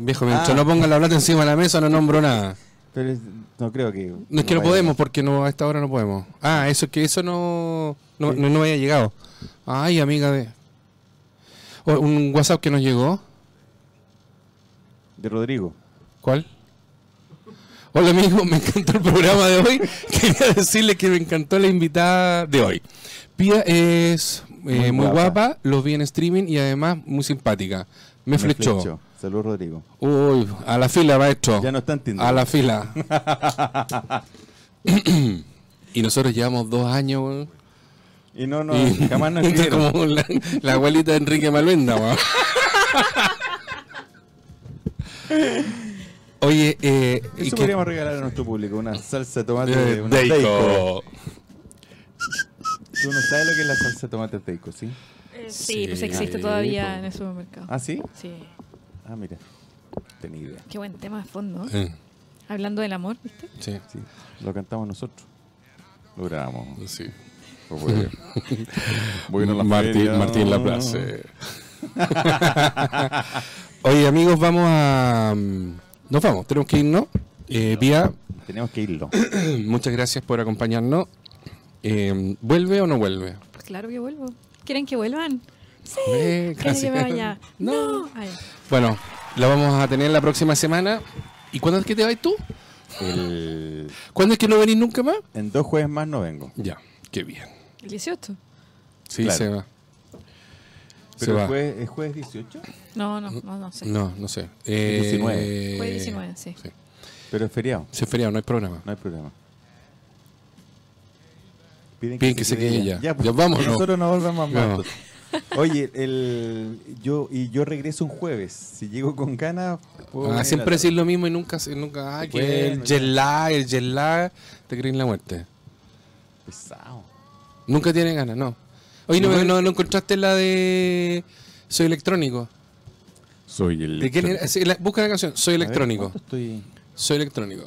Speaker 1: Viejo, mientras
Speaker 2: Ah.
Speaker 1: no pongan la plata encima de la mesa, no nombro nada.
Speaker 2: Pero es- no creo que.
Speaker 1: No es que no
Speaker 2: vaya-
Speaker 1: podemos, porque no a esta hora no podemos. Ah, eso es que eso no, no, no, no había llegado. Ay, amiga de. O- un WhatsApp que nos llegó.
Speaker 2: De Rodrigo.
Speaker 1: ¿Cuál? Hola amigos, me encantó el programa de hoy. [laughs] Quería decirles que me encantó la invitada de hoy. Pia es eh, muy,
Speaker 2: Muy
Speaker 1: guapa.
Speaker 2: guapa.
Speaker 1: los vi en streaming y además muy simpática. Me, flechó.
Speaker 2: Salud, Rodrigo.
Speaker 1: Uy, a la fila, maestro.
Speaker 2: Ya no está en Tinder.
Speaker 1: A la
Speaker 2: [laughs]
Speaker 1: fila. [clears throat] y nosotros llevamos dos años, weón.
Speaker 2: Y no, no,
Speaker 1: Y- [laughs]
Speaker 2: jamás nos
Speaker 1: Entra
Speaker 2: escribieron.
Speaker 1: como la, la abuelita de Enrique Maluenda,
Speaker 2: [laughs]
Speaker 1: weón. Oye, eh, y
Speaker 2: Eso
Speaker 1: que-
Speaker 2: podríamos regalar a nuestro público, una salsa de tomate
Speaker 1: eh,
Speaker 2: de una Deiko.
Speaker 1: Deiko.
Speaker 2: Tú no sabes lo que es la salsa de tomate Deiko, ¿sí?
Speaker 4: sí,
Speaker 1: Sí,
Speaker 4: pues existe
Speaker 1: sí,
Speaker 4: todavía
Speaker 1: po.
Speaker 4: en el supermercado.
Speaker 2: ¿Ah, sí?
Speaker 4: Sí,
Speaker 2: Ah, mira. Tenía idea.
Speaker 4: qué buen tema de fondo. ¿eh?
Speaker 1: Eh,
Speaker 4: Hablando del amor, ¿viste?
Speaker 1: sí,
Speaker 2: Sí, lo cantamos nosotros. Lo grabamos.
Speaker 1: sí.
Speaker 2: Lo voy a
Speaker 1: [laughs]
Speaker 2: ver. Voy a ir a la
Speaker 1: Martín,
Speaker 2: feria.
Speaker 1: Martín Laplace. [laughs] Oye, amigos, vamos a. mm, Nos vamos, tenemos que irnos. Eh, Pía,
Speaker 2: Tenemos que irlo.
Speaker 1: [clears throat] muchas gracias por acompañarnos. Eh, ¿Vuelve o no vuelve?
Speaker 4: Pues claro que vuelvo. ¿Quieren que vuelvan? Sí.
Speaker 1: Eh,
Speaker 4: ¿Quieren que me
Speaker 1: gracias.
Speaker 4: vaya?
Speaker 1: No.
Speaker 4: No. Ah, ya.
Speaker 1: Bueno, la vamos a tener la próxima semana. ¿Y cuándo es que te vas tú?
Speaker 2: El-
Speaker 1: ¿Cuándo es que no venís nunca más?
Speaker 2: En dos jueves más no vengo.
Speaker 1: Ya, qué bien.
Speaker 4: El 18.
Speaker 1: Sí,
Speaker 2: Claro.
Speaker 1: se va. se
Speaker 2: Pero
Speaker 1: va.
Speaker 2: el jueves, ¿es jueves 18?
Speaker 4: No, no, no, no sé.
Speaker 1: No, no sé. Eh,
Speaker 2: 19.
Speaker 4: Fue 19, sí.
Speaker 1: Sí.
Speaker 2: Pero es feriado.
Speaker 1: Se es feriado, no hay programa.
Speaker 2: No hay problema. Piden
Speaker 1: Piden que se quede ya.
Speaker 2: pues,
Speaker 1: Ya vámonos.
Speaker 2: [laughs] Nosotros no volvamos
Speaker 1: Ya.
Speaker 2: más. Oye, el, yo, y yo regreso un jueves. Si llego con ganas, puedo venir
Speaker 1: Ah,
Speaker 2: a
Speaker 1: siempre
Speaker 2: la tarde.
Speaker 1: decir lo mismo y nunca, se- nunca ah, que
Speaker 2: Bueno,
Speaker 1: el
Speaker 2: ya.
Speaker 1: jet lag, el jet lag, te creen la muerte.
Speaker 2: Pesado.
Speaker 1: Nunca tiene ganas, no. Oye, no,
Speaker 2: No, eh.
Speaker 1: no,
Speaker 2: el-
Speaker 1: no encontraste la de Soy Electrónico.
Speaker 2: Soy el.
Speaker 1: ¿De quién era? Sí, la- busca la canción, Soy Electrónico.
Speaker 2: estoy?
Speaker 1: Soy electrónico.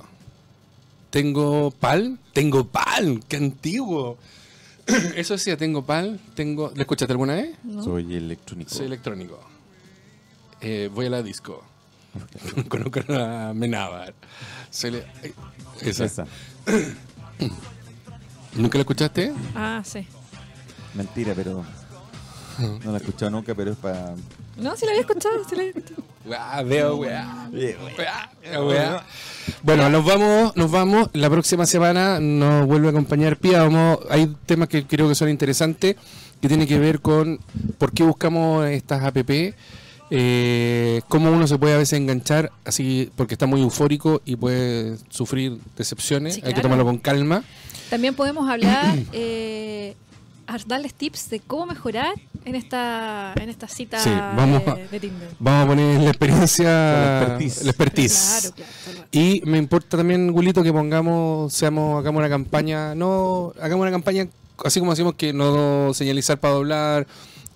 Speaker 1: Tengo pal, tengo pal, qué antiguo. [clears throat] Eso decía, tengo pal, tengo. ¿La escuchaste alguna vez?
Speaker 4: No.
Speaker 2: Soy electrónico.
Speaker 1: Soy electrónico. Eh, voy a la disco. [laughs] Conozco a Menábar. Soy le- eh, esa.
Speaker 2: Esa.
Speaker 1: ¿Nunca la escuchaste?
Speaker 4: Ah, sí.
Speaker 2: Mentira, pero. No la he escuchado nunca, pero es para.
Speaker 4: No, sí la había escuchado, sí la había escuchado.
Speaker 1: Weá, veo, weá. Weá, weá. Bueno, nos vamos, nos vamos. La próxima semana nos vuelve a acompañar Pía. Vamos, hay temas que creo que son interesantes, que tienen que ver con por qué buscamos estas app, eh, cómo uno se puede a veces enganchar, así porque está muy eufórico y puede sufrir decepciones.
Speaker 4: Sí,
Speaker 1: Hay que
Speaker 4: claro.
Speaker 1: tomarlo con calma.
Speaker 4: También podemos hablar, eh, a darles tips de cómo mejorar en esta, en esta cita
Speaker 1: Sí, vamos
Speaker 4: de,
Speaker 1: a-
Speaker 4: de Tinder.
Speaker 1: Vamos a poner la experiencia,
Speaker 2: La expertise.
Speaker 1: la expertise.
Speaker 4: Claro, claro. tal cual.
Speaker 1: Y me importa también, Gulito, que pongamos, seamos, hagamos una campaña, no, hagamos una campaña, así como decimos que no señalizar para doblar,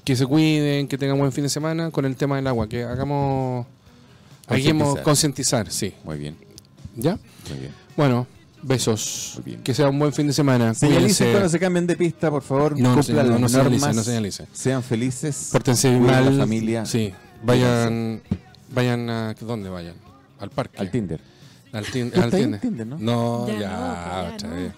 Speaker 1: que se cuiden, que tengan buen fin de semana, con el tema del agua, que hagamos, hagamos concientizar, sí,
Speaker 2: Muy bien,
Speaker 1: ¿ya?
Speaker 2: muy bien.
Speaker 1: Bueno, besos,
Speaker 2: Muy bien.
Speaker 1: que sea un buen fin de semana,
Speaker 2: Señalicen cuando
Speaker 1: cuídense,
Speaker 2: se cambien de pista, por favor.
Speaker 1: No, no
Speaker 2: cumplan
Speaker 1: se- no,
Speaker 2: las
Speaker 1: no
Speaker 2: normas.
Speaker 1: señalicen, no señalicen.
Speaker 2: Sean felices.
Speaker 1: pórtense
Speaker 2: cuiden a
Speaker 1: mal,
Speaker 2: La familia.
Speaker 1: sí, vayan, vayan a, ¿dónde vayan? Al parque.
Speaker 2: Al Tinder.
Speaker 1: Al tin-
Speaker 2: Tú
Speaker 1: al
Speaker 2: estás en
Speaker 1: Tinder.
Speaker 2: Tinder, ¿no?
Speaker 1: No,
Speaker 4: Ya
Speaker 1: ya,
Speaker 4: no, pues ya
Speaker 1: otra
Speaker 4: no.
Speaker 1: vez.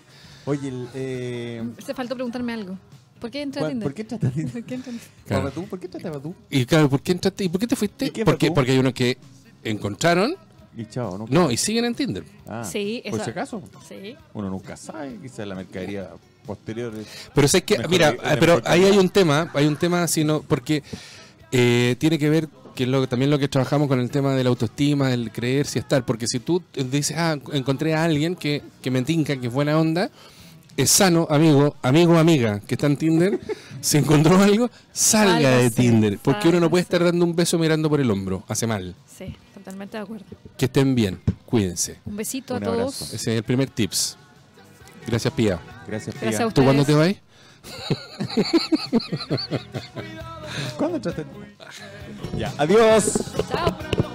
Speaker 2: Oye, el, eh,
Speaker 4: Se faltó preguntarme algo. ¿Por qué entré a
Speaker 2: ¿cuál-
Speaker 4: Tinder?
Speaker 2: ¿por qué tratas de
Speaker 4: [laughs] ¿Por qué entré a Tinder?
Speaker 1: Claro.
Speaker 2: Babatú? ¿Por qué tratas de Babatú?
Speaker 1: Y claro, ¿por qué entraste? ¿Y por qué te
Speaker 2: ¿Y
Speaker 1: fuiste?
Speaker 2: qué
Speaker 1: Porque,
Speaker 2: Bakú?
Speaker 1: porque hay unos que encontraron,
Speaker 2: Y chao, ¿no?
Speaker 1: no, y siguen en Tinder.
Speaker 2: Ah,
Speaker 4: Sí,
Speaker 2: Por
Speaker 4: esa-
Speaker 2: si acaso,
Speaker 4: Sí.
Speaker 2: uno nunca sabe, quizás la mercadería posterior. es-
Speaker 1: Pero sé que,
Speaker 2: Mejor
Speaker 1: mira,
Speaker 2: que-
Speaker 1: ah, pero
Speaker 2: mejor que
Speaker 1: ahí
Speaker 2: nada.
Speaker 1: hay un tema, hay un tema, sino porque eh, tiene que ver que lo, también lo que trabajamos con el tema de la autoestima, del creerse y estar, porque si tú dices, ah, encontré a alguien que, que me tinca, que es buena onda, es sano, amigo, amigo, o amiga, que está en Tinder, [laughs] si encontró algo, salga de
Speaker 4: Sálgase,
Speaker 1: Tinder, porque uno no puede
Speaker 4: sálgase.
Speaker 1: estar dando un beso mirando por el hombro, hace mal.
Speaker 4: Sí, totalmente de acuerdo.
Speaker 1: Que estén bien, cuídense.
Speaker 4: Un besito
Speaker 2: Un
Speaker 4: a
Speaker 2: abrazo.
Speaker 4: todos.
Speaker 1: Ese es el primer tips. Gracias, Pía.
Speaker 2: Gracias,
Speaker 4: Gracias a
Speaker 2: Pía.
Speaker 1: ¿Tú cuándo te
Speaker 4: ustedes.
Speaker 1: vas?
Speaker 2: ¿Cuándo trataste? Ya, adiós.
Speaker 4: Chao.